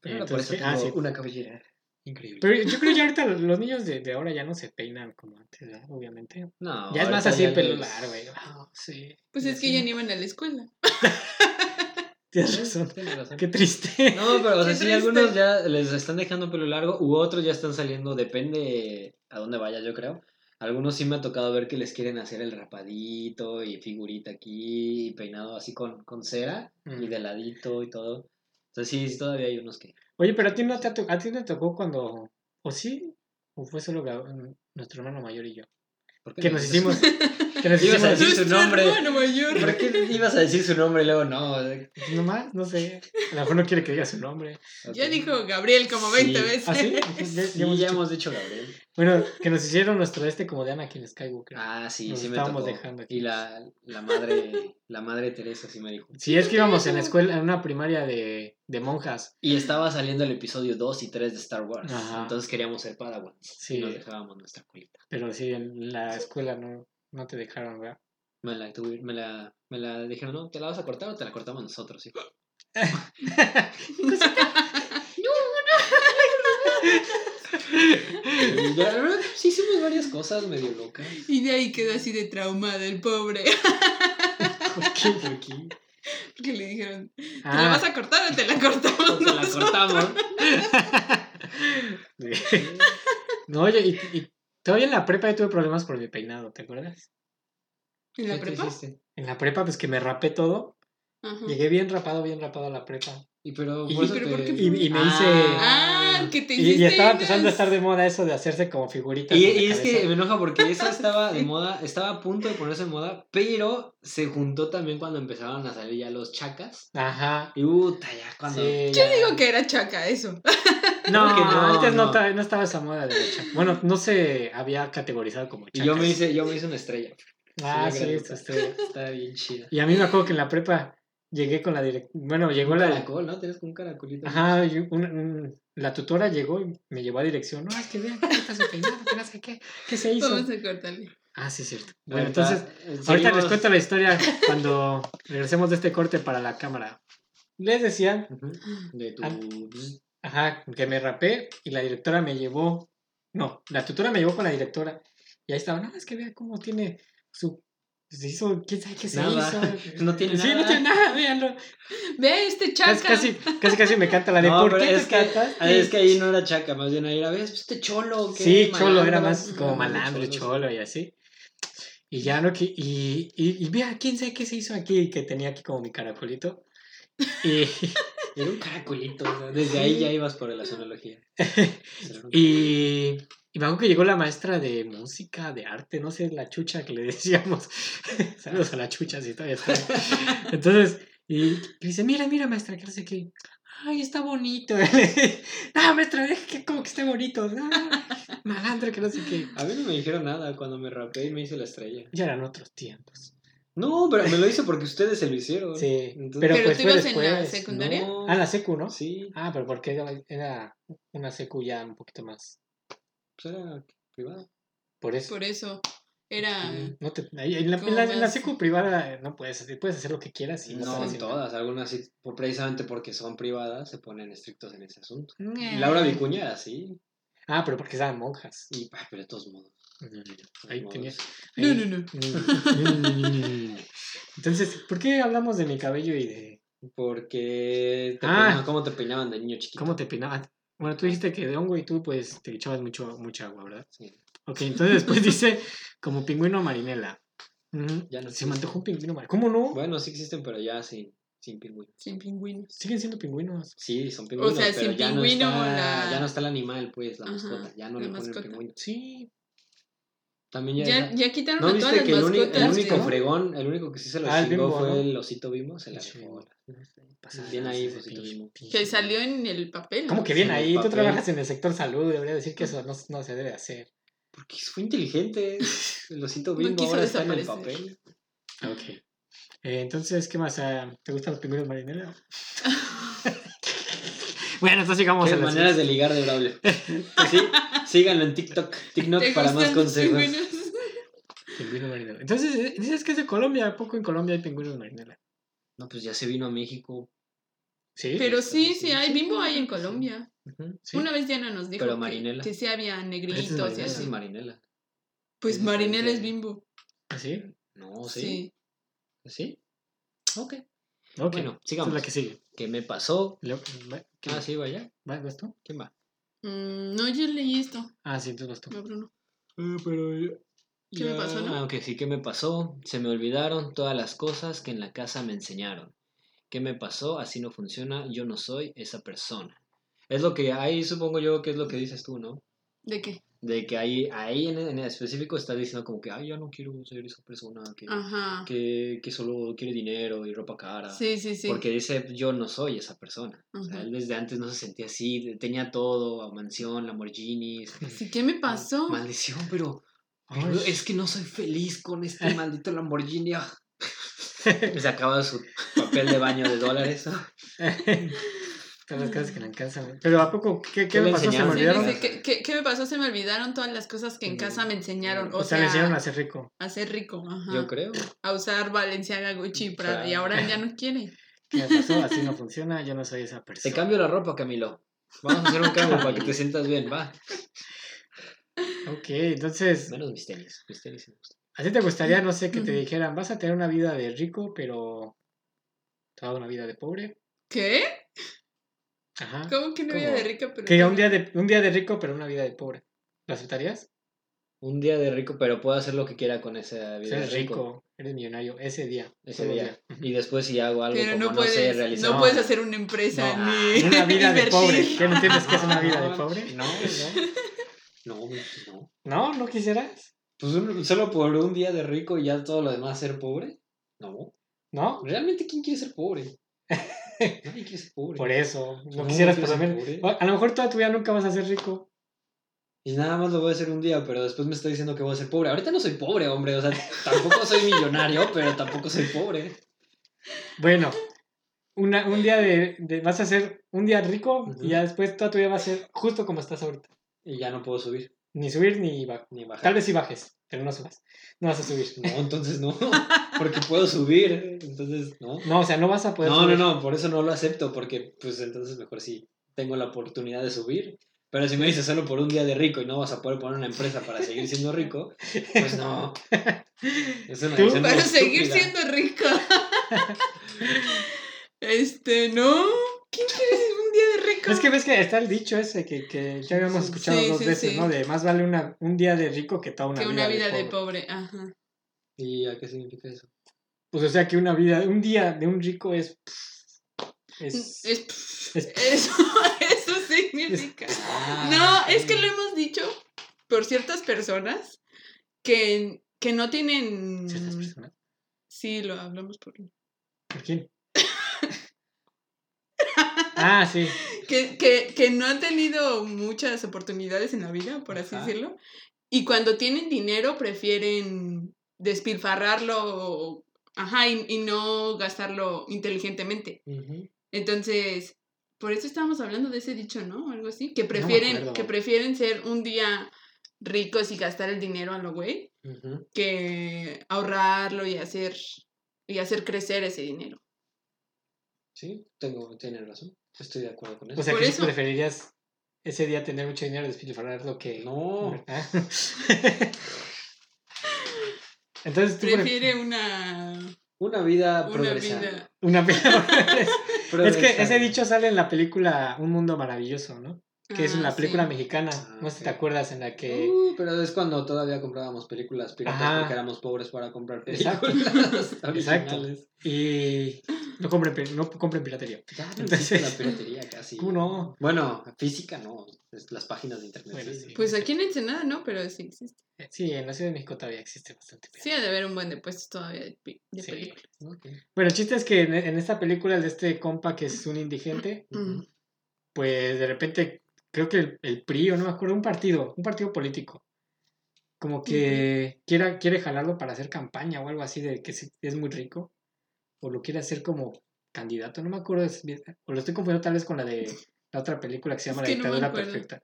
Speaker 3: Pero ahora
Speaker 2: Entonces,
Speaker 3: por eso
Speaker 2: ah,
Speaker 3: tengo
Speaker 2: sí.
Speaker 3: una cabellera increíble.
Speaker 2: Pero yo creo que ahorita los niños de, de ahora ya no se peinan como antes, ¿verdad? Obviamente.
Speaker 3: No,
Speaker 2: ya es más
Speaker 3: ahorita
Speaker 2: así
Speaker 3: ya
Speaker 2: pelo
Speaker 3: les-
Speaker 2: largo, güey. Ah, sí.
Speaker 1: Pues es que
Speaker 2: Sí.
Speaker 1: ya ni iban a la escuela.
Speaker 2: Tienes razón.
Speaker 3: Tienes razón.
Speaker 2: Qué triste.
Speaker 3: No, pero o sea,
Speaker 1: Qué
Speaker 3: sí,
Speaker 1: triste.
Speaker 3: algunos ya les están dejando pelo largo u otros ya están saliendo, depende a dónde vaya, yo creo. Algunos sí me ha tocado ver que les quieren hacer el rapadito y figurita aquí y peinado así con, con cera y
Speaker 2: Mm.
Speaker 3: de ladito y todo. Entonces sí, sí, todavía hay unos que...
Speaker 2: Oye, pero a ti no te, ha to- a ti te tocó cuando. ¿O sí? ¿O fue solo Gab- nuestro hermano mayor y yo?
Speaker 3: ¿Por qué
Speaker 2: Que
Speaker 3: le
Speaker 2: nos
Speaker 3: dices
Speaker 2: hicimos.
Speaker 3: eso?
Speaker 2: Que nos
Speaker 3: pues, Ibas a
Speaker 2: hicimos.
Speaker 3: decir su
Speaker 1: Nuestro
Speaker 3: nombre.
Speaker 1: hermano mayor.
Speaker 3: ¿Por qué ibas a decir su nombre y luego no? O sea,
Speaker 2: Nomás, no sé. A lo mejor no quiere que diga su nombre.
Speaker 1: Ya
Speaker 3: ok.
Speaker 1: dijo Gabriel como 20
Speaker 3: Sí.
Speaker 1: veces.
Speaker 2: ¿Ah, sí? Ya- ya
Speaker 3: Sí,
Speaker 2: hemos
Speaker 3: ya
Speaker 2: dicho.
Speaker 3: hemos dicho Gabriel.
Speaker 2: Bueno, que nos hicieron nuestro este como de Anakin Skywalker.
Speaker 3: Ah, sí,
Speaker 2: Nos
Speaker 3: sí me
Speaker 2: estábamos
Speaker 3: tocó.
Speaker 2: dejando aquí.
Speaker 3: Y la, la madre, la madre Teresa sí me dijo.
Speaker 2: Sí, es que íbamos en la escuela, en una primaria de, de monjas.
Speaker 3: Y estaba saliendo el episodio 2 y 3 de Star Wars.
Speaker 2: Ajá.
Speaker 3: Entonces queríamos ser Padawans.
Speaker 2: Sí.
Speaker 3: Y nos dejábamos nuestra colita.
Speaker 2: Pero sí, en la escuela no, no te dejaron, ¿verdad?
Speaker 3: Me la, tuvi- me, la, me la dijeron, no, ¿te la vas a cortar o te la cortamos nosotros? Y- y ya, "Ah, sí, hicimos varias cosas medio locas.
Speaker 1: Y de ahí quedó así de traumado el pobre.
Speaker 3: ¿Por qué? ¿Por qué?
Speaker 1: Porque le dijeron, ¿te la vas
Speaker 2: Ah,
Speaker 1: a cortar o te la cortamos?
Speaker 3: O te la
Speaker 1: nosotros?"
Speaker 3: cortamos.
Speaker 2: no, oye, y, y todavía en la prepa yo tuve problemas por mi peinado, ¿te acuerdas?
Speaker 1: ¿En la
Speaker 3: ¿Qué te
Speaker 1: prepa?
Speaker 3: hiciste?
Speaker 2: En la prepa, pues que me rapé todo.
Speaker 3: Mm.
Speaker 1: Ajá.
Speaker 2: Llegué bien rapado, bien rapado a la prepa.
Speaker 3: Y pero,
Speaker 2: Y-
Speaker 3: por eso
Speaker 1: pero
Speaker 3: te-
Speaker 1: ¿por qué?
Speaker 2: Y, y me
Speaker 1: Ah,
Speaker 2: hice.
Speaker 1: que te
Speaker 2: y,
Speaker 1: hiciste.
Speaker 2: y estaba
Speaker 1: unas-
Speaker 2: empezando a estar de moda eso de hacerse como figuritas.
Speaker 3: Y,
Speaker 2: en la
Speaker 3: y es que
Speaker 2: cabeza.
Speaker 3: me enoja porque esa estaba de moda, estaba a punto de ponerse de moda, pero se juntó también cuando empezaron a salir ya los chacas.
Speaker 2: Ajá.
Speaker 3: Y puta, ya cuando.
Speaker 2: Yo
Speaker 1: Digo que era chaca eso.
Speaker 2: No,
Speaker 3: Creo que no,
Speaker 2: antes no,
Speaker 3: no.
Speaker 2: ta- no estaba esa moda de la chaca. Bueno, no se había categorizado como
Speaker 3: Y
Speaker 2: chaca.
Speaker 3: yo me hice, yo me hice una estrella.
Speaker 2: Ah,
Speaker 3: Sí,
Speaker 2: sí,
Speaker 3: grandota.
Speaker 2: este,
Speaker 3: Está bien chida.
Speaker 2: Y a mí me acuerdo que en la prepa llegué con la direct... Bueno, llegó
Speaker 3: Un
Speaker 2: la...
Speaker 3: caracol, ¿no? Tienes como un caracolito.
Speaker 2: Ajá, y una- un- la tutora llegó y me llevó a dirección. No, es que vean, ¿qué está su peinado? Que no sé qué. ¿Qué se hizo?
Speaker 1: Vamos a cortarle.
Speaker 2: Ah, sí, es cierto.
Speaker 3: La
Speaker 2: Bueno,
Speaker 3: verdad,
Speaker 2: entonces,
Speaker 3: eh,
Speaker 2: ahorita les
Speaker 3: seguimos.
Speaker 2: cuento la historia cuando regresemos de este corte para la cámara. Les decía,
Speaker 3: Ujú, De tu.
Speaker 2: ajá, que me rapé y la directora me llevó... No, la tutora me llevó con la directora. Y ahí estaba, no, es que vean cómo tiene su... pues, Se hizo, quién sabe qué se
Speaker 3: Nada.
Speaker 2: hizo.
Speaker 3: No tiene
Speaker 2: Sí, no
Speaker 3: nada.
Speaker 2: tiene nada, véanlo.
Speaker 1: Ve este chaca.
Speaker 2: Casi, casi, casi, casi me canta la de
Speaker 3: No,
Speaker 2: ¿Por
Speaker 3: pero
Speaker 2: qué
Speaker 3: es
Speaker 2: te
Speaker 3: que, ah,
Speaker 2: casaste?".
Speaker 3: es que ahí no era chaca, más bien ahí era, ves, pues, este cholo. ¿qué?
Speaker 2: Sí, cholo,
Speaker 3: Malandro".
Speaker 2: era más como
Speaker 3: Ajá,
Speaker 2: malandro,
Speaker 3: cholos.
Speaker 2: cholo y así. Y ya no que. Y, y, y vea, quién sabe qué se hizo aquí, que tenía aquí como mi caracolito. Y,
Speaker 3: Era un caracolito. o sea, Desde ahí ya ibas por la zoología.
Speaker 2: y, y me acuerdo que llegó la maestra de música, de arte, no sé, la chucha que le decíamos. Saludos a la chucha, si todavía está. Entonces, y me dice, mira, mira, maestra, que no sé qué. Ay, está bonito. no, maestra, deja que como que está bonito. No, malandro, que no sé qué.
Speaker 3: A mí no me dijeron nada cuando me rapé y me hice la estrella.
Speaker 2: Ya eran otros tiempos.
Speaker 3: No, pero me lo hice porque ustedes se lo hicieron.
Speaker 2: Sí.
Speaker 3: Entonces-
Speaker 2: Pero,
Speaker 1: Pero,
Speaker 2: pues
Speaker 1: tú
Speaker 2: fue
Speaker 1: ibas en la
Speaker 2: después,
Speaker 1: secundaria.
Speaker 3: No.
Speaker 2: Ah, la secu, ¿no?
Speaker 3: Sí,
Speaker 2: Ah, pero porque era, era una secu ya un poquito más.
Speaker 3: pues era privada.
Speaker 2: Por eso.
Speaker 1: Por eso era.
Speaker 2: No te- ahí- en, la,
Speaker 1: Como
Speaker 2: en la- en la
Speaker 1: más-
Speaker 2: secu privada eh, no puedes, hacer- puedes hacer lo que quieras. Y no, te
Speaker 3: No,
Speaker 2: vas a
Speaker 3: en
Speaker 2: ir.
Speaker 3: todas. Algunas sí, por- precisamente porque son privadas, se ponen estrictos en ese asunto.
Speaker 1: Eh.
Speaker 3: Laura Vicuña era así.
Speaker 2: Ah, pero porque estaban monjas.
Speaker 3: Y, ah, pero de todos modos. de
Speaker 2: Ahí
Speaker 3: todos
Speaker 2: tenía.
Speaker 3: modos.
Speaker 1: No, no, no.
Speaker 2: no. Entonces, ¿por qué hablamos de mi cabello y de
Speaker 3: Porque. Te
Speaker 2: Ah.
Speaker 3: peinaban- ¿Cómo te peinaban de niño chiquito?
Speaker 2: cómo te peinaban? Bueno, tú dijiste que de hongo y tú pues te echabas mucho, mucha agua, ¿verdad?
Speaker 3: Sí.
Speaker 2: Ok, entonces después dice como pingüino marinela. Ujú.
Speaker 3: Ya no
Speaker 2: Se me
Speaker 3: existe.
Speaker 2: antojó un pingüino marinela. ¿Cómo no?
Speaker 3: Bueno, sí existen, pero ya sin, sin pingüino.
Speaker 1: Sin pingüinos.
Speaker 2: Siguen siendo pingüinos.
Speaker 3: Sí, son pingüinos.
Speaker 1: sea,
Speaker 3: pero
Speaker 1: sin
Speaker 3: ya
Speaker 1: pingüino,
Speaker 3: no está,
Speaker 1: la-
Speaker 3: Ya no está el animal, pues, la
Speaker 1: Ajá,
Speaker 3: mascota. Ya no
Speaker 1: la
Speaker 3: le ponen
Speaker 1: mascota.
Speaker 3: pingüino.
Speaker 2: Sí.
Speaker 3: También ya.
Speaker 1: Ya,
Speaker 3: ya-
Speaker 1: ya quitaron
Speaker 3: ¿No
Speaker 1: a todas
Speaker 3: viste
Speaker 1: las
Speaker 3: que el, uni- el
Speaker 1: mascotas.
Speaker 3: único
Speaker 1: de-
Speaker 3: fregón, el único que sí se lo
Speaker 2: Ah, el
Speaker 3: chingó
Speaker 2: bimbo,
Speaker 3: fue
Speaker 2: ¿no?
Speaker 3: el osito bimbo? Se la
Speaker 2: Pinche
Speaker 3: rifó.
Speaker 2: bimbo.
Speaker 3: Pasadas Bien ahí, de Josito
Speaker 2: pinche-
Speaker 3: Bimbo.
Speaker 2: pinche-
Speaker 1: que salió en el papel.
Speaker 2: ¿Cómo que bien
Speaker 3: en el
Speaker 2: ahí? Tú
Speaker 3: papel.
Speaker 2: trabajas en el sector salud, debería decir que eso no, no se debe hacer.
Speaker 3: Porque fue inteligente. El osito
Speaker 1: No
Speaker 3: bimbo
Speaker 1: quiso
Speaker 3: ahora está en el
Speaker 1: desaparecer.
Speaker 3: papel.
Speaker 2: Ok. Eh, entonces, ¿qué más? Ah, ¿Te gustan los pingüinos marinela? bueno, entonces llegamos
Speaker 3: Qué
Speaker 2: a la
Speaker 3: maneras de ligar de Braulio. Pues Sí, síganlo en TikTok, TikTok
Speaker 1: ¿Te
Speaker 3: para más
Speaker 1: gustan los
Speaker 3: consejos.
Speaker 1: pingüinos?
Speaker 2: Pingüino marinela. Entonces, eh, dices que es de Colombia. ¿A poco en Colombia hay pingüinos marinela?
Speaker 3: No, pues ya se vino a México.
Speaker 2: Sí.
Speaker 1: Pero sí,
Speaker 3: sí,
Speaker 1: sí hay. Bimbo hay en Colombia.
Speaker 3: Ujú.
Speaker 2: Sí.
Speaker 1: Una vez Diana nos dijo
Speaker 3: Pero
Speaker 1: que-
Speaker 3: Marinela.
Speaker 1: que, sí había
Speaker 2: Ese es
Speaker 1: negritos y
Speaker 2: Marinela.
Speaker 3: Esa es
Speaker 1: así.
Speaker 3: Marinela.
Speaker 1: Pues
Speaker 3: es
Speaker 1: Marinela es
Speaker 3: diferente.
Speaker 1: Bimbo.
Speaker 2: ¿Ah, sí?
Speaker 3: No, sí.
Speaker 1: Sí.
Speaker 3: ¿Sí? Ok.
Speaker 2: Ok.
Speaker 3: Bueno,
Speaker 2: Esta es
Speaker 3: sigamos.
Speaker 2: la que sigue.
Speaker 3: ¿Qué me pasó?
Speaker 2: Lo- va- ¿qué-
Speaker 3: Ah, sí, vaya.
Speaker 2: va- ¿Vas tú?
Speaker 3: ¿Quién va?
Speaker 1: Mm, no, yo leí esto.
Speaker 2: Ah, sí, tú vas tú.
Speaker 1: No, Bruno.
Speaker 3: pero.
Speaker 1: ¿Qué me pasó, no?
Speaker 3: Aunque sí, ¿qué me pasó? Se me olvidaron todas las cosas que en la casa me enseñaron. ¿Qué me pasó? Así no funciona. Yo no soy esa persona. Es lo que ahí supongo yo que es lo que dices tú, ¿no?
Speaker 1: ¿De qué?
Speaker 3: De que ahí, ahí en, en específico estás diciendo como que, ay, yo no quiero ser esa persona que,
Speaker 1: Ajá.
Speaker 3: que, que solo quiere dinero y ropa
Speaker 2: Ah,
Speaker 3: cara.
Speaker 1: Sí, sí, sí.
Speaker 3: Porque dice, yo no soy esa persona. O sea,
Speaker 1: Ajá.
Speaker 3: él desde antes no se sentía así, tenía todo, a mansión, Lamborghinis.
Speaker 1: Sí, ¿Qué me pasó?
Speaker 3: Maldición, pero, pero
Speaker 2: Ay.
Speaker 3: es que no soy feliz con este maldito Lamborghini. ah. se acaba su papel de baño de dólares. ah, ¿no?
Speaker 2: Todas las cosas que le alcanzan. Pero ¿a poco qué, qué
Speaker 3: ¿Qué
Speaker 2: le
Speaker 3: le
Speaker 2: pasó? ¿Se me
Speaker 3: enseñaron?
Speaker 1: Sí,
Speaker 2: olvidaron?
Speaker 1: dice, ¿qué, qué, qué me pasó? Se me olvidaron todas las cosas que en casa me enseñaron.
Speaker 2: O sea, le enseñaron a ser rico.
Speaker 1: a ser rico. Ajá.
Speaker 3: Yo creo.
Speaker 1: a usar Valenciaga, Gucci, Prada. Y
Speaker 3: Prada.
Speaker 1: ahora ya no quiere.
Speaker 2: ¿Qué me pasó? Así no funciona, yo no soy esa
Speaker 3: Te
Speaker 2: persona.
Speaker 3: cambio la ropa, Camilo. Vamos a hacer un cambio para que te sientas bien, va.
Speaker 2: Ok, entonces,
Speaker 3: Menos mis tenis. Mis tenis sí me gustan.
Speaker 2: ¿a ti te gustaría, no sé, que te
Speaker 1: Ujú.
Speaker 2: dijeran, vas a tener una vida de rico, pero toda una vida de pobre?
Speaker 1: ¿Qué?
Speaker 2: Ajá.
Speaker 1: ¿Cómo que no
Speaker 2: ¿Cómo?
Speaker 1: vida de rica? Pero
Speaker 2: Que un día, de, un día de rico, pero una vida de pobre. ¿Lo aceptarías?
Speaker 3: Un día de rico, pero puedo hacer lo que quiera con esa vida.
Speaker 2: Eres
Speaker 3: de
Speaker 2: rico, eres millonario, ese día.
Speaker 3: Ese
Speaker 2: solo un
Speaker 3: día. Y después si hago algo
Speaker 1: Pero
Speaker 3: como,
Speaker 1: no
Speaker 3: no, sé,
Speaker 1: puedes,
Speaker 3: realizar...
Speaker 1: no, puedes hacer una empresa
Speaker 2: No,
Speaker 1: ni
Speaker 2: Una vida de
Speaker 1: invertir.
Speaker 2: pobre. ¿Qué no entiendes que es una vida de pobre?
Speaker 3: No, no. No, pues, no.
Speaker 2: No, no quisieras.
Speaker 3: Pues un- solo por un día de rico y ya todo lo demás ser pobre. No.
Speaker 2: ¿No?
Speaker 3: ¿Realmente quién quiere ser pobre? Nadie quiere ser pobre.
Speaker 2: Por eso, no,
Speaker 3: No,
Speaker 2: quisieras
Speaker 3: no
Speaker 2: por lo
Speaker 3: quiero
Speaker 2: menos.
Speaker 3: ser
Speaker 2: A lo mejor toda tu vida nunca vas a ser rico.
Speaker 3: Y nada más lo voy a hacer un día, pero después me está diciendo que voy a ser pobre. Ahorita no soy pobre, hombre. O sea, tampoco soy millonario, pero tampoco soy pobre.
Speaker 2: Bueno, una, un día de, de- Vas a ser un día rico y ya después toda tu vida va a ser justo como estás ahorita.
Speaker 3: Y ya no puedo subir
Speaker 2: Ni subir ni bajar.
Speaker 3: ni bajar.
Speaker 2: Tal vez sí bajes, pero no subas. No vas a subir.
Speaker 3: No, entonces no. Porque puedo subir. Entonces, no.
Speaker 2: No, o sea, no vas a poder
Speaker 3: no,
Speaker 2: subir.
Speaker 3: no, no, por eso no lo acepto, porque pues entonces mejor sí tengo la oportunidad de subir. Pero si me dices solo por un día de rico y no vas a poder poner una empresa para seguir siendo rico, pues no. Es una
Speaker 2: ¿Tú?
Speaker 3: decisión muy
Speaker 1: Para seguir
Speaker 3: estúpida.
Speaker 1: siendo rica. este, no. ¿Quién quiere ser un día de rico?
Speaker 2: Es que ves que está el dicho ese que, que ya habíamos
Speaker 1: Sí,
Speaker 2: escuchado
Speaker 1: sí,
Speaker 2: dos
Speaker 1: sí,
Speaker 2: veces,
Speaker 1: sí.
Speaker 2: ¿no? De más vale una, un día de rico que toda una
Speaker 1: que
Speaker 2: vida.
Speaker 1: una vida
Speaker 2: de
Speaker 1: de
Speaker 2: pobre.
Speaker 1: pobre. Ajá.
Speaker 3: ¿Y a qué significa eso?
Speaker 2: Pues o sea que una vida, un día de un rico es.
Speaker 1: Es-
Speaker 2: Es. es-
Speaker 1: eso, eso significa.
Speaker 3: Ah,
Speaker 1: No, es que lo hemos dicho por ciertas personas que, que no tienen.
Speaker 2: ¿Ciertas personas?
Speaker 1: Sí, lo hablamos por.
Speaker 2: ¿Por quién? ah, sí.
Speaker 1: que, que, que no han tenido muchas oportunidades en la vida, por así
Speaker 3: Ajá.
Speaker 1: decirlo. Y cuando tienen dinero prefieren despilfarrarlo Ajá, y, y no gastarlo inteligentemente.
Speaker 2: Ujú.
Speaker 1: Entonces, por eso estábamos hablando de ese dicho, ¿no? Algo así. Que
Speaker 2: me
Speaker 1: prefieren,
Speaker 2: acuerdo.
Speaker 1: que prefieren ser un día ricos y gastar el dinero a lo güey
Speaker 2: Ujú.
Speaker 1: que ahorrarlo y hacer y hacer crecer ese dinero.
Speaker 3: Sí, tengo, tiene razón. Estoy de acuerdo con eso.
Speaker 2: O sea,
Speaker 1: Por
Speaker 2: que sí
Speaker 1: eso-
Speaker 2: preferirías ese día tener mucho dinero y despilfarrar lo que. Ah.
Speaker 3: No.
Speaker 2: ¿verdad? Entonces tú prefieres
Speaker 1: Prefiere una,
Speaker 3: una vida
Speaker 1: una
Speaker 3: progresante.
Speaker 1: vida.
Speaker 2: una Es que
Speaker 3: Progresante.
Speaker 2: ese dicho sale en la película Un Mundo Maravilloso, ¿no? Que es
Speaker 1: Ah,
Speaker 2: una película
Speaker 1: sí.
Speaker 2: mexicana.
Speaker 3: Ah,
Speaker 2: no sé si te
Speaker 3: ok.
Speaker 2: acuerdas en la que.
Speaker 3: Uh, pero es cuando todavía comprábamos películas piratas
Speaker 2: Ajá.
Speaker 3: porque éramos pobres para comprar películas
Speaker 2: Exacto. Exacto.
Speaker 3: originales.
Speaker 2: Y. No compren, pi- no compren piratería.
Speaker 3: Ya no
Speaker 2: Entonces-
Speaker 3: existe la piratería casi.
Speaker 2: ¿Cómo no?
Speaker 3: Bueno, física no, es las páginas de internet.
Speaker 2: Bueno,
Speaker 3: sí.
Speaker 2: sí.
Speaker 1: Pues aquí en Ensenada no, pero sí existe.
Speaker 2: Sí, en la Ciudad de México todavía existe bastante pirata.
Speaker 1: Sí ha de haber un buen de puestos todavía de, pi- de
Speaker 2: Sí.
Speaker 1: películas.
Speaker 3: Ok.
Speaker 2: Bueno, el chiste es que en, en esta película, el de este compa que es un indigente,
Speaker 1: Mm.
Speaker 2: pues de repente, creo que el, el PRI, o no me acuerdo, un partido, un partido político, como que quiera, quiere jalarlo para hacer campaña o algo así, de que se- es muy rico, o lo quiere hacer como candidato, no me acuerdo, es bien- o lo estoy confundiendo tal vez con la de la otra película que se llama
Speaker 1: Es
Speaker 2: La
Speaker 1: que no me
Speaker 2: Dictadura
Speaker 1: acuerdo.
Speaker 2: Perfecta.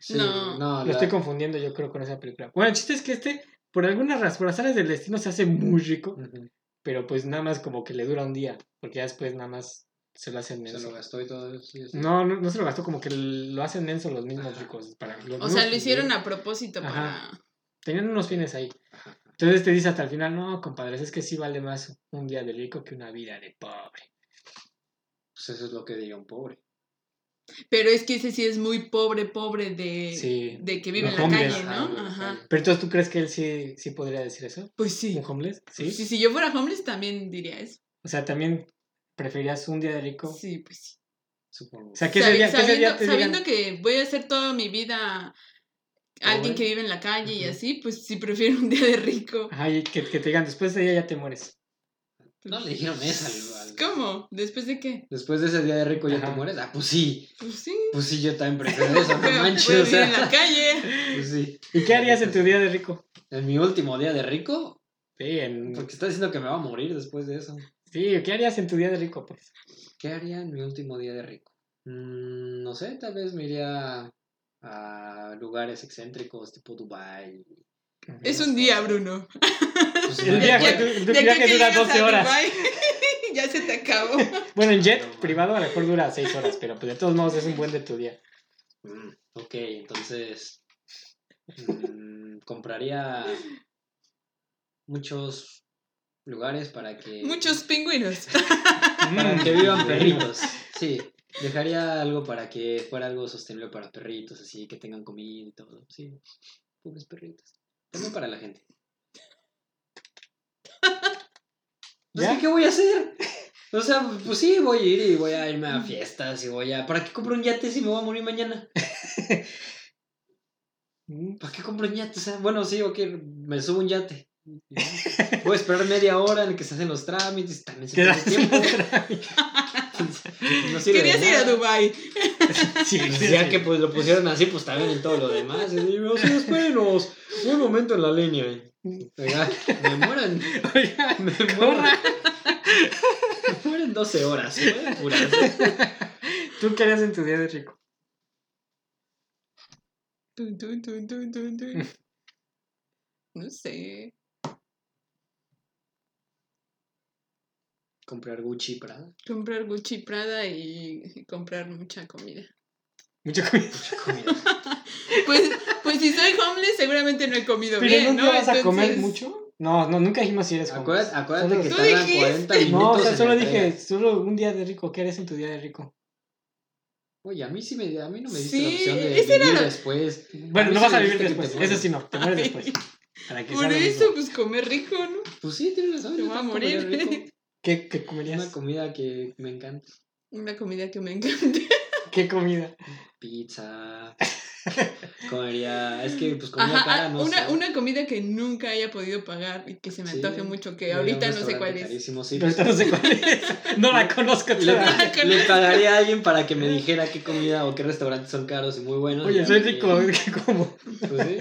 Speaker 3: Sí,
Speaker 1: No.
Speaker 3: no,
Speaker 2: Lo
Speaker 3: la-
Speaker 2: estoy confundiendo yo creo con esa película. Bueno, el chiste es que este, por algunas razones, por azares del destino, se hace muy rico
Speaker 3: Ujú.
Speaker 2: pero pues nada más como que le dura un día, porque ya después nada más se lo hacen
Speaker 3: Se
Speaker 2: menso.
Speaker 3: lo gastó y todo. sí, sí.
Speaker 2: No, no, no se lo gastó, como que lo hacen menso los mismos
Speaker 3: Ajá.
Speaker 2: ricos. Para, los
Speaker 1: O
Speaker 2: mismos-
Speaker 1: sea, lo hicieron a propósito
Speaker 2: Ajá.
Speaker 1: para
Speaker 2: Tenían unos fines ahí. Entonces te dice hasta el final, no, compadres, es que sí vale más un día de rico que una vida de pobre.
Speaker 3: Pues eso es lo que diga un pobre.
Speaker 1: Pero es que ese sí es muy pobre, pobre de,
Speaker 2: Sí.
Speaker 1: de que vive
Speaker 2: Los
Speaker 1: en la
Speaker 2: hombres.
Speaker 1: calle,
Speaker 3: Ajá,
Speaker 1: ¿no?
Speaker 3: vive en la
Speaker 1: Ajá.
Speaker 3: calle.
Speaker 2: Pero entonces, ¿tú crees que él sí, sí podría decir eso?
Speaker 1: Pues sí.
Speaker 2: ¿Un homeless? ¿Sí?
Speaker 1: Si, si yo fuera homeless también diría eso.
Speaker 2: O sea, también preferías un día de rico.
Speaker 1: Sí, pues sí.
Speaker 3: Supongo.
Speaker 2: O sea, que ese
Speaker 1: Sabi-
Speaker 2: día, que ese
Speaker 1: sabiendo
Speaker 2: día te
Speaker 1: sabiendo
Speaker 2: digan,
Speaker 1: que voy a hacer toda mi vida alguien
Speaker 2: Pobre.
Speaker 1: que vive en la calle y
Speaker 2: Ujú.
Speaker 1: así, pues sí prefiero un día de rico.
Speaker 2: ajá, y que, que te digan, después de ella ya te mueres.
Speaker 3: No le dijeron eso al-
Speaker 1: Pues,
Speaker 3: al-
Speaker 1: ¿Cómo? ¿Después de qué?
Speaker 3: Después de ese día de rico ya
Speaker 2: Ajá.
Speaker 3: te mueres. Ah, pues sí.
Speaker 1: Pues sí.
Speaker 3: Pues sí, yo también prefiero eso, no
Speaker 1: Pero
Speaker 3: manches.
Speaker 1: puedo
Speaker 3: O sea,
Speaker 1: vivir en la calle.
Speaker 3: pues sí.
Speaker 2: ¿Y qué harías en tu día de rico?
Speaker 3: En mi último día de rico,
Speaker 2: Sí, en...
Speaker 3: porque está diciendo que me va a morir después de eso.
Speaker 2: sí, ¿qué harías en tu día de rico, pues?
Speaker 3: ¿Qué haría en mi último día de rico? Mm, no sé, tal vez me iría a lugares excéntricos tipo Dubai.
Speaker 1: Es un día, Bruno.
Speaker 3: Pues,
Speaker 2: El
Speaker 3: no
Speaker 2: viaje,
Speaker 3: recuerdo.
Speaker 2: el
Speaker 1: De aquí
Speaker 2: viaje
Speaker 1: a que
Speaker 2: dura
Speaker 1: llegas
Speaker 2: 12
Speaker 1: a
Speaker 2: horas.
Speaker 1: Dubái, ya se te acabó.
Speaker 2: Bueno, en jet
Speaker 3: No, man.
Speaker 2: privado a lo mejor dura 6 horas, pero pues de todos modos es un buen de tu día.
Speaker 3: Mm, ok, entonces mm, compraría muchos lugares para que
Speaker 1: Muchos pingüinos.
Speaker 3: Mm. para que vivan
Speaker 2: Sí.
Speaker 3: perritos. Sí, dejaría algo para que fuera algo sostenible para perritos, así que tengan comida y todo. Sí, pobres perritos. También para la gente. Pues,
Speaker 2: ¿Ya?
Speaker 3: ¿qué- ¿Qué voy a hacer? O sea, pues sí, voy a ir y voy a irme a fiestas y voy a... ¿Para qué compro un yate si me voy a morir mañana?
Speaker 2: Mm,
Speaker 3: ¿Para qué compro un yate? O sea, bueno, sí, ok, me subo un yate. Voy a esperar media hora en que se hacen los trámites. También se
Speaker 2: ¿Qué
Speaker 3: pierde
Speaker 2: haces?
Speaker 3: tiempo. No sirve de
Speaker 1: Querías ir a
Speaker 3: nada.
Speaker 1: Dubai.
Speaker 2: Sí,
Speaker 3: Pues
Speaker 2: sí,
Speaker 3: ya
Speaker 2: sí.
Speaker 3: que pues lo pusieron así, pues también en todo lo demás. Y digo, sí, espérenos, un momento en la línea. y- Oiga, me mueran,
Speaker 2: Oiga,
Speaker 3: me mueran. Me mueran 12 horas, pueden curarse.
Speaker 2: ¿Tú qué harías en tu día de rico?
Speaker 1: Tun, tun, tun, tun, tun, tun. No sé.
Speaker 3: Comprar Gucci Prada.
Speaker 1: Comprar Gucci Prada y comprar mucha comida.
Speaker 2: Mucho comida.
Speaker 3: Comida.
Speaker 1: Pues, pues si soy homeless, seguramente no he comido
Speaker 2: Pero
Speaker 1: bien,
Speaker 2: nunca
Speaker 1: ¿no?
Speaker 2: vas a comer
Speaker 1: Entonces,
Speaker 2: mucho. No, no, nunca dijimos si eres homeless.
Speaker 3: Acuérdate, acuérdate
Speaker 2: Solo-
Speaker 3: que
Speaker 1: Tú
Speaker 3: tardan
Speaker 1: dijiste.
Speaker 3: 40 minutos.
Speaker 2: No, o sea,
Speaker 3: en
Speaker 2: solo
Speaker 3: entrega. Ah,
Speaker 2: dije, solo un día de rico. ¿Qué harías en tu día de rico?
Speaker 3: Oye, a mí sí me, a mí no me diste la
Speaker 1: Sí,
Speaker 3: opción de
Speaker 1: ese
Speaker 3: vivir
Speaker 1: era lo-
Speaker 3: después.
Speaker 2: Bueno,
Speaker 3: mí
Speaker 2: no
Speaker 3: sí
Speaker 2: vas a
Speaker 3: me dijiste que
Speaker 2: vivir
Speaker 3: te
Speaker 2: después.
Speaker 3: mueres.
Speaker 2: Eso sí, no, te mueres
Speaker 1: Ay.
Speaker 2: después. Para que sea
Speaker 1: Por
Speaker 2: lo
Speaker 1: eso,
Speaker 2: mismo.
Speaker 1: pues comer rico, ¿no?
Speaker 3: Pues sí, tienes razón.
Speaker 1: Te
Speaker 3: yo
Speaker 1: voy a
Speaker 3: tampoco
Speaker 1: morir.
Speaker 3: era rico.
Speaker 2: ¿Qué, qué
Speaker 3: Una
Speaker 2: comerías?
Speaker 3: comida que me encanta.
Speaker 1: Una comida que me encanta.
Speaker 2: ¿Qué comida?
Speaker 3: Pizza. Comería. Es que pues comida
Speaker 1: Ajá,
Speaker 3: cara,
Speaker 1: ah,
Speaker 3: no
Speaker 1: una,
Speaker 3: sé.
Speaker 1: una comida que nunca haya podido pagar y que se me
Speaker 3: Sí.
Speaker 1: antoje mucho, que
Speaker 3: Ir a un
Speaker 1: ahorita no sé
Speaker 3: restaurante
Speaker 1: cuál es.
Speaker 3: carísimo, sí,
Speaker 2: Pero ahorita no sé cuál es. No la conozco
Speaker 3: Le,
Speaker 2: todavía.
Speaker 1: Con
Speaker 3: le
Speaker 1: esto.
Speaker 3: pagaría a alguien para que me dijera qué comida o qué restaurantes son caros y muy buenos.
Speaker 2: Oye,
Speaker 3: Ya
Speaker 2: soy
Speaker 3: me-
Speaker 2: rico, a ver qué como.
Speaker 3: Pues sí.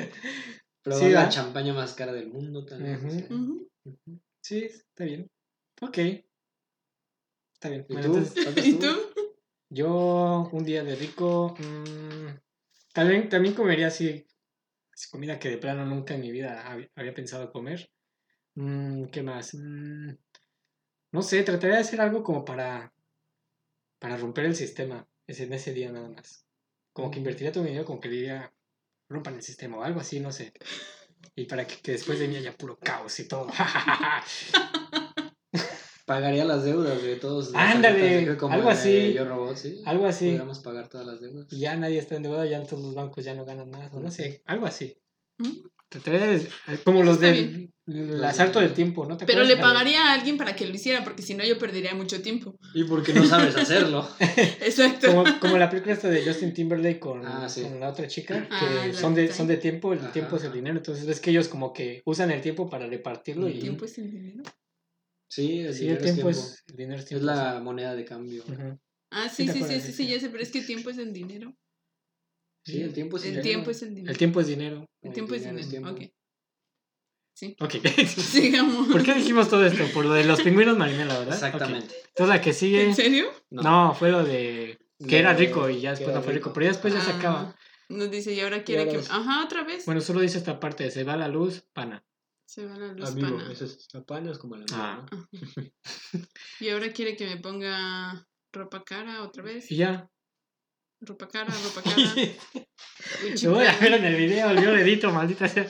Speaker 3: Probar
Speaker 2: Sí,
Speaker 3: la
Speaker 2: ¿verdad?
Speaker 3: champaña más cara del mundo también.
Speaker 2: Ujú.
Speaker 1: Ujú.
Speaker 2: Sí, está bien. Ok. Está bien.
Speaker 3: ¿Y
Speaker 2: Bueno,
Speaker 3: tú?
Speaker 2: entonces,
Speaker 3: ¿Cuántas
Speaker 1: ¿Y
Speaker 3: tú?
Speaker 1: tú?
Speaker 2: yo un día de rico. mm, también, también comería así, así comida que de plano nunca en mi vida hab- había pensado comer. Mm, ¿Qué más? Mm, no sé, trataría de hacer algo como para, para romper el sistema ese, en ese día nada más. Como que invertiría todo mi dinero, como que diría, rompan el sistema o algo así, no sé. Y para que, que después de mí haya puro caos y todo.
Speaker 3: Pagaría las deudas de todos. los
Speaker 2: Ándale,
Speaker 3: artistas, creo que como
Speaker 2: algo
Speaker 3: de
Speaker 2: así.
Speaker 3: Yo robot, sí.
Speaker 2: algo así.
Speaker 3: Podríamos pagar todas las deudas.
Speaker 2: y ya nadie está endeudado, ya todos los bancos ya no ganan más, o no sé, algo así.
Speaker 1: Mm.
Speaker 2: Trataría de- como los
Speaker 1: Está
Speaker 2: del el asalto del tiempo, ¿no te
Speaker 1: Pero le
Speaker 2: acuerdas?
Speaker 1: pagaría a alguien para que lo hiciera, porque si no yo perdería mucho tiempo.
Speaker 3: Y porque no sabes hacerlo.
Speaker 1: Exacto.
Speaker 2: Como, como la película esta de Justin Timberlake con,
Speaker 3: Ah, sí.
Speaker 2: con la otra chica,
Speaker 1: Ah,
Speaker 2: que
Speaker 1: la
Speaker 2: son, de,
Speaker 1: otra.
Speaker 2: son de tiempo, el
Speaker 3: Ajá,
Speaker 2: tiempo es el
Speaker 3: ajá.
Speaker 2: dinero, entonces ves que ellos como que usan el tiempo para repartirlo
Speaker 1: El
Speaker 2: y
Speaker 1: tiempo es el dinero.
Speaker 3: Sí, el
Speaker 2: sí, el
Speaker 3: dinero
Speaker 2: tiempo
Speaker 3: es tiempo.
Speaker 2: es, el dinero es
Speaker 3: Es
Speaker 2: tiempo.
Speaker 3: la moneda de cambio.
Speaker 2: sí. Ujú.
Speaker 1: Ah, sí,
Speaker 2: Sí te
Speaker 1: sí, sí,
Speaker 2: acuerdas
Speaker 1: sí,
Speaker 2: de
Speaker 1: sí,
Speaker 2: eso.
Speaker 1: ya sé, pero es que el tiempo es el dinero.
Speaker 3: Sí, el tiempo es
Speaker 1: El
Speaker 3: dinero.
Speaker 1: tiempo es el dinero.
Speaker 2: El tiempo es dinero.
Speaker 1: El
Speaker 3: el
Speaker 1: tiempo es
Speaker 3: dinero es
Speaker 1: dinero. Ok.
Speaker 3: tiempo.
Speaker 2: Ok.
Speaker 1: Sigamos.
Speaker 2: ¿Por qué dijimos todo esto? Por lo de los pingüinos marinela, ¿verdad? Ok.
Speaker 3: Exactamente.
Speaker 2: Entonces la que
Speaker 1: ¿En
Speaker 2: sigue...
Speaker 1: serio?
Speaker 2: No. fue lo de que
Speaker 3: Lo
Speaker 2: era
Speaker 3: de-
Speaker 2: rico y ya
Speaker 3: que
Speaker 2: después
Speaker 3: era
Speaker 2: no fue rico.
Speaker 3: rico.
Speaker 2: Pero ya después Pues ya se
Speaker 1: Ah,
Speaker 2: acaba.
Speaker 1: Nos dice, y ahora quiere
Speaker 3: ahora
Speaker 1: que.
Speaker 3: es-
Speaker 1: Ajá, otra vez.
Speaker 2: Bueno, solo dice esta parte, se va la luz, pana.
Speaker 1: Se va la luz
Speaker 3: Amigo,
Speaker 1: pana.
Speaker 3: eso es la pana, es como la
Speaker 2: Ah.
Speaker 3: ¿no?
Speaker 1: Y ahora quiere que me ponga ropa cara otra vez.
Speaker 2: Y ya.
Speaker 1: Ropa cara, ropa cara. Uy,
Speaker 2: Lo voy a
Speaker 1: chica,
Speaker 2: ver en el video, yo lo edito, maldita sea.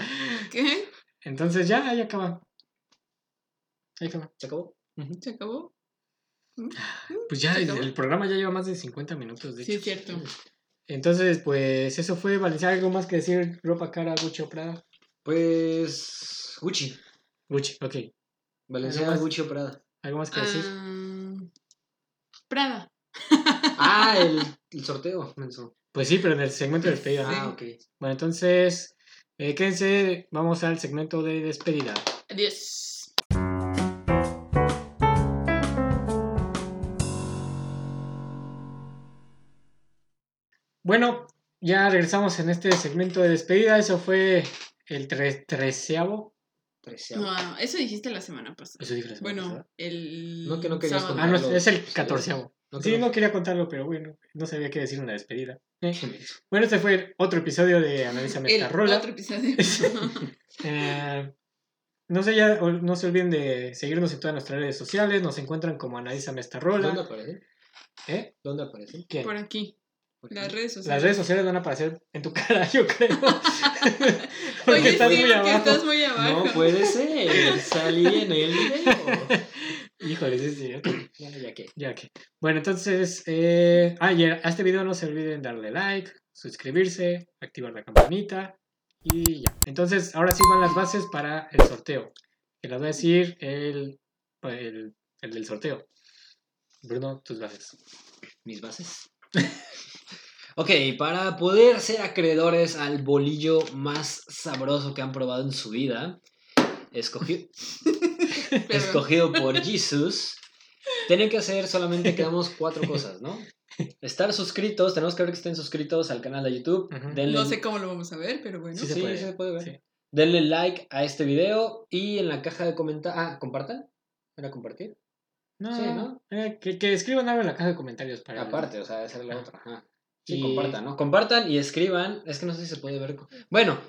Speaker 1: ¿Qué?
Speaker 2: Entonces ya, ahí acaba. Ahí acaba.
Speaker 3: ¿Se acabó?
Speaker 1: ¿Se acabó?
Speaker 2: Pues ya,
Speaker 1: ¿Se
Speaker 2: el,
Speaker 1: acabó?
Speaker 2: el programa ya lleva más de 50 minutos, de
Speaker 1: Sí,
Speaker 2: hecho.
Speaker 1: es cierto.
Speaker 2: Entonces, pues eso fue Valencia. Algo más que decir, ropa cara, Gucci o Prada.
Speaker 3: Pues. Gucci.
Speaker 2: Gucci, ok.
Speaker 3: Valenciaga,
Speaker 2: Nada más.
Speaker 3: Gucci o Prada.
Speaker 2: Algo más que decir.
Speaker 1: Ah, Prada.
Speaker 3: Ah, el, el sorteo, menso.
Speaker 2: Pues sí, pero en el segmento de despedida.
Speaker 3: Ah,
Speaker 2: ¿no?
Speaker 3: ok.
Speaker 2: Bueno, entonces, eh, quédense, vamos al segmento de despedida.
Speaker 1: Adiós.
Speaker 2: Bueno, ya regresamos en este segmento de despedida. Eso fue el tre- treceavo.
Speaker 3: Treceavo.
Speaker 1: No, eso dijiste la semana pasada.
Speaker 2: Eso dije la semana
Speaker 1: Bueno,
Speaker 2: pasada.
Speaker 1: el.
Speaker 3: No, que no querías
Speaker 1: sábado.
Speaker 2: Ah, no, es,
Speaker 3: contarlo.
Speaker 2: es el catorceavo.
Speaker 3: No
Speaker 2: Sí,
Speaker 3: creo-
Speaker 2: no quería contarlo, pero bueno, no sabía qué decir una despedida. Eh,
Speaker 3: Qué menso.
Speaker 2: Bueno, este fue el otro episodio de Analiza
Speaker 1: El
Speaker 2: Esta Rola.
Speaker 1: otro episodio.
Speaker 2: Eh, no se ya, ol- no se olviden de seguirnos en todas nuestras redes sociales. Nos encuentran como Analiza Esta
Speaker 3: ¿Dónde
Speaker 2: Rola.
Speaker 3: aparece?
Speaker 2: ¿Eh?
Speaker 3: ¿Dónde aparece?
Speaker 2: ¿Quién?
Speaker 1: Por aquí. Las redes sociales.
Speaker 2: Las redes sociales van a aparecer en tu cara, yo creo. porque
Speaker 1: Oye,
Speaker 2: estás
Speaker 1: sí,
Speaker 2: muy
Speaker 1: porque
Speaker 2: abajo.
Speaker 1: estás muy abajo.
Speaker 3: No pues, puede ser. Salí en el video.
Speaker 2: Híjole, sí, sí. ok.
Speaker 3: Bueno, ya que.
Speaker 2: Ya que. Bueno, entonces, eh, ah, y a este video no se olviden darle like, suscribirse, activar la campanita y ya. Entonces, ahora sí van las bases para el sorteo. Que las va a decir el, el, el del sorteo. Bruno, tus bases.
Speaker 3: mis bases. ok, para poder ser acreedores al bolillo más sabroso que han probado en su vida, escogido,
Speaker 1: Perdón.
Speaker 3: escogido por Jesus, tienen que hacer solamente quedamos cuatro cosas, ¿no? Estar suscritos, tenemos que ver que estén suscritos al canal de YouTube.
Speaker 2: Ujú.
Speaker 3: Denle,
Speaker 1: No sé cómo lo vamos a ver, pero bueno.
Speaker 3: Sí,
Speaker 2: se
Speaker 3: sí,
Speaker 2: puede.
Speaker 3: se puede ver.
Speaker 2: Sí.
Speaker 3: Denle like a este video y en la caja de comentarios. Ah, compartan. ¿Era compartir?
Speaker 2: No,
Speaker 3: Sí, ¿no?
Speaker 2: eh, que, que escriban algo en la caja de comentarios para.
Speaker 3: Aparte, o sea, esa era la otra. Ajá. Sí,
Speaker 2: Y-
Speaker 3: compartan, ¿no? Compartan y escriban. Es que no sé si se puede ver. co- Bueno,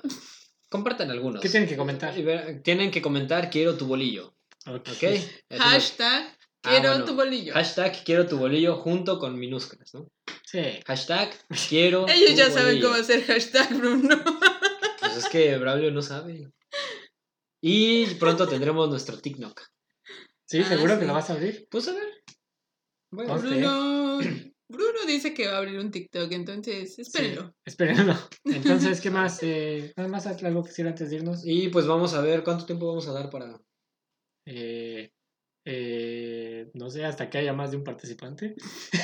Speaker 3: compartan algunos.
Speaker 2: ¿Qué tienen que comentar?
Speaker 3: Y ver- Tienen que comentar quiero tu bolillo,
Speaker 2: Ok.
Speaker 3: ¿ok? Eso es-
Speaker 1: Hashtag quiero
Speaker 3: Ah, bueno.
Speaker 1: tu bolillo.
Speaker 3: Hashtag quiero tu bolillo junto con minúsculas, ¿no?
Speaker 2: Sí.
Speaker 3: Hashtag quiero
Speaker 1: Ellos
Speaker 3: tu
Speaker 1: ya saben
Speaker 3: bolillo.
Speaker 1: cómo hacer hashtag, Bruno.
Speaker 3: Pues es que Braulio no sabe. Y pronto tendremos nuestro TikTok.
Speaker 2: Sí,
Speaker 1: Ah,
Speaker 2: seguro que
Speaker 1: sí.
Speaker 2: lo vas a abrir.
Speaker 3: Pues a ver. Bueno,
Speaker 2: Vamos.
Speaker 1: Bruno. Bruno dice que va a abrir un TikTok, entonces espérenlo.
Speaker 2: Espérenlo. Entonces, ¿qué más? Eh, nada más haz algo que quisiera antes de irnos.
Speaker 3: y pues vamos a ver cuánto tiempo vamos a dar para.
Speaker 2: Eh, eh, no sé, hasta que haya más de un participante.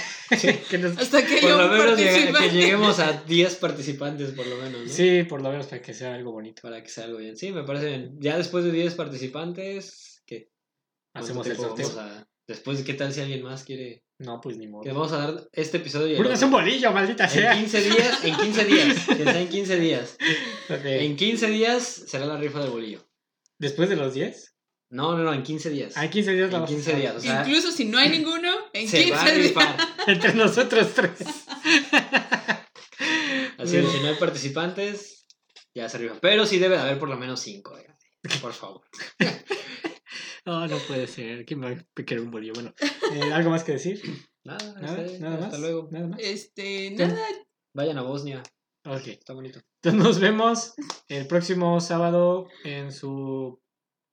Speaker 2: Que nos-
Speaker 1: Hasta que
Speaker 3: Por
Speaker 1: yo
Speaker 3: lo menos llega- que
Speaker 1: participe.
Speaker 3: lleguemos a 10 participantes, por lo menos, ¿no?
Speaker 2: Sí, por lo menos para que sea algo bonito.
Speaker 3: Para que sea algo bien. Sí, me parece bien. Ya después de 10 participantes, ¿qué? ¿Cuánto
Speaker 2: Hacemos el
Speaker 3: tiempo
Speaker 2: sorteo.
Speaker 3: vamos a- Después, ¿qué tal si alguien más quiere?
Speaker 2: No, pues ni
Speaker 3: Le
Speaker 2: modo.
Speaker 3: vamos a dar este episodio. y el
Speaker 2: Bruno es
Speaker 3: otro.
Speaker 2: un ¿eh? bolillo, maldita
Speaker 3: en
Speaker 2: sea.
Speaker 3: 15 días, en 15 días, que sea en 15 días.
Speaker 2: Ok,
Speaker 3: En 15 días será la rifa del bolillo.
Speaker 2: Después de los 10,
Speaker 3: No, no, no, en 15 días.
Speaker 2: A 15 días la
Speaker 3: en
Speaker 2: vas a
Speaker 3: 15
Speaker 2: sacar.
Speaker 3: días, o sea,
Speaker 1: Incluso si no hay ninguno, en
Speaker 3: se va a
Speaker 1: 15 días.
Speaker 3: rifar.
Speaker 2: Entre nosotros tres.
Speaker 3: Así que si no hay participantes, ya se rifa. Pero sí debe de haber por lo menos 5, por favor.
Speaker 2: No, no puede ser. ¿Quién va a querer un bolillo? Bueno, eh, ¿algo más que decir?
Speaker 3: Nada,
Speaker 2: Nada,
Speaker 3: este,
Speaker 2: nada más.
Speaker 3: hasta luego.
Speaker 2: Nada más.
Speaker 1: Este, nada,
Speaker 3: Vayan a Bosnia,
Speaker 2: Ok.
Speaker 3: está bonito.
Speaker 2: Entonces nos vemos el próximo sábado en su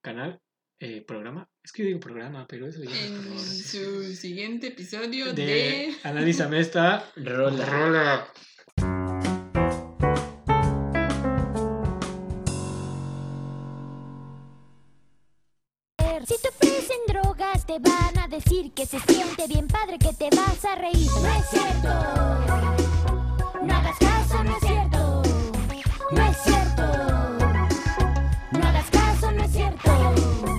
Speaker 2: canal, eh, programa. Es que yo digo programa, pero eso ya es
Speaker 1: en
Speaker 2: programa.
Speaker 1: su siguiente episodio de...
Speaker 2: De Analízame esta.
Speaker 3: Rola.
Speaker 2: Rola.
Speaker 7: Si te ofrecen drogas te van a decir que se siente bien padre que te vas a reír. No es cierto. No hagas caso, no es cierto.